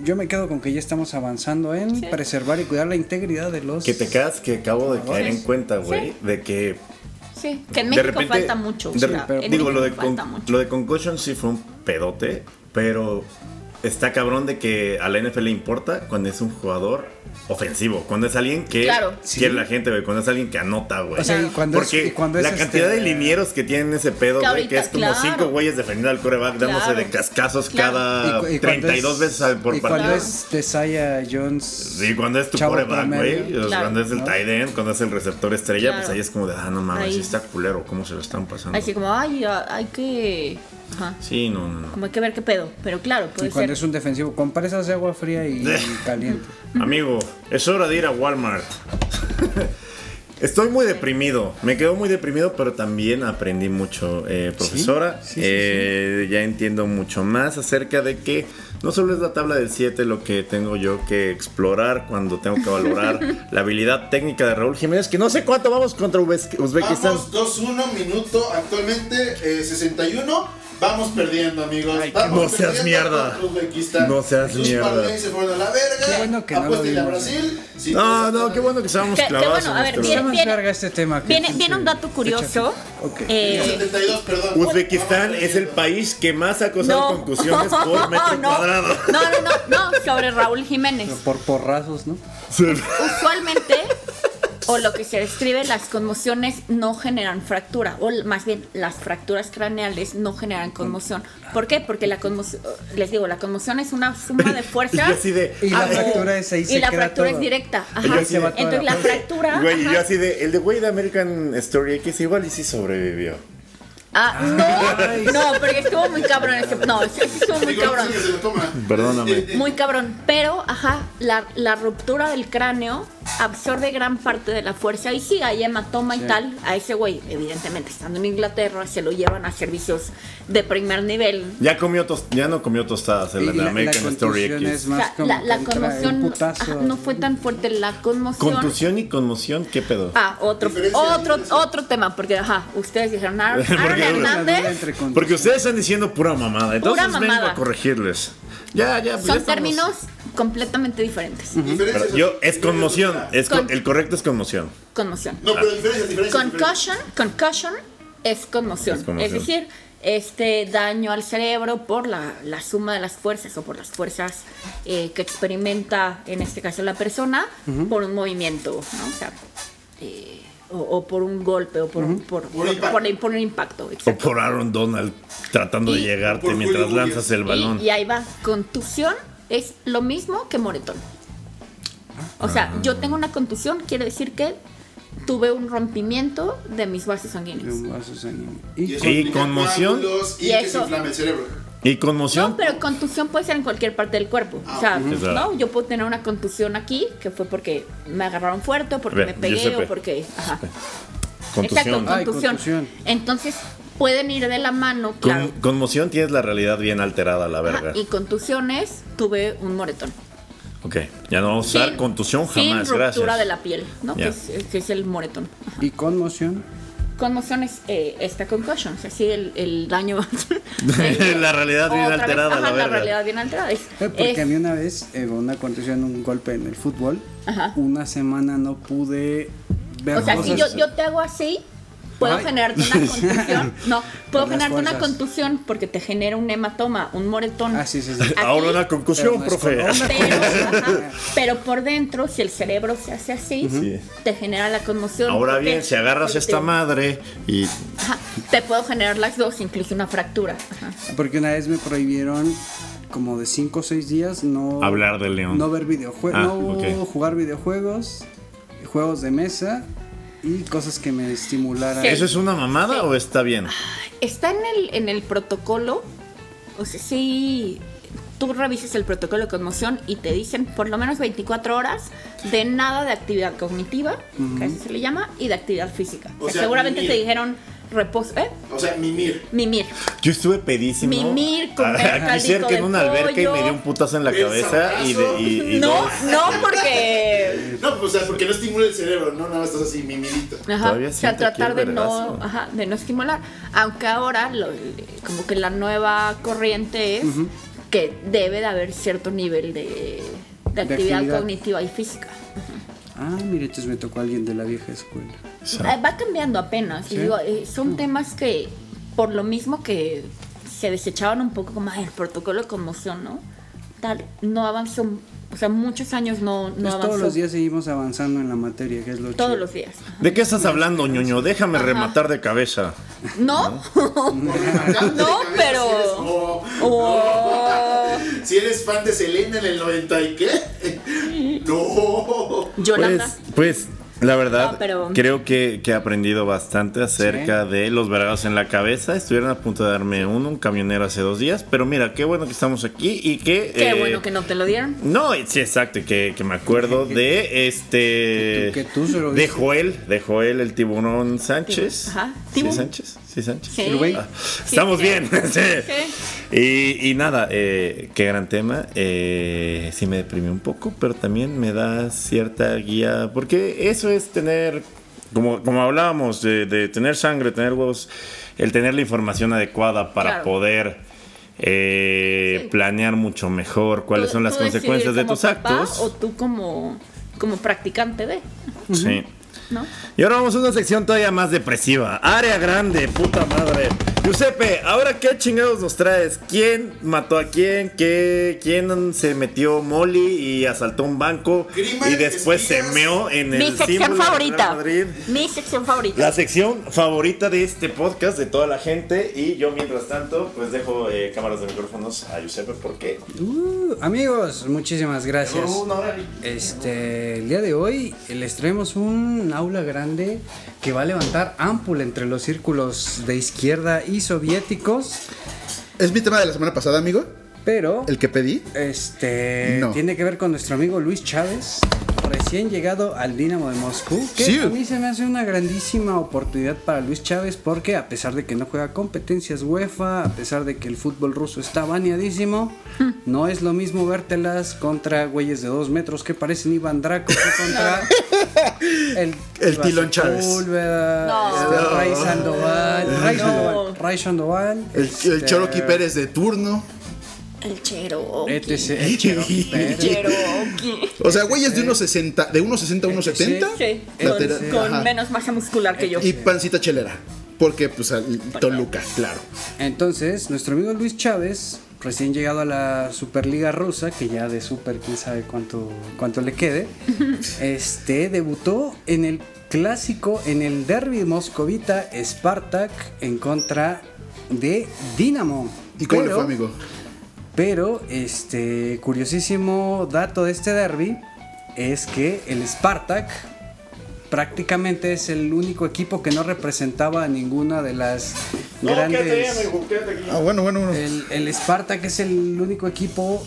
yo me quedo con que ya estamos avanzando en preservar y cuidar la integridad de los...
Que te quedas que acabo de caer en cuenta, güey, de que
Sí, que en
de
México
repente
falta mucho. o
de
sea,
re-
en
digo, lo de,
México falta
con-
mucho.
lo de Concussion sí fue un pedote, pero está cabrón de que a la NFL le importa cuando es un jugador ofensivo, cuando es alguien que
Claro.
quiere
Sí.
la gente, güey, cuando es alguien que anota, güey.
O sea, y cuando es-
Porque
y cuando es,
la cantidad de
este,
linieros que tienen ese pedo,
Que
güey, que
ahorita,
es como
claro.
cinco güeyes defendiendo al coreback, dándose
Claro.
de cascazos
Claro.
cada
cu- cuando
32
es-
veces al- por
y cuando
partido.
es Desaya Jones...
Sí, cuando es tu
chavo
coreback, güey.
promedio.
o sea,
Claro.
Cuando es el
¿No?
tight end, cuando es el receptor estrella,
Claro.
pues ahí es como de, ah, no mames,
Ahí.
sí está culero, ¿cómo se lo están pasando?
Así como, ay, ah, hay que. Ajá.
Sí, no, no, no.
Como hay que ver qué pedo. Pero claro,
Y
puede
cuando
ser.
es un defensivo, con presas de agua fría y caliente.
Amigo, es hora de ir a Walmart. Estoy muy deprimido, me quedo muy deprimido, pero también aprendí mucho, eh, profesora.
sí, sí,
Eh, Ya entiendo mucho más acerca de que no solo es la tabla del 7 lo que tengo yo que explorar cuando tengo que valorar la habilidad técnica de Raúl Jiménez, que no sé cuánto vamos contra Uzbe- Uzbekistán.
Vamos 2-1 minuto actualmente eh, 61. Vamos perdiendo, amigos.
Ay,
Vamos
no seas
perdiendo
mierda.
contra Uzbekistán.
No seas
Sus
mierda.
parlays se fueron a la verga.
Qué bueno que no lo
Apuéstenle a
vimos. eh.
Brasil. Si
No,
te-
no, qué bueno que estábamos
Qué- qué
clavados.
bueno,
en
a ver,
nuestro-
Está
Viene-
más
viene-
verga este tema. que
Viene,
pinche
viene un dato
fecha
curioso.
FIFA. Ok.
eh,
72, perdón.
Uzbekistán
Vamos
es el
perdiendo.
país que más ha acosado concusiones por metro
no,
cuadrado.
no, no, no, no, sobre Raúl Jiménez.
Por porrazos, ¿no?
Usualmente, o lo que se describe, las conmociones no generan fractura, o l- más bien las fracturas craneales no generan conmoción. ¿Por qué? Porque la conmoción, les digo, la conmoción es una suma de fuerzas.
Y yo así de.
Y la
Ah,
fractura es ahí
Y la
se crea
fractura
todo.
es directa.
Y
Ajá.
ahí se va toda
Entonces
la
la fractura.
Güey, y yo
ajá.
así de. El de güey de American Story X igual y sí sobrevivió.
Ah, no, no, porque estuvo muy cabrón ese. No, sí, sí estuvo muy
Digo,
cabrón.
sí, que se lo toma.
Perdóname.
Muy cabrón. Pero, ajá, la, la ruptura del cráneo absorbe gran parte de la fuerza. Y sí, hay hematoma y tal. A ese güey, evidentemente, estando en Inglaterra, se lo llevan a servicios de primer nivel.
Ya, comió tos- ya no comió tostadas el
Y
de American Story X.
contusión es
O
más
sea,
como
la, la
contra un
conmoción
putazo.
ajá, no fue tan fuerte. La conmoción.
Contusión y conmoción, ¿qué pedo?
Ah, otro,
Diferencia,
otro,
diferencia.
otro tema, porque ajá, ustedes dijeron Aaron,
Porque-
Aaron
La duda
Hernández
entre condiciones.
Porque ustedes están diciendo pura mamada. Entonces vengo
mamada.
a corregirles. Ya, ya, pues ya
son
estamos.
términos completamente diferentes.
Diferencias,
Pero yo, es
diferencias,
conmoción.
o sea,
Es con-
Con-
el correcto es conmoción.
Conmoción.
No, pero diferencias, diferencias. diferencias.
Concussion, concussion es conmoción.
Es
Es,
conmoción.
decir, este daño al cerebro por la, la suma de las fuerzas o por las fuerzas eh, que experimenta, en este caso, la persona por un movimiento, ¿no? O sea, eh, o, o por un golpe o por, un- por, por- por- por un
impacto.
impacto.
O
exacto.
por Aaron Donald tratando de
Y-
por
llegarte
Julio
mientras
Urias.
lanzas el balón.
Y, y ahí va, contusión es lo mismo que moretón. O sea,
Ah.
yo tengo una contusión, quiere decir que tuve un rompimiento de mis vasos sanguíneos.
Un vaso sanguíneo. Y-
eso
Y
implica
conmoción.
coágulos Y,
Y
que se
eso.
inflame el cerebro.
Y conmoción.
No, pero contusión puede ser en cualquier parte del cuerpo.
Ah,
o sea,
ujú. Claro.
no, yo puedo tener una contusión aquí, que fue porque me agarraron fuerte, o porque
Ve,
me pegué,
Giuseppe.
o porque. Ajá.
contusión.
Exacto,
Ay,
contusión.
contusión.
Entonces, pueden ir de la mano,
Con-
claro.
conmoción tienes la realidad bien alterada, la
Ajá,
verga.
y contusiones, tuve un moretón.
Ok, ya no vamos a usar
Sin-
contusión
Sin
jamás,
ruptura
gracias.
de la piel, ¿no?
Ya.
Que, es, que es el moretón.
Y conmoción.
Conmoción es eh, esta concussion, o sea, sí, el, el daño.
La realidad bien
Otra vez,
alterada,
ajá,
la verga.
realidad bien alterada. Es,
Eh, Porque
es-
a mí una vez, eh, una contusión, un golpe en el fútbol,
Ajá.
una semana no pude ver
O sea, si yo,
cosas.
yo te hago así, puedo
Ay.
generarte una contusión. No, puedo
Con las
generarte una
fuerzas.
contusión porque te genera un hematoma, un moretón.
Ah, sí, sí, sí.
aquí,
Ahora una
Pero
concusión,
no es
profe.
conmoción.
Pero, ajá, pero por dentro, si el cerebro se hace así,
Sí.
te genera la conmoción.
Ahora
porque-
bien, si agarras
porque-
esta madre y
ajá, Te puedo generar las dos, incluso una fractura. Ajá.
Porque una vez me prohibieron como de 5 o 6 días no
Hablar del león.
No ver videojuegos,
Ah,
no
ok.
jugar videojuegos, juegos de mesa y cosas que me estimularan.
Sí.
¿Eso es una mamada o está bien?
Está en el, en el protocolo. O sea, sí. Tú revisas el protocolo de conmoción y te dicen por lo menos 24 horas de nada de actividad cognitiva, que así se le llama, y de actividad física.
O
O sea,
sea,
seguramente
mimir.
te dijeron reposo, ¿eh?
O sea, mimir.
Mimir.
Yo estuve pedísimo.
Mimir, comer
Aquí
caldito
cerca
de
en una alberca y
pollo.
me dio un putazo en la
El
cabeza y, de- y- y
no,
dos.
no porque.
No, pues, o sea, porque no estimula el cerebro, ¿no? Nada más estás así, mimirito.
Ajá,
Todavía
o sea,
siento aquí el
tratar de no,
vergazo.
ajá, de no estimular. Aunque ahora, lo- como que la nueva corriente es que debe de haber cierto nivel de, de actividad,
actividad.
cognitiva y física.
Ah, mire, entonces me tocó alguien de la vieja escuela.
Eh, Va cambiando apenas. y digo, eh, son temas que, por lo mismo que se desechaban un poco como "Ay, el protocolo de conmoción, ¿no? Tal, no avanzó, o sea, muchos años no, no
Entonces
avanzó.
Pues todos los días seguimos avanzando en la materia, que es lo
Todos
chido.
los días.
¿De qué estás hablando, ñoño? Déjame
Ajá.
rematar de cabeza.
¿No? no,
Cabeza,
pero...
Si eres, oh,
Oh.
Pues,
si eres fan de Selena en el 90 y qué. No.
Yolanda.
Pues, pues, la verdad,
No, pero-
creo que, que he aprendido bastante acerca de los vergados en la cabeza. Estuvieron a punto de darme uno, un camionero hace dos días. Pero mira, qué bueno que estamos aquí y que.
Qué
eh,
bueno que no te lo dieron.
No, sí, exacto, y que, que me acuerdo de este.
Que tú- que tú se lo
de
diste.
Joel, de Joel el tiburón Sánchez.
Ajá,
¿Sí,
tiburón.
Sánchez? Sí, Sánchez. Ah,
Sí.
El güey.
Sí,
Estamos
sí.
bien. sí.
Sí.
Y, y nada, eh, qué gran tema. Eh, sí me deprimí un poco, pero también me da cierta guía, porque eso es tener, como, como hablábamos, de, de tener sangre, tener huevos, el tener la información adecuada para
Claro.
poder eh,
Sí.
planear mucho mejor cuáles
Tú-
son las
tú decidir
consecuencias de
como
tus
papá
actos.
O tú como, como practicante de,
Sí.
¿no?
Y ahora vamos a una sección todavía más depresiva. Área grande, puta madre. Giuseppe, ahora qué chingados nos traes? ¿Quién mató a quién? ¿Qué, ¿Quién se metió Molly y asaltó un banco?
Crimen,
y después se
espías.
meó en
Mi
el
sección
símbolo del
favorita.
Real Madrid.
Mi sección favorita.
La sección favorita de este podcast de toda la gente. Y yo, mientras tanto, pues dejo eh, cámaras de micrófonos a Giuseppe porque.
Uh, amigos, muchísimas gracias.
Una hora y-
Este, el día de hoy les traemos un aula grande que va a levantar ámpula entre los círculos de izquierda y soviéticos,
Es mi tema de la semana pasada, amigo.
pero
El que pedí.
este
No.
tiene que ver con nuestro amigo Luis Chávez, recién llegado al Dinamo de Moscú, que
Sí.
a mí se me hace una grandísima oportunidad para Luis Chávez porque a pesar de que no juega competencias UEFA, a pesar de que el fútbol ruso está baneadísimo, no es lo mismo vértelas contra güeyes de dos metros que parecen Iván Draco que contra el,
El Tilón Chávez.
Sepúlveda,
No.
este, Ray Sandoval, Ray
No.
Sandoval, Ray Sandoval,
El, el
este,
Choroqui Pérez de turno.
El chero.
Eh,
etc, Este el Cherokee
El
Pérez.
Cherokee.
O sea, güeyes de unos 60, de unos 60 a unos
Sí,
70.
Sí,
Lateral,
con,
ajá.
con menos masa muscular que yo.
Y pancita chelera. Porque, pues, al- Toluca, claro.
Entonces, nuestro amigo Luis Chávez, recién llegado a la Superliga Rusa, que ya de Super quién sabe cuánto, cuánto le quede, este debutó en el clásico, en el derby moscovita Spartak en contra de Dinamo.
¿Y cómo le
Pero-
fue, amigo?
Pero, este, curiosísimo dato de este derby es que el Spartak prácticamente es el único equipo que no representaba a ninguna de las grandes...
Ah, bueno, bueno, bueno.
El, el Spartak es el único equipo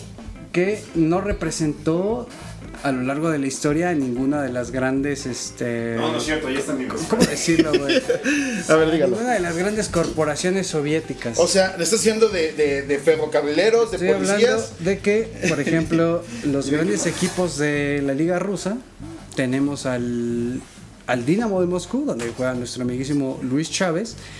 que no representó a lo largo de la historia a ninguna de las grandes, este...
No, no es cierto, ya está mi micrófono.
¿Cómo decirlo, güey?
A ver, dígalo.
Ninguna de las grandes corporaciones soviéticas.
O sea, le estás haciendo de, de, de ferrocarrileros, de
Estoy hablando
policías.
de que, por ejemplo, los grandes equipos de la Liga Rusa, tenemos al, al Dinamo de Moscú, donde juega nuestro amiguísimo Luis Chávez,
Tu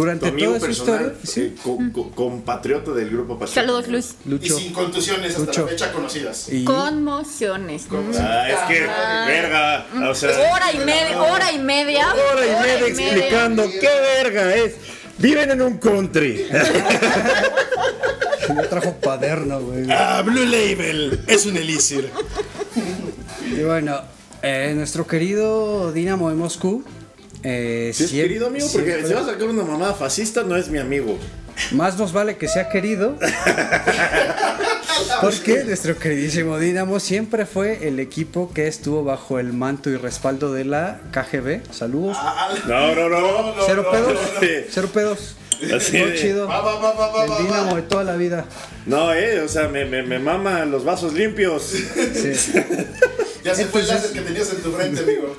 durante
amigo
toda su historia.
personal,
sí,
eh, co- co- compatriota del grupo Pachuca.
Saludos, Luis.
Y
Lucho.
sin contusiones hasta
Lucho.
la fecha conocidas.
Y-
Conmociones. Mm.
Ah, es que, verga. O sea,
Hora y media. Hora y media.
hora Mm. y media explicando qué verga es. Viven en un country.
No trajo paderno, güey.
Ah, Blue Label. Es un elixir.
Y bueno, eh, nuestro querido Dinamo de Moscú. Eh,
Si es
siempre-
querido amigo, porque
siempre-
si vas a sacar una mamada fascista, no es mi amigo.
Más nos vale que sea querido. Porque nuestro queridísimo Dinamo siempre fue el equipo que estuvo bajo el manto y respaldo de la KGB. Saludos.
Ah,
No, no, Ah, no.
Cero pedos.
Sí.
Cero pedos.
Así
Todo
de-
chido.
Va, va, va, va, va, va,
El Dinamo
va.
de toda la vida.
No, eh, o sea, me, me, me mama los vasos limpios.
Sí.
Ya se fue el láser que tenías en tu frente, amigo.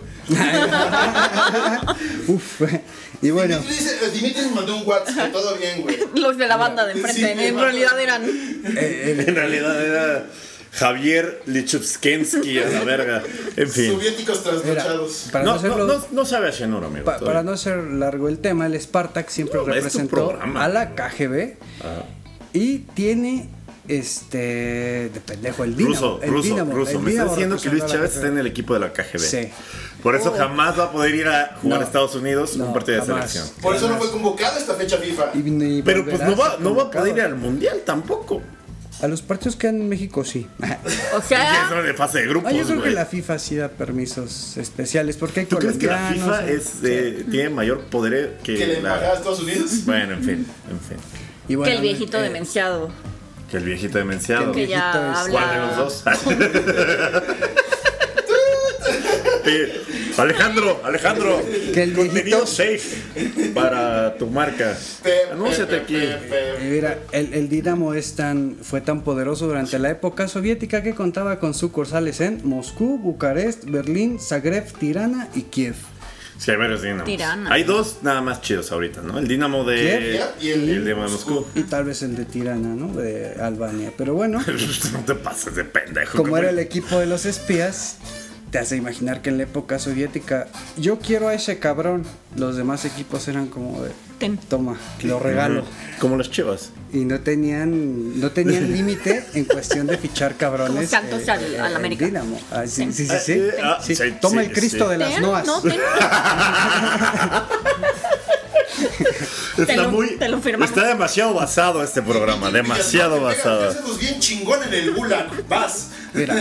Uf. Y bueno.
Dimitri, dice, eh, Dimitri me mandó un WhatsApp, que todo bien, güey.
Los de la banda de enfrente.
Sí,
en
me
realidad
mata.
eran.
eh, el-
En realidad era Javier Lichupskensky a la verga. En fin.
Soviéticos
mira,
trasnochados.
para
No,
no,
no,
hacerlo-
no, no sabe a Shenor, amigo.
Pa- para no ser largo el tema, el Spartak siempre
No, es tu
representó
programa. Ah.
a la KGB y tiene este de pendejo el Dinamo.
Ruso,
el
ruso,
Dinamo,
ruso.
el
Me estás
Dinamo
diciendo que Luis
representó a la
Chávez está en el equipo de la KGB.
Sí. Oh.
Por eso jamás va a poder ir a jugar
No.
a Estados Unidos
No,
un partido de
jamás.
selección.
Por eso no fue convocado esta fecha FIFA.
KGB. Y ni
Pero pues
volverá
no va,
ser
no va a poder ir
convocado.
al mundial tampoco.
A los partidos que dan en México sí.
Ah,
O
Ah.
Ya
sea.
son de fase de grupos.
Ah, yo creo que
güey.
la FIFA sí da permisos especiales porque hay
¿Tú crees que la
colombianos,
FIFA
hay-
es, eh, tiene mayor poder que,
Que le
la-
embajada a Estados Unidos.
Bueno, en fin, en fin.
Y bueno,
Que el viejito
eh,
demenciado.
Que el viejito demenciado.
Que ya
viejito es-
habla.
¿Cuál de los dos? Eh, Alejandro, Alejandro,
Que el
contenido
viejito-
safe para tu marca.
Pe-
Anúnciate
pe-
aquí.
pe- pe-
Eh, Mira, el, el Dinamo es tan, fue tan poderoso durante la época soviética que contaba con sucursales en Moscú, Bucarest, Berlín, Zagreb, Tirana y Kiev.
Sí, hay varios dinamos.
Tirana.
Hay dos nada más chidos ahorita, ¿no? El dinamo de.
¿Quién? Y el-
el dinamo de Moscú.
Y tal vez el de Tirana, ¿no? De Albania. Pero bueno,
no te pases de pendejo.
como era el equipo de los espías, te hace imaginar que en la época soviética, yo quiero a ese cabrón. Los demás equipos eran como de,
Ten.
toma, lo regalo.
Como las chivas.
Y no tenían, no tenían límite en cuestión de fichar cabrones.
Como Santos al- al
el
América.
Dinamo. Ah, sí, sí, sí, sí.
Eh, ah,
Sí,
sí,
Toma
sí,
el Cristo
sí.
de las
Ten,
Noas.
No, ten. Te
Está
lo-
muy.
te lo firmamos.
Está demasiado basado este programa, demasiado basado.
Estás bien chingón en el Gulag. Vas.
Mira,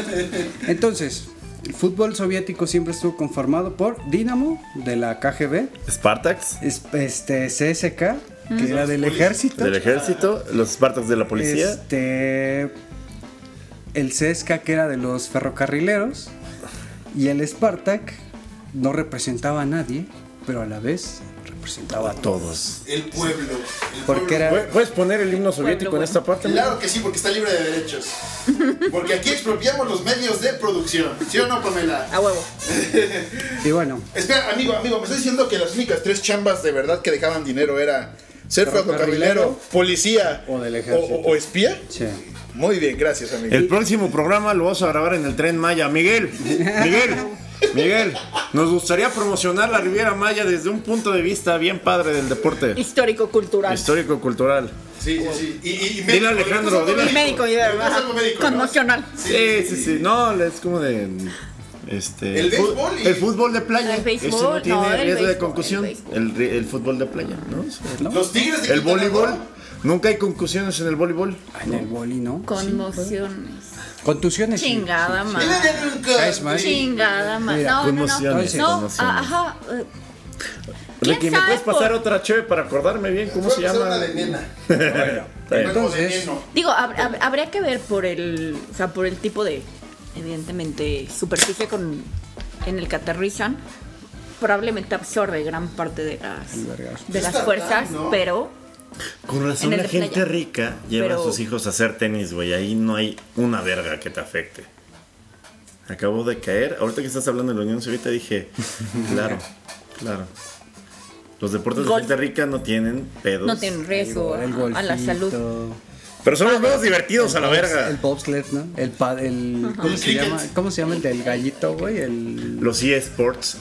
entonces, el fútbol soviético siempre estuvo conformado por Dinamo de la KGB,
Spartaks
es- este CSK, que era del ejército,
del ejército, los Spartaks de la policía.
este el CSK que era de los ferrocarrileros y el Spartak no representaba a nadie, pero a la vez representaba a todos.
El pueblo. El pueblo.
Porque era
¿Puedes poner el himno soviético en esta parte?
Claro que sí, porque está libre de derechos. Porque aquí expropiamos los medios de producción. ¿Sí o no, Pamela?
A huevo.
y bueno,
Espera, amigo, amigo, me estás diciendo que las únicas tres chambas de verdad que dejaban dinero era ser ferrocarrilero, policía
O del ejército.
o- o espía.
sí.
Muy bien, gracias, amigo.
El próximo programa lo vamos a grabar en el tren Maya. Miguel, Miguel, Miguel, nos gustaría promocionar la Riviera Maya desde un punto de vista bien padre del deporte
Histórico-cultural.
histórico-cultural.
Sí, sí, sí. Y, y, y
Dile a Alejandro,
médico,
dile a-
Médico, y de
Es
verdad.
algo médico, ¿no?
Conmocional.
Sí, sí, sí. No, es como de. Este,
El
fu-
béisbol y-
el fútbol de playa.
El béisbol,
Eso no tiene
no, el
riesgo de
béisbol,
concusión.
el
El,
béisbol.
ri- el fútbol de playa, ¿no? Sí, ¿no?
Los tigres de
El
Quintana
voleibol.
Roo.
Nunca hay concusiones en el voleibol.
Ah, En el boli, ¿no?
Conmociones.
Contusiones. sí.
Chingada
Él
madre.
era un country.
Es más.
Chingada madre.
Mira,
No, no, no.
conmociones,
No,
conmociones.
ah, ajá. eh, ¿Quién
Ricky, ¿me
sabe
puedes pasar
por-
otra chévere para acordarme bien cómo
Fue
se
persona
llama?
de nena.
Está bien.
Entonces-
Entonces,
Digo, hab- hab- habría que ver por el, o sea, por el tipo de, evidentemente, superficie con, en el que aterrizan. Probablemente absorbe gran parte de las, de las
Está
fuerzas,
tan, ¿no?
pero
Con
En
razón
el
la
de
gente
playa.
rica lleva
Pero-
a sus hijos a hacer tenis, güey. Ahí no hay una verga que te afecte. Acabo de caer. Ahorita que estás hablando de la Unión Soviética dije, claro, claro. Los deportes
Golf.
de gente rica no tienen pedos.
no tiene riesgo
El
a, a la salud.
golfito,
Pero son los menos divertidos a la
El
verga.
bobsled, ¿no? El pa- el ¿cómo
El
se
cricket.
llama? ¿Cómo se llama el del gallito, güey? El
Los eSports.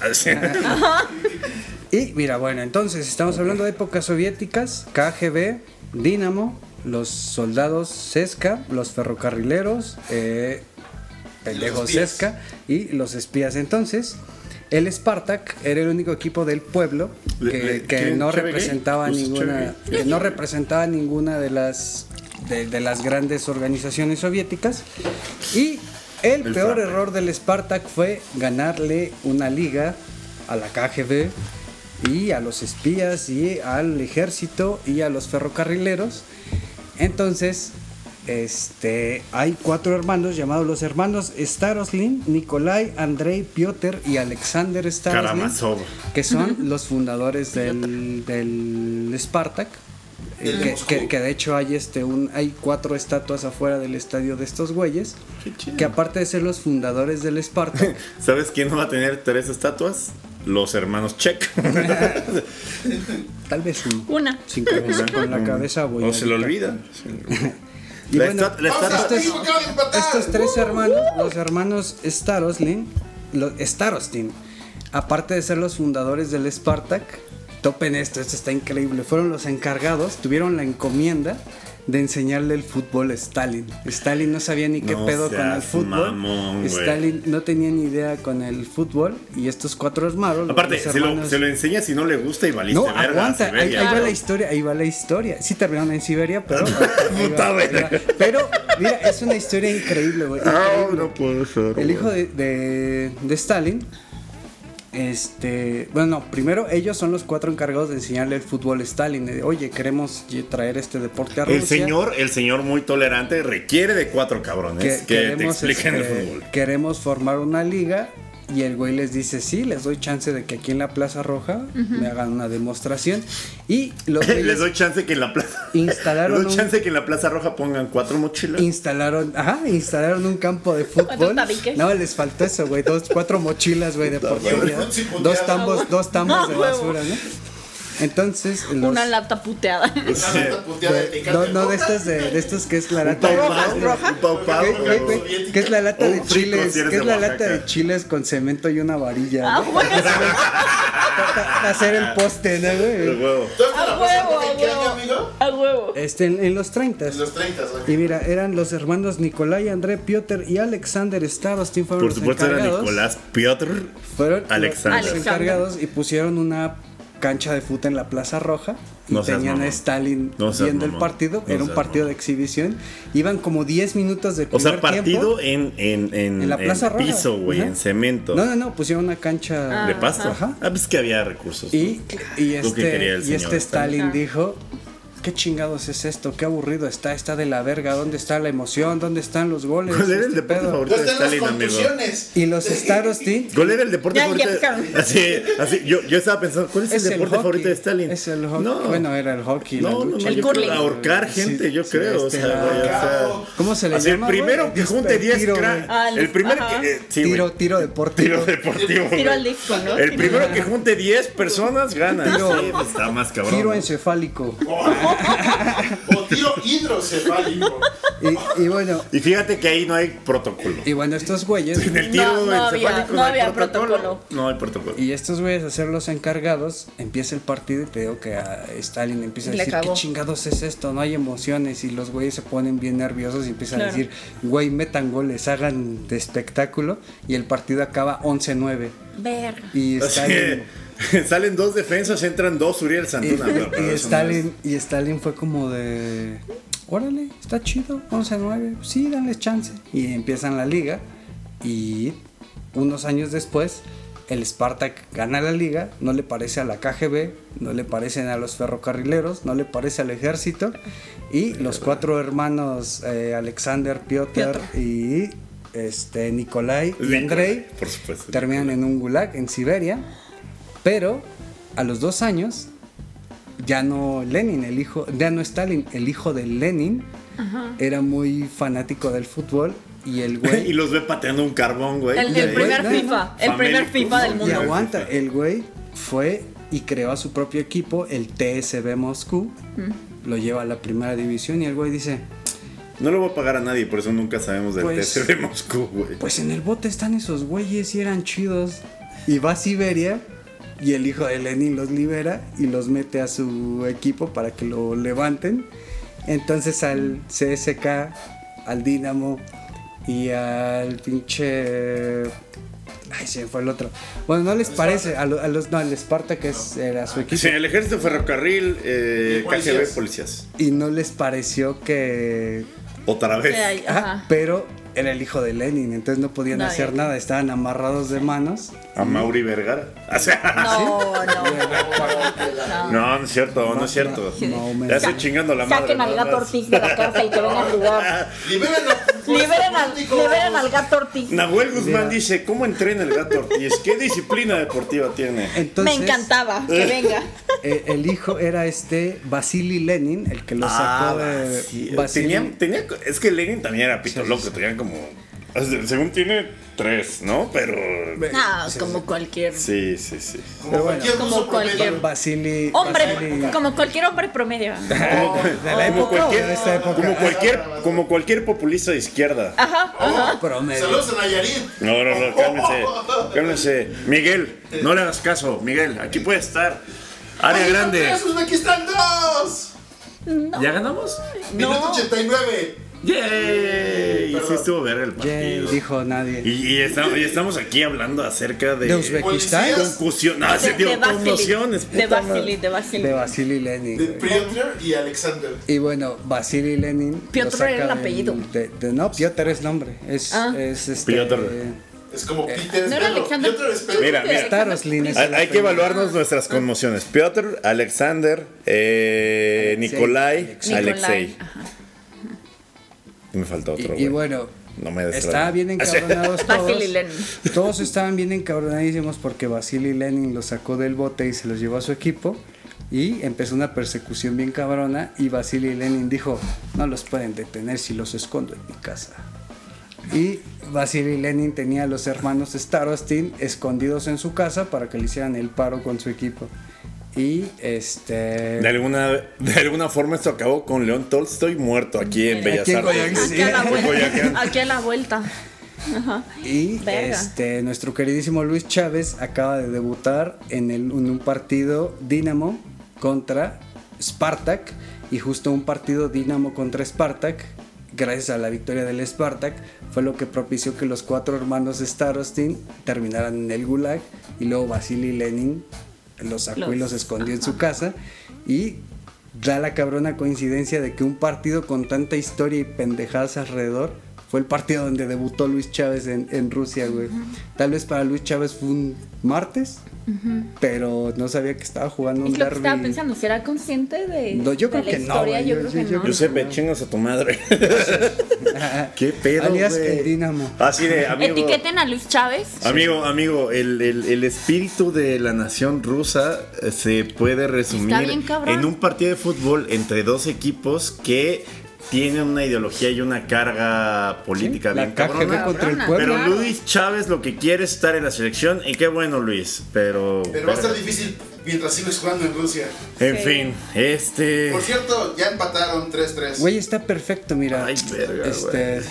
Y mira, bueno, entonces estamos hablando de épocas soviéticas, KGB, Dinamo, los soldados Sesca, los ferrocarrileros, eh, pendejos
espías.
Sesca y los espías. Entonces, el Spartak era el único equipo del pueblo
Le-
que,
le-
que
¿quieren
no
chévere gay?
representaba
Pues
ninguna, que no representaba ninguna de las de, de las grandes organizaciones soviéticas y el,
El
peor
Spartak.
error del Spartak fue ganarle una liga a la KGB y a los espías y al ejército y a los ferrocarrileros. Entonces, este, hay cuatro hermanos llamados los hermanos Staroslin, Nikolai, Andrei, Piotr y Alexander Staroslin,
Karamazov.
que son los fundadores del, del Spartak. eh,
El de
que-
Moscú.
que, que de hecho hay este un hay cuatro estatuas afuera del estadio de estos güeyes que aparte de ser los fundadores del Spartak
¿Sabes quién no va a tener tres estatuas? Los hermanos Check.
tal vez uno,
Una.
sin cabeza, con la cabeza voy
o se le olvida.
Y
La
bueno,
esta- la
Pausa,
estatua-
amigo, acaba de empatar.
Estos tres hermanos, los hermanos Staroslin, los Starostin, aparte de ser los fundadores del Spartak, topen esto, esto está increíble. Fueron los encargados, tuvieron la encomienda de enseñarle el fútbol a Stalin. Stalin no sabía ni qué
No
pedo con el
seas
fútbol.
mamón, güey.
Stalin no tenía ni idea con el fútbol y estos cuatro hermanos.
Aparte,
los
se lo,
hermanos-
se lo enseña si no le gusta y valiste
no,
verga a
aguanta, ahí,
Siberia.
ahí va la historia, ahí va la historia. Sí terminaron en Siberia, pero... ahí
Puta
va, ahí va.
verga.
Pero, mira, es una historia increíble, güey.
Ah,
increíble.
no puede ser.
El hijo de, de- de Stalin, este, bueno, no, primero ellos son los cuatro encargados de enseñarle el fútbol a Stalin. de, Oye, queremos lle- traer este deporte a Rusia.
El señor, el señor muy tolerante requiere de cuatro cabrones que, te expliquen
este,
el fútbol.
Queremos formar una liga y el güey les dice, sí, les doy chance de que aquí en la Plaza Roja me hagan una demostración. Y los
Les
güeyes
doy chance que en la plaza
Instalaron
les doy
un-
chance que en la Plaza Roja pongan cuatro mochilas.
instalaron, ajá, instalaron un campo de fútbol.
¿Cuántos tabiques?
No, les faltó eso, güey, dos, cuatro mochilas, güey, de
madre.
porquería. Dos tambos, dos tambos de
Ah, huevo.
basura, ¿no? Entonces, los-
Una lata puteada.
Una lata punteada de
güey,
Tecate
no, no,
Roja.
de estas de, de estos que es la lata de
Pau Pau, un Pau Pau,
Güey, güey,
cabrón.
güey, que es la lata
Un
de
frico
chiles,
si eres
que es
de
la
Oaxaca.
lata de chiles con cemento y una varilla,
A
¿no?
huevo. Ah.
Para hacer el poste, ¿no,
El
güey?
huevo.
¿Tú hasta
A
la plaza
huevo,
Roja en qué
a
año,
huevo.
amigo?
A huevo.
Este, en, en los 30
En los 30, amigo.
Y mira, eran los hermanos Nikolai, André, Piotr y Alexander Starostin fueron
Por
los
supuesto era
encargados.
Nicolás Piotr.
Fueron los-
Alexander.
los encargados y pusieron una cancha de fútbol en la Plaza Roja y
No seas
tenían a
mamón.
Stalin
No seas
viendo el
mamón.
partido.
No
Era un
seas
partido
mamón.
de exhibición. Iban como 10 minutos del
O
primer
sea, partido
tiempo.
en, en, en,
En la Plaza Roja.
piso, güey,
Ajá.
en cemento.
No, no, no, pusieron una cancha
De pasto.
Ajá.
Ah, pues que había recursos. pues.
Y, y
Lo que quería
este,
el
y
señor
este Stalin
Stalin.
dijo, ¿qué chingados es esto? ¿Qué aburrido está? Está de la verga. ¿Dónde está la emoción? ¿Dónde están los goles?
¿Cuál era el
Este
deporte
pedo".
favorito?
No están las
Stalin, amigo.
contusiones.
Y los Starostin
¿Cuál era el deporte
Ya, ya,
favorito? de-
claro.
Así, así, yo, yo estaba pensando, ¿cuál es, el deporte
hockey.
favorito de Stalin?
Es el hockey.
No.
Bueno, era el hockey. la
No, no, no,
lucha.
El
yo creo
curling.
ahorcar
Sí,
gente, yo
sí,
creo. o
este,
sea, güey, o sea,
ahorcado.
¿Cómo se le
así,
llama,
El
güey?
primero que junte 10
Tiro,
crack.
güey. Ah,
El
listo,
primero
ajá.
que. eh, sí, güey.
tiro, tiro deportivo.
Tiro deportivo.
Tiro
güey.
al disco, ¿no?
El
Tiro-
primero que junte 10 personas gana.
Tiro-
Sí, pues, está más cabrón.
Tiro
¿no?
encefálico.
O tiro hidrocefálico.
Y, y bueno,
Y fíjate que ahí no hay protocolo.
y bueno, estos güeyes.
En el tiro
No, no había-
encefálico
no
hay
había protocolo.
No hay protocolo.
Y estos güeyes a ser los encargados, empieza el partido y te digo que a Stalin empieza a
Le
decir,
cagó.
¿qué chingados es esto? No hay emociones y los güeyes se ponen bien nerviosos y empiezan a
Claro.
decir, güey, metan goles, hagan de espectáculo y el partido acaba 11-9.
Verga.
Y
Así
Stalin...
que salen dos defensas, entran dos Uriel
Y,
Santuna. pero- pero
y
eso no
Stalin, y Stalin fue como de. Órale, está chido, 11-9. Sí, danles chance. Y empiezan la liga. Y unos años después, el Spartak gana la liga. No le parece a la KGB, no le parecen a los ferrocarrileros, no le parece al ejército. Y los cuatro hermanos, eh, Alexander, Piotr, y este, Nikolai
es-
y Andrei,
Por supuesto.
terminan en un gulag en Siberia, pero a los dos años ya no Lenin, el hijo, ya no Stalin, el hijo de Lenin era muy fanático del fútbol y el güey
y los ve pateando un carbón, güey.
El,
Y
el
ahí-
primer
no, no.
FIFA. El primer
Famélico.
FIFA del
No,
y
mundo.
aguanta, el güey fue y creó a su propio equipo, el TSB Moscú, lo lleva a la primera división y el güey dice,
No lo voy a pagar a nadie, por eso nunca sabemos del
Pues-
TC de Moscú, güey.
pues en el bote están esos güeyes y eran chidos. Y va a Siberia y el hijo de Lenin los libera y los mete a su equipo para que lo levanten. Entonces al CSK, al Dinamo y al pinche... Ay, se me fue el otro. Bueno, ¿no les parece? A, lo- a los... No, al Sparta que es, era su equipo.
Sí, el ejército ferrocarril, eh,
Y policías.
KGB, policías.
Y no les pareció que
Otra vez.
Ay,
Ah,
ajá.
pero era el hijo de Lenin, entonces no podían
No,
hacer
ya.
nada, estaban amarrados de manos.
A Mauri Vergara. O sea,
No, no.
no, no es cierto, no es cierto.
No, me-
Ya estoy chingando la madre.
Saquen al
nada
gato
más.
Ortiz de la cárcel que venga a jugar.
Liberen a-
Pues,
Liberen al, liberen al gato Ortiz.
Nahuel Guzmán dice, ¿cómo entrena el gato Ortiz? ¿Qué disciplina deportiva tiene?
Entonces,
Me encantaba que venga.
eh, el hijo era este Vasily Lenin, el que lo sacó
Ah,
de
sí.
Vasily.
Tenía- tenía- es que Lenin también era pito loco, tenían como. Según tiene tres, ¿no? Pero.
No, como cualquier.
Sí, sí, sí.
Como cualquier
Como
ruso promedio.
cualquier-
Vasily-
Hombre,
Vasily-
como cualquier hombre promedio.
de la época o de esta época.
Como cualquier, como cualquier populista de izquierda.
Promedio.
Saludos a Nayarit.
No, no, no, cálmense. Cálmense. Miguel, no le hagas caso. Miguel, aquí puede estar. Área
¡Ay,
grande.
tres Uzbekistán dos!
¿Ya ganamos?
Minuto 89.
¡Yay! Y sí estuvo verga el
Yay,
partido.
dijo nadie.
Y, y estamos, y estamos aquí hablando acerca de.
De Uzbekistán,
Policías
Concusión. No, se
De,
dio
de Vasily.
conmociones.
De
puta madre.
Vasily, de Vasily.
de Vasily Lenin.
de
güey.
Piotr y Alexander.
Y bueno, Vasily Lenin. lo
Piotr
saca
era el
del-
apellido.
de- de- no, Piotr es nombre. Es,
Ah.
es este.
Piotr.
eh,
Es como Peter.
¿No era
Pedro.
Alexander?
Piotr es Pedro.
Mira, mira.
Staroslin es
Hay,
el
hay que
apellido.
evaluarnos nuestras conmociones. Piotr, Alexander, eh,
Alexei.
Nikolai,
Nikolai,
Alexei.
ajá.
Me falta otro.
Y,
güey.
y bueno,
no me destrabes.
estaban bien encabronados todos.
Vasily Lenin.
Todos estaban bien encabronadísimos porque Vasily Lenin los sacó del bote y se los llevó a su equipo. Y empezó una persecución bien cabrona. Y Vasily Lenin dijo: No los pueden detener si los escondo en mi casa. Y Vasily Lenin tenía a los hermanos Starostin escondidos en su casa para que le hicieran el paro con su equipo. Y este.
De alguna, de alguna forma esto acabó con León Tolstoy muerto aquí en Bellas
Aquí en
Artes.
Coyoacán, sí.
Aquí a la
Coyoacán.
vuelta. Aquí a la vuelta. Ajá.
Y
Verga.
este, nuestro queridísimo Luis Chávez acaba de debutar en, el, en un partido Dinamo contra Spartak. Y justo un partido Dinamo contra Spartak, gracias a la victoria del Spartak, fue lo que propició que los cuatro hermanos Starostin terminaran en el Gulag. Y luego Vasily Lenin los sacó y los escondió en su casa. Y da la cabrona coincidencia de que un partido con tanta historia y pendejadas alrededor fue el partido donde debutó Luis Chávez en, en Rusia, güey. Tal vez para Luis Chávez fue un martes, pero no sabía que estaba jugando un
Es lo que
derbi.
estaba pensando, ¿será consciente de,
No, yo
de
creo
la
que no,
historia?
güey,
Yo,
yo-
creo que
yo-
no.
yo-
Giuseppe, chingas a tu madre. ¿Qué pedo,
Alias
güey? Ah,
el Dinamo.
Así de, amigo.
Etiqueten a Luis Chávez.
Amigo, amigo, el, el- el espíritu de la nación rusa eh, se puede resumir
Está bien, cabrón.
en un partido de fútbol entre dos equipos que tienen una ideología y una carga política
La
bien
KGB
cabrona.
contra el
Cabrona.
pueblo.
Pero
Claro.
Luis Chávez lo que quiere es estar en la selección y qué bueno Luis, pero...
Pero va a estar difícil mientras sigues jugando en Rusia.
En
Sí.
fin, este...
Por cierto, ya empataron 3-3.
Güey, está perfecto, mira.
Ay, verga,
este,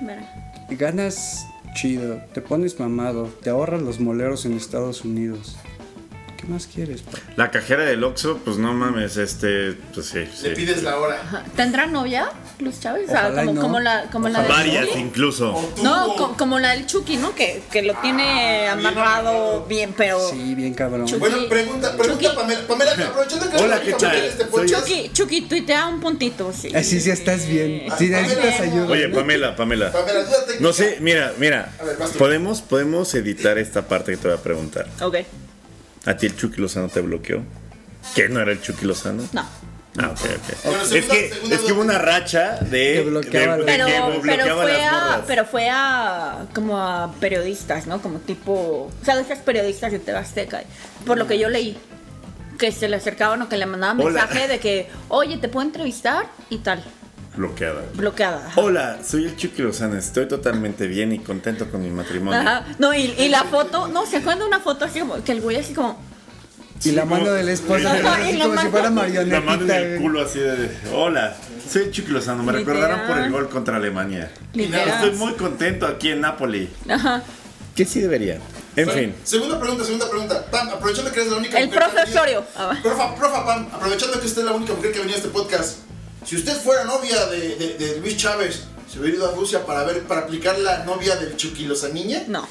Mira,
ganas chido, te pones mamado, te ahorras los moleros en Estados Unidos. ¿Qué más quieres? pa?
La cajera del Oxxo, pues no mames, este... Pues sí,
Le
sí.
pides la hora.
¿Tendrá novia Luz Chávez? O sea,
Ojalá y
como,
no.
como la, como la del
Varias
Chucky.
O
incluso.
tú,
No,
o-
co- como la del Chucky, ¿no? Que, que lo tiene
Ah, bien
amarrado
amarrado.
bien, pero...
Oh.
Sí, bien cabrón.
Bueno, pregunta, pregunta
Chucky.
Pamela. Pamela, aprovechando que
Hola, ¿qué
Pamela
tal?
este
Soy
podcast,
Chucky, Chucky, tuitea un puntito, sí.
Así Ah, Eh, sí estás bien. Si
Ah,
necesitas ayuda.
Oye, pues, Pamela, Pamela.
Pamela, duda técnica.
No sé, mira, mira.
A ver, vas tú.
podemos, podemos editar esta parte que te voy a preguntar.
Ok,
¿A ti el Chucky Lozano te bloqueó? ¿Qué no era el Chucky Lozano?
no.
Ah, ok, ok.
Bueno,
es,
segunda-
que,
segunda
es que hubo
duda.
una racha de.
Que bloqueaba
de- de
Pero,
que
pero,
bloqueaba
fue
las
a,
morras.
pero fue a como a periodistas, ¿no? Como tipo, o sea, de esas periodistas de TV Azteca, por lo que yo leí, que se le acercaban o que le mandaban
Hola.
mensaje de que, oye, te puedo entrevistar y tal,
Bloqueada.
bloqueada.
Hola, soy el Chucky Lozano. Estoy totalmente bien y contento con mi matrimonio.
Ajá. No, y, y la foto, no, ¿se acuerdan de una foto así como, que el güey así como,
Y la mano
como-
de la esposa,
Ajá,
así
y la
como si
mano-
fuera
La
marionetita.
mano en el
güey.
culo así de. Hola, soy el Chucky Lozano. Me
Literal.
recordaron por el gol contra Alemania. Estoy
literal.
muy contento aquí en Napoli.
Ajá.
Que sí debería. En fin.
Segunda pregunta, segunda pregunta. Pam, aprovechando que eres la única
El
mujer que ha
profesorio.
venido-
Ah, va.
Profa, profa, Pam, aprovechando que usted es la única mujer que venía a este podcast. Si usted fuera novia de, de- de Luis Chávez, ¿se hubiera ido a Rusia para ver, para aplicar la novia del Chucky Lozaniña?
No.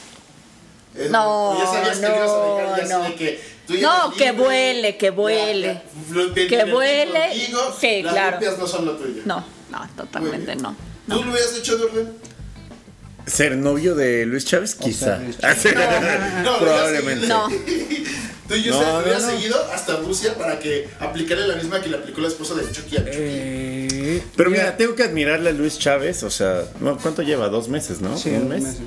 Eh,
No,
o ya sabías que
no,
le ibas a dejar, ya
no.
sé de que tú ya
No,
eres
que
libre,
vuele, que
ya-
vuele.
ya, lo- te
Que
divertí
vuele,
contigo,
sí,
las
claro.
limpias no son lo tuyo.
No, no,
Muy
totalmente
bien.
no.
¿Tú lo hubieras hecho, Durden?
Ser novio de Luis Chávez,
sea,
quizá. Ah,
Luis
No,
Probablemente.
No,
Tú y yo
No,
se
no,
hubieras
no.
seguido hasta Rusia para que aplicarle la misma que le aplicó la esposa del Chucky a Chucky.
Eh,
Pero mira, tengo que admirarle a Luis Chávez, o sea, no, ¿cuánto lleva? ¿Dos meses, no?
Sí,
¿Un
dos
mes?
meses.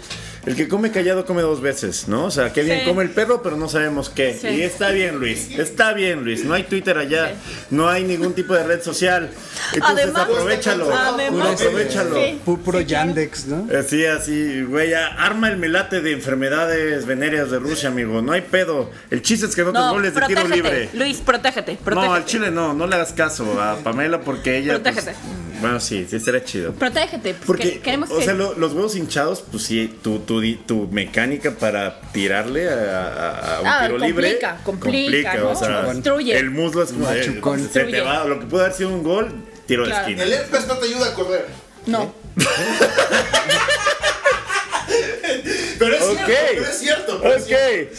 El que come callado come dos veces, ¿no? O sea, qué bien
Sí.
come el perro, pero no sabemos qué.
Sí.
Y está bien, Luis, está bien, Luis. No hay Twitter allá, no hay ningún tipo de red social. Entonces
Además-
aprovechalo,
Además-
aprovechalo.
Sí.
este, pu- puro Yandex, ¿no?
Así, así, güey, ya, arma el melate de enfermedades venéreas de Rusia, amigo. No hay pedo. El chiste es que no, te
no,
goles de tiro libre.
protégete, Luis, protégete, protégete.
No, al chile no, no le hagas caso a Pamela porque ella. pues,
Protégete.
bueno, sí, sí, será chido.
Protégete, pues,
Porque,
que- queremos
o
que...
sea, lo- los huevos hinchados, pues sí, tu, tu, di- tu mecánica para tirarle a, a- a un
Ah,
tiro libre.
complica, complica, ¿no?
o sea,
Construye.
el muslo es como de-
Machucón.
se te
Construye.
va, lo que pudo haber sido un gol, tiro
Claro.
de
El
esquina.
herpes no te ayuda a correr.
¿Eh?
No,
Pero es
Ok.
cierto, pero es cierto. pero es
Ok,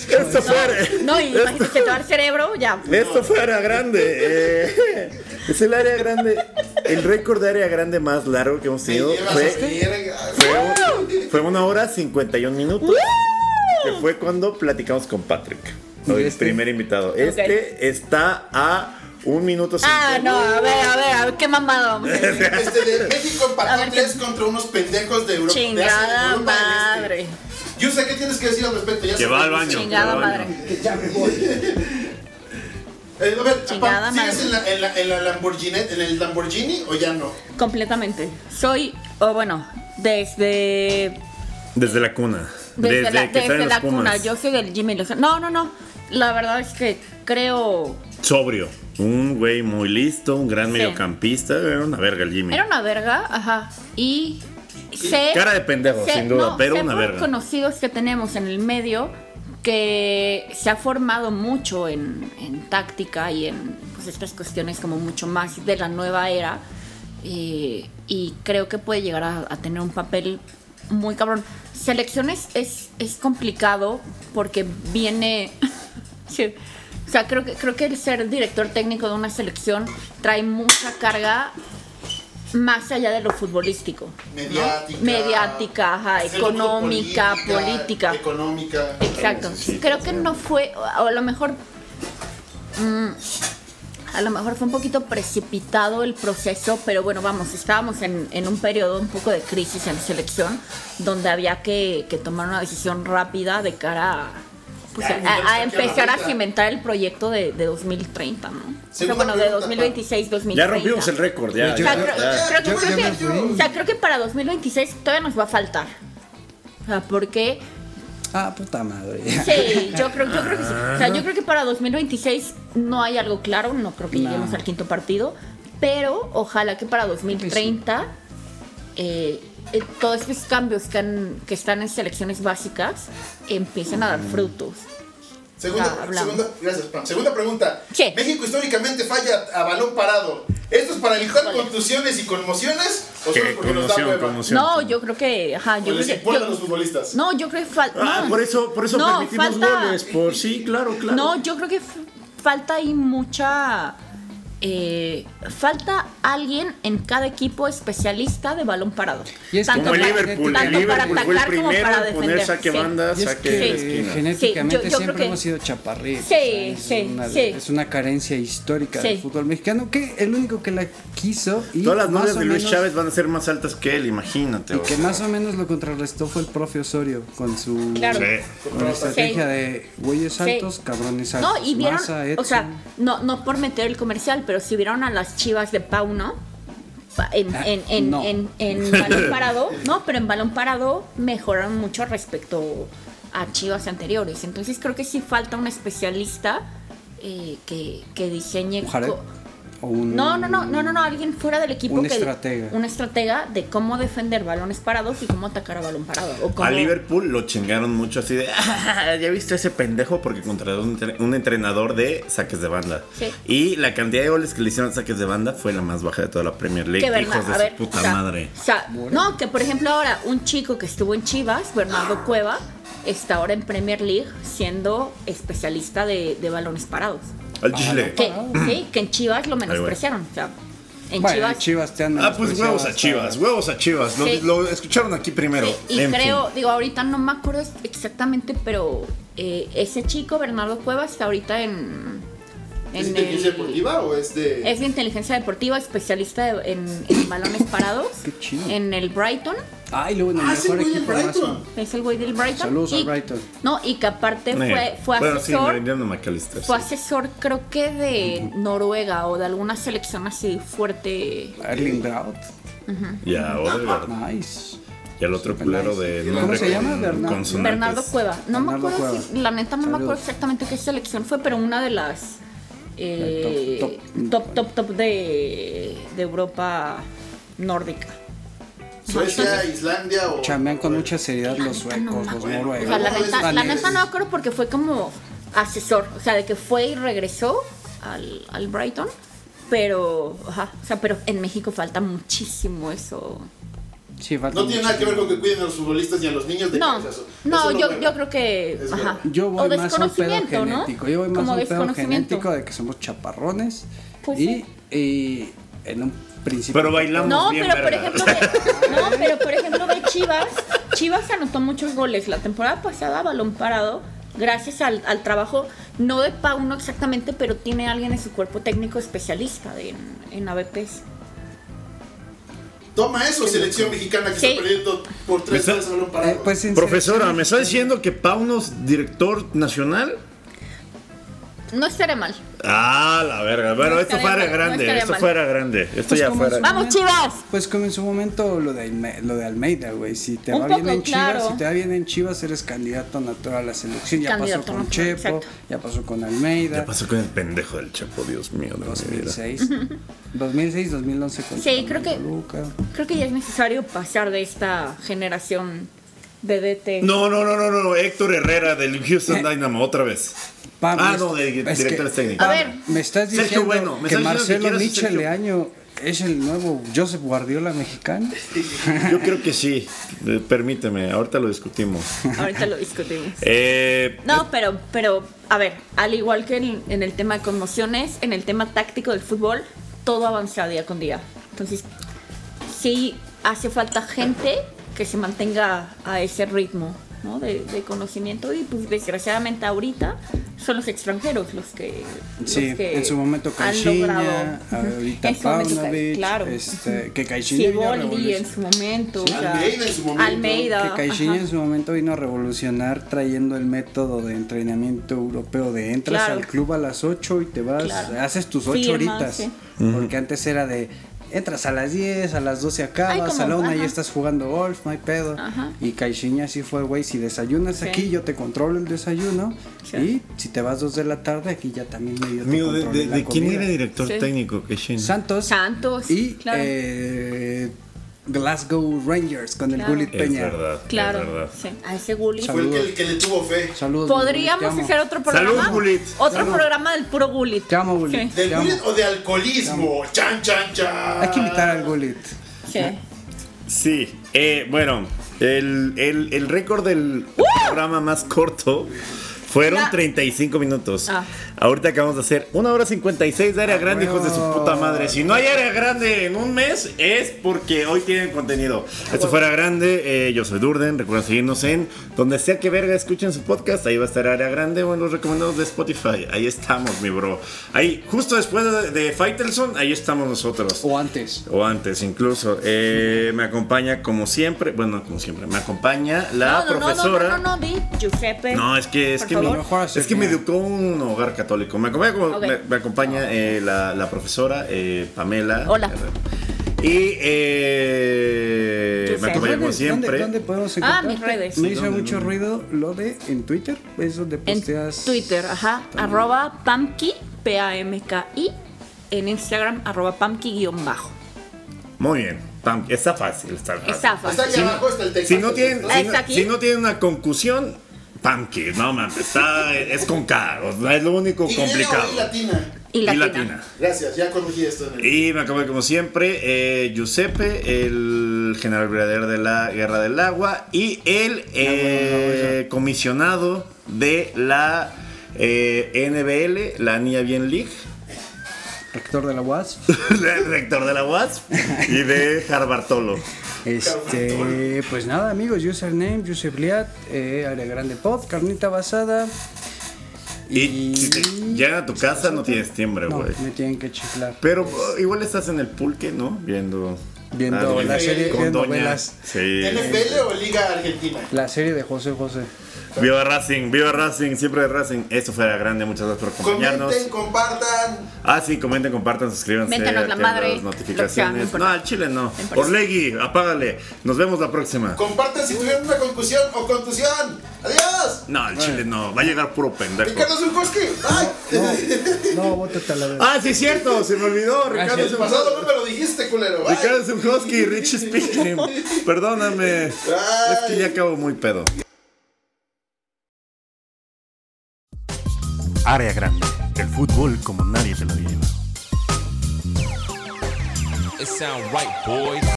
cierto.
esto fuera.
no, y imagínate que te va el cerebro, ya.
Esto fue área grande. eh, es el área grande. El récord de área grande más largo que hemos
Me
tenido
llevas
fue
a verga.
Fue, fue una hora 51 minutos.
Uh.
Que fue cuando platicamos con Patrick. El
este?
primer invitado. Este está a un minuto
Ah,
50.
no, a ver, a ver, a ver, qué mamada vamos a hacer.
Este de México
A
empató
ver,
3 contra unos pendejos de Europa. de Asia, de
Chingada
Europa del Este.
madre,
Yo sé qué tienes que decir al respecto. Ya
Que
sé
va
qué
al
dices.
baño.
chingada
Pero bueno.
madre.
Eh, a ver,
Chingada
Pam, ¿sigues
madre.
en la, en, la, en la Lamborghini, en el Lamborghini o ya no?
Completamente. Soy, o bueno, desde
Desde la cuna.
desde, la,
que están en
desde
los
la cuna.
Pumas.
Yo soy del Jimmy Lozano. No, no, no. La verdad es que creo.
Sobrio. Un güey muy listo, un gran
Sí.
mediocampista. Era una verga el Jimmy.
Era una verga, ajá. Y sé.
Cara de pendejo,
sé-
sin duda,
no,
pero
sé
una
por
verga.
conocidos que tenemos en el medio que se ha formado mucho en, en táctica y en pues, estas cuestiones como mucho más de la nueva era. Y, y creo que puede llegar a, a tener un papel muy cabrón. Selecciones es, es complicado porque viene. sí, sea, creo que, creo que el ser director técnico de una selección trae mucha carga más allá de lo futbolístico. ¿no?
Mediática.
Mediática, ajá,
hacer
económica,
política,
política.
Económica.
Exacto.
Sí,
Creo que no fue, o a lo mejor, mm, a lo mejor fue un poquito precipitado el proceso, pero bueno, vamos, estábamos en, en un periodo un poco de crisis en la selección, donde había que, que tomar una decisión rápida de cara a, pues,
Ya,
a-
el mundial
a
está aquí a la
empezar a
vuelta.
cimentar el proyecto de, de 2030, ¿no? O sea,
Segunda
bueno, de
pregunta,
2026, 2030.
Ya rompimos el récord, ya.
O sea,
ya,
creo,
ya.
creo que-
Yo-
creo
yo
que-
me fui.
o sea, creo que para 2026 todavía nos va a faltar. O sea, porque
Ah, puta madre.
Sí, yo creo, yo creo que sí. O sea, yo creo que para 2026 no hay algo claro, no creo que lleguemos al quinto partido, pero ojalá que para 2030 eh, eh, todos estos cambios que, han- que están en selecciones básicas empiecen a dar frutos.
Segunda,
Ah, hablamos.
segunda, gracias, Pam. Segunda pregunta.
Sí.
México históricamente falla a balón parado. ¿Esto es para evitar contusiones y conmociones? ¿O solo
Que
porque nos da
conmoción,
hueva?
conmoción.
No, yo creo que... Ajá,
¿O
yo
les
creo que...
importan
yo-
los futbolistas?
no, yo creo que falta...
Ah, por eso, por eso
No,
permitimos
falta-
goles. Por sí, claro, claro.
No, yo creo que f- falta ahí mucha. eh, falta alguien en cada equipo especialista de balón parado.
Y es que
Tanto
Como el
para-
Liverpool, el
tanto para
Liverpool fue el
atacar como
primero
para
en poner
defender.
saque
Sí.
banda,
Y es
saque
que
de esquina.
Sí,
genéticamente
yo- yo
siempre
creo que-
hemos sido chaparritos.
Sí,
¿sabes?
sí,
es, una,
sí.
es una carencia histórica del
Sí.
fútbol mexicano que el único que la quiso y
Todas las
más
novias
o
de Luis
menos-
Chávez van a ser más altas que él, imagínate.
y
o
que
sea.
más o menos lo contrarrestó fue el profe Osorio con su
Claro.
Sí.
con la estrategia de güeyes altos, cabrones altos.
No, y vieron,
Maza,
o sea,
Edson.
no, no por meter el comercial, pero si vieron a las chivas de Pau, ¿no? Pa- En,
Ah,
en, en,
no.
en- en balón parado, no, pero en balón parado mejoraron mucho respecto a chivas anteriores. Entonces creo que sí falta un especialista eh, que, que diseñe.
un Jared
co-
o un-
No, no, no, no, no, no, alguien fuera del equipo.
Un
que-
estratega.
Un estratega de cómo defender balones parados y cómo atacar a balón parado. O cómo-
A Liverpool lo chingaron mucho así de, "Ah, ya viste a ese pendejo porque contrató un, entre- un entrenador de saques de banda.
Sí.
Y la cantidad de goles que le hicieron a saques de banda fue la más baja de toda la Premier League.
que Berna-
Hijos de
a
su
ver,
puta
o sea,
madre.
o sea, no, que por ejemplo ahora un chico que estuvo en Chivas, Bernardo Cueva, está ahora en Premier League siendo especialista de, de balones parados.
Al chile.
Que, sí, que en Chivas lo menospreciaron. O sea, en
Bueno,
Chivas.
Chivas te han
Ah, pues
menospreciado
huevos a
hasta-
Chivas, huevos a Chivas. Lo,
Sí.
lo escucharon aquí primero.
sí, y
En fin.
creo, digo, ahorita no me acuerdo ex- exactamente, pero eh, ese chico, Bernardo Cueva, está ahorita en.
¿Es
en
inteligencia
el-
deportiva o es de.?
Es de inteligencia deportiva, especialista de- en, en balones parados.
Qué chido.
En el Brighton.
Ay, luego en el
Ah, sí,
mejor
güey, del
equipo más-
Brighton.
Es el güey del Brighton.
Saludos
y,
al Brighton.
No, y que aparte fue,
Eh,
fue
bueno, sí,
asesor.
Mariano McAllister, sí.
fue asesor, creo que de Noruega o de alguna selección así fuerte.
Erling Braut.
Y a Odegaard.
Nice.
Y al otro
Super
culero
nice.
de
¿Cómo
nombre
se llama?
con
Bernardo-
consonantes.
Bernardo Cueva. No
Bernardo
me acuerdo si,
Cueva.
la neta no me acuerdo
Saludos.
exactamente qué selección fue, pero una de las eh,
La top, top.
top, top, top de, de Europa nórdica.
Suecia, Islandia o.
Chamean con mucha seriedad los suecos, los
O sea,
noruegos.
la
Ojo,
neta,
es-
la neta no me acuerdo porque fue como asesor, o sea, de que fue y regresó al, al Brighton, pero, ajá, o sea, pero en México falta muchísimo eso.
Sí, falta
No tiene
mucho.
nada que ver con que cuiden a los futbolistas y a los niños de
No,
cabezazo. Eso
no,
es lo
yo,
bueno.
yo creo que,
Es
ajá.
bueno.
Yo
o
voy más a un pedo
desconocimiento, ¿no?
genético. Yo voy más a
como
un pedo
desconocimiento.
genético de que somos chaparrones.
Pues
y, y en un principio.
Pero bailamos
No,
bien,
pero por
verga.
ejemplo, de- no, pero por ejemplo de Chivas, Chivas anotó muchos goles la temporada pasada balón parado. Gracias al, al trabajo, no de Pauno exactamente, pero tiene alguien en su cuerpo técnico especialista de- en, en ABPs.
Toma eso, selección mexicana que
Sí.
está perdiendo por tres
Está-
goles a balón
Eh,
parado.
pues en
Profesora,
selección-
¿me está diciendo que Pauno es director nacional?
No estaré mal.
Ah, la verga. Bueno,
No
esto
estaría
fuera
mal, no
grande,
estaría
esto
mal.
fuera grande. Esto
Pues
ya
como
fuera.
es-
¡Vamos, Chivas!
Pues como en su momento lo de, Alme- lo de Almeida, güey. Si te
Un
va bien
poco,
en Chivas,
claro.
si te va bien en Chivas, eres candidato natural a la selección. Ya
Candidato
pasó con
natural,
Chepo,
exacto.
ya pasó con Almeida.
¿Qué pasó con el pendejo del Chapo? Dios mío, de mi vida.
2006. 2006, 2011 con
Sí, creo que-
Toluca.
Creo que ya es necesario pasar de esta generación de DT.
No, no, no, no, no, no, Héctor Herrera del Houston
Eh.
Dynamo, otra vez.
Pam,
ah,
es-
no, de
es que-
directores técnicos.
A ver.
Me estás
Sergio
diciendo
Bueno, me
que
estás diciendo que
Marcelo
quieres a
Michele
Sergio-
año ¿Es el nuevo Joseph Guardiola mexicano?
Yo creo que sí. Eh, Permíteme, ahorita lo discutimos.
Ahorita lo discutimos.
Eh,
No, pero, pero, a ver, al igual que en, en el tema de conmociones, en el tema táctico del fútbol, todo avanza día con día. Entonces, sí hace falta gente que se mantenga a ese ritmo, ¿no? De, de conocimiento y, pues, desgraciadamente ahorita son los extranjeros los que, los
Sí,
que
en su momento
han
Caixinha,
logrado-
ahorita
En su momento,
Paunovic,
claro.
este, que Caixinha vino a
Siboldi en
revolucionar.
su momento, o sea,
Almeida en su momento.
Almeida,
Que Caixinha
ajá.
en su momento vino a revolucionar trayendo el método de entrenamiento europeo de entras
Claro.
al club a las 8 y te vas,
Claro.
haces tus 8
Firmas,
horitas.
sí.
Porque antes era de entras a las 10, a las 12 acabas,
como-
a la 1
ajá.
ya estás jugando golf, no hay pedo.
Ajá.
Y Caixinha sí fue, güey, si desayunas
Sí.
aquí yo te controlo el desayuno
Sí.
y si te vas 2 de la tarde aquí ya también medio
eh,
te
Amigo, ¿de,
controlo
de-
la
de quién
comida.
era director
Sí.
técnico? Keshin?
Santos.
Santos,
Y
claro.
eh, Glasgow Rangers con
Claro.
el Gullit
Es
Peña.
verdad. es
Claro,
verdad.
sí, a ese Gullit.
Fue el que, el que le tuvo fe.
Saludos. mi
Podríamos
Gullit,
hacer otro programa.
Salud, Gulit.
Otro programa del puro Gulit.
Te amo, Gullit.
Sí.
¿Del
Te amo.
bullying o de alcoholismo? Chan, chan, chan.
Hay que invitar al Gullit.
Sí.
Sí, eh, bueno, el, el- el récord del programa más corto fueron
La-
35 minutos.
Ah.
Ahorita acabamos de hacer una hora 56 de área grande, hijos de su puta madre. Si no hay área grande en un mes, es porque hoy tienen
Ah,
contenido. Esto fuera grande, eh, yo soy Durden. Recuerden seguirnos en donde sea que verga escuchen su podcast. Ahí va a estar área grande o en los recomendados de Spotify. Ahí estamos, mi bro. Ahí, justo después de, de Faitelson, ahí estamos nosotros.
O antes.
O antes incluso. Eh, me acompaña como siempre, bueno, como siempre, me acompaña la
no, no,
profesora.
No, no, no, no, di Giuseppe.
No, es que, es
Por
que, me,
favor.
Mejor hacer
es que me
bien.
educó un hogar católico. Me acompaña, como-
Ok.
me, me acompaña eh, la, la profesora eh, Pamela.
Hola.
Y eh, me
Giuseppe.
acompaña como
¿Dónde-
siempre.
¿Dónde, dónde
Ah,
podemos encontrarte?
mis redes.
Me
Sí,
hizo
¿dónde,
mucho
dónde?
ruido lo de en Twitter. Es donde
En
posteas.
Twitter, ajá, arroba pamki, P-A-M-K-I. En Instagram, arroba pamki guión bajo.
Muy bien. Pam, está fácil, está fácil.
Está
Está aquí
fácil.
abajo, está el texto.
Si no tienen,
Ah,
si
¿está
no,
aquí?
si no tienen una concusión, Pumpkin, no mames, está, es con K, o sea, es lo único
Y
complicado.
griega o latina.
Y
Y
latina.
latina.
Gracias, ya corregí esto. en el-
Y me acompaña como siempre eh, Giuseppe, el general brigadier de la Guerra del Agua y
Ah,
el eh, comisionado de la eh, NBL, la Niña Bien League,
Rector de la UAS.
el rector de la WASP y de Jarbartolo.
Este, pues nada, amigos, username, Yusef Liat, eh, Área Grande Pod, Carnita Basada.
Y si te llegan a tu casa no tienes timbre,
No,
güey.
me tienen que chiflar.
Pero eh, igual estás en el pulque, ¿no? Viendo.
Viendo
a Doña-
la serie,
con
viendo
Doña.
novelas.
Sí.
¿NFL o Liga Argentina?
La serie de José José.
Viva Racing, viva Racing, siempre de Racing. Esto fue la grande, muchas gracias por acompañarnos.
Comenten, compartan.
Ah, sí, comenten, compartan, suscríbanse.
Méntanos la
activen
madre,
Las
lo que hagan,
notificaciones.
por
No,
favor.
al chile no.
Me parece.
Orlegui, apágale. Nos vemos la próxima.
Compartan si tuvieron una concusión o contusión. ¡Adiós!
No, al chile no. Va a llegar puro pendejo.
¡Ricardo Zulkowski! ¡Ay!
No, bótate a la verga.
Ah, sí, es cierto, se me olvidó. Ricardo
El pasado no
Zumkowski.
me lo dijiste, culero. Ay.
Ricardo Zumkowski y Rich Speaking. Perdóname. Es que ya acabo muy pedo.
Área grande. El fútbol como nadie te lo lleva.
It sound right, boys.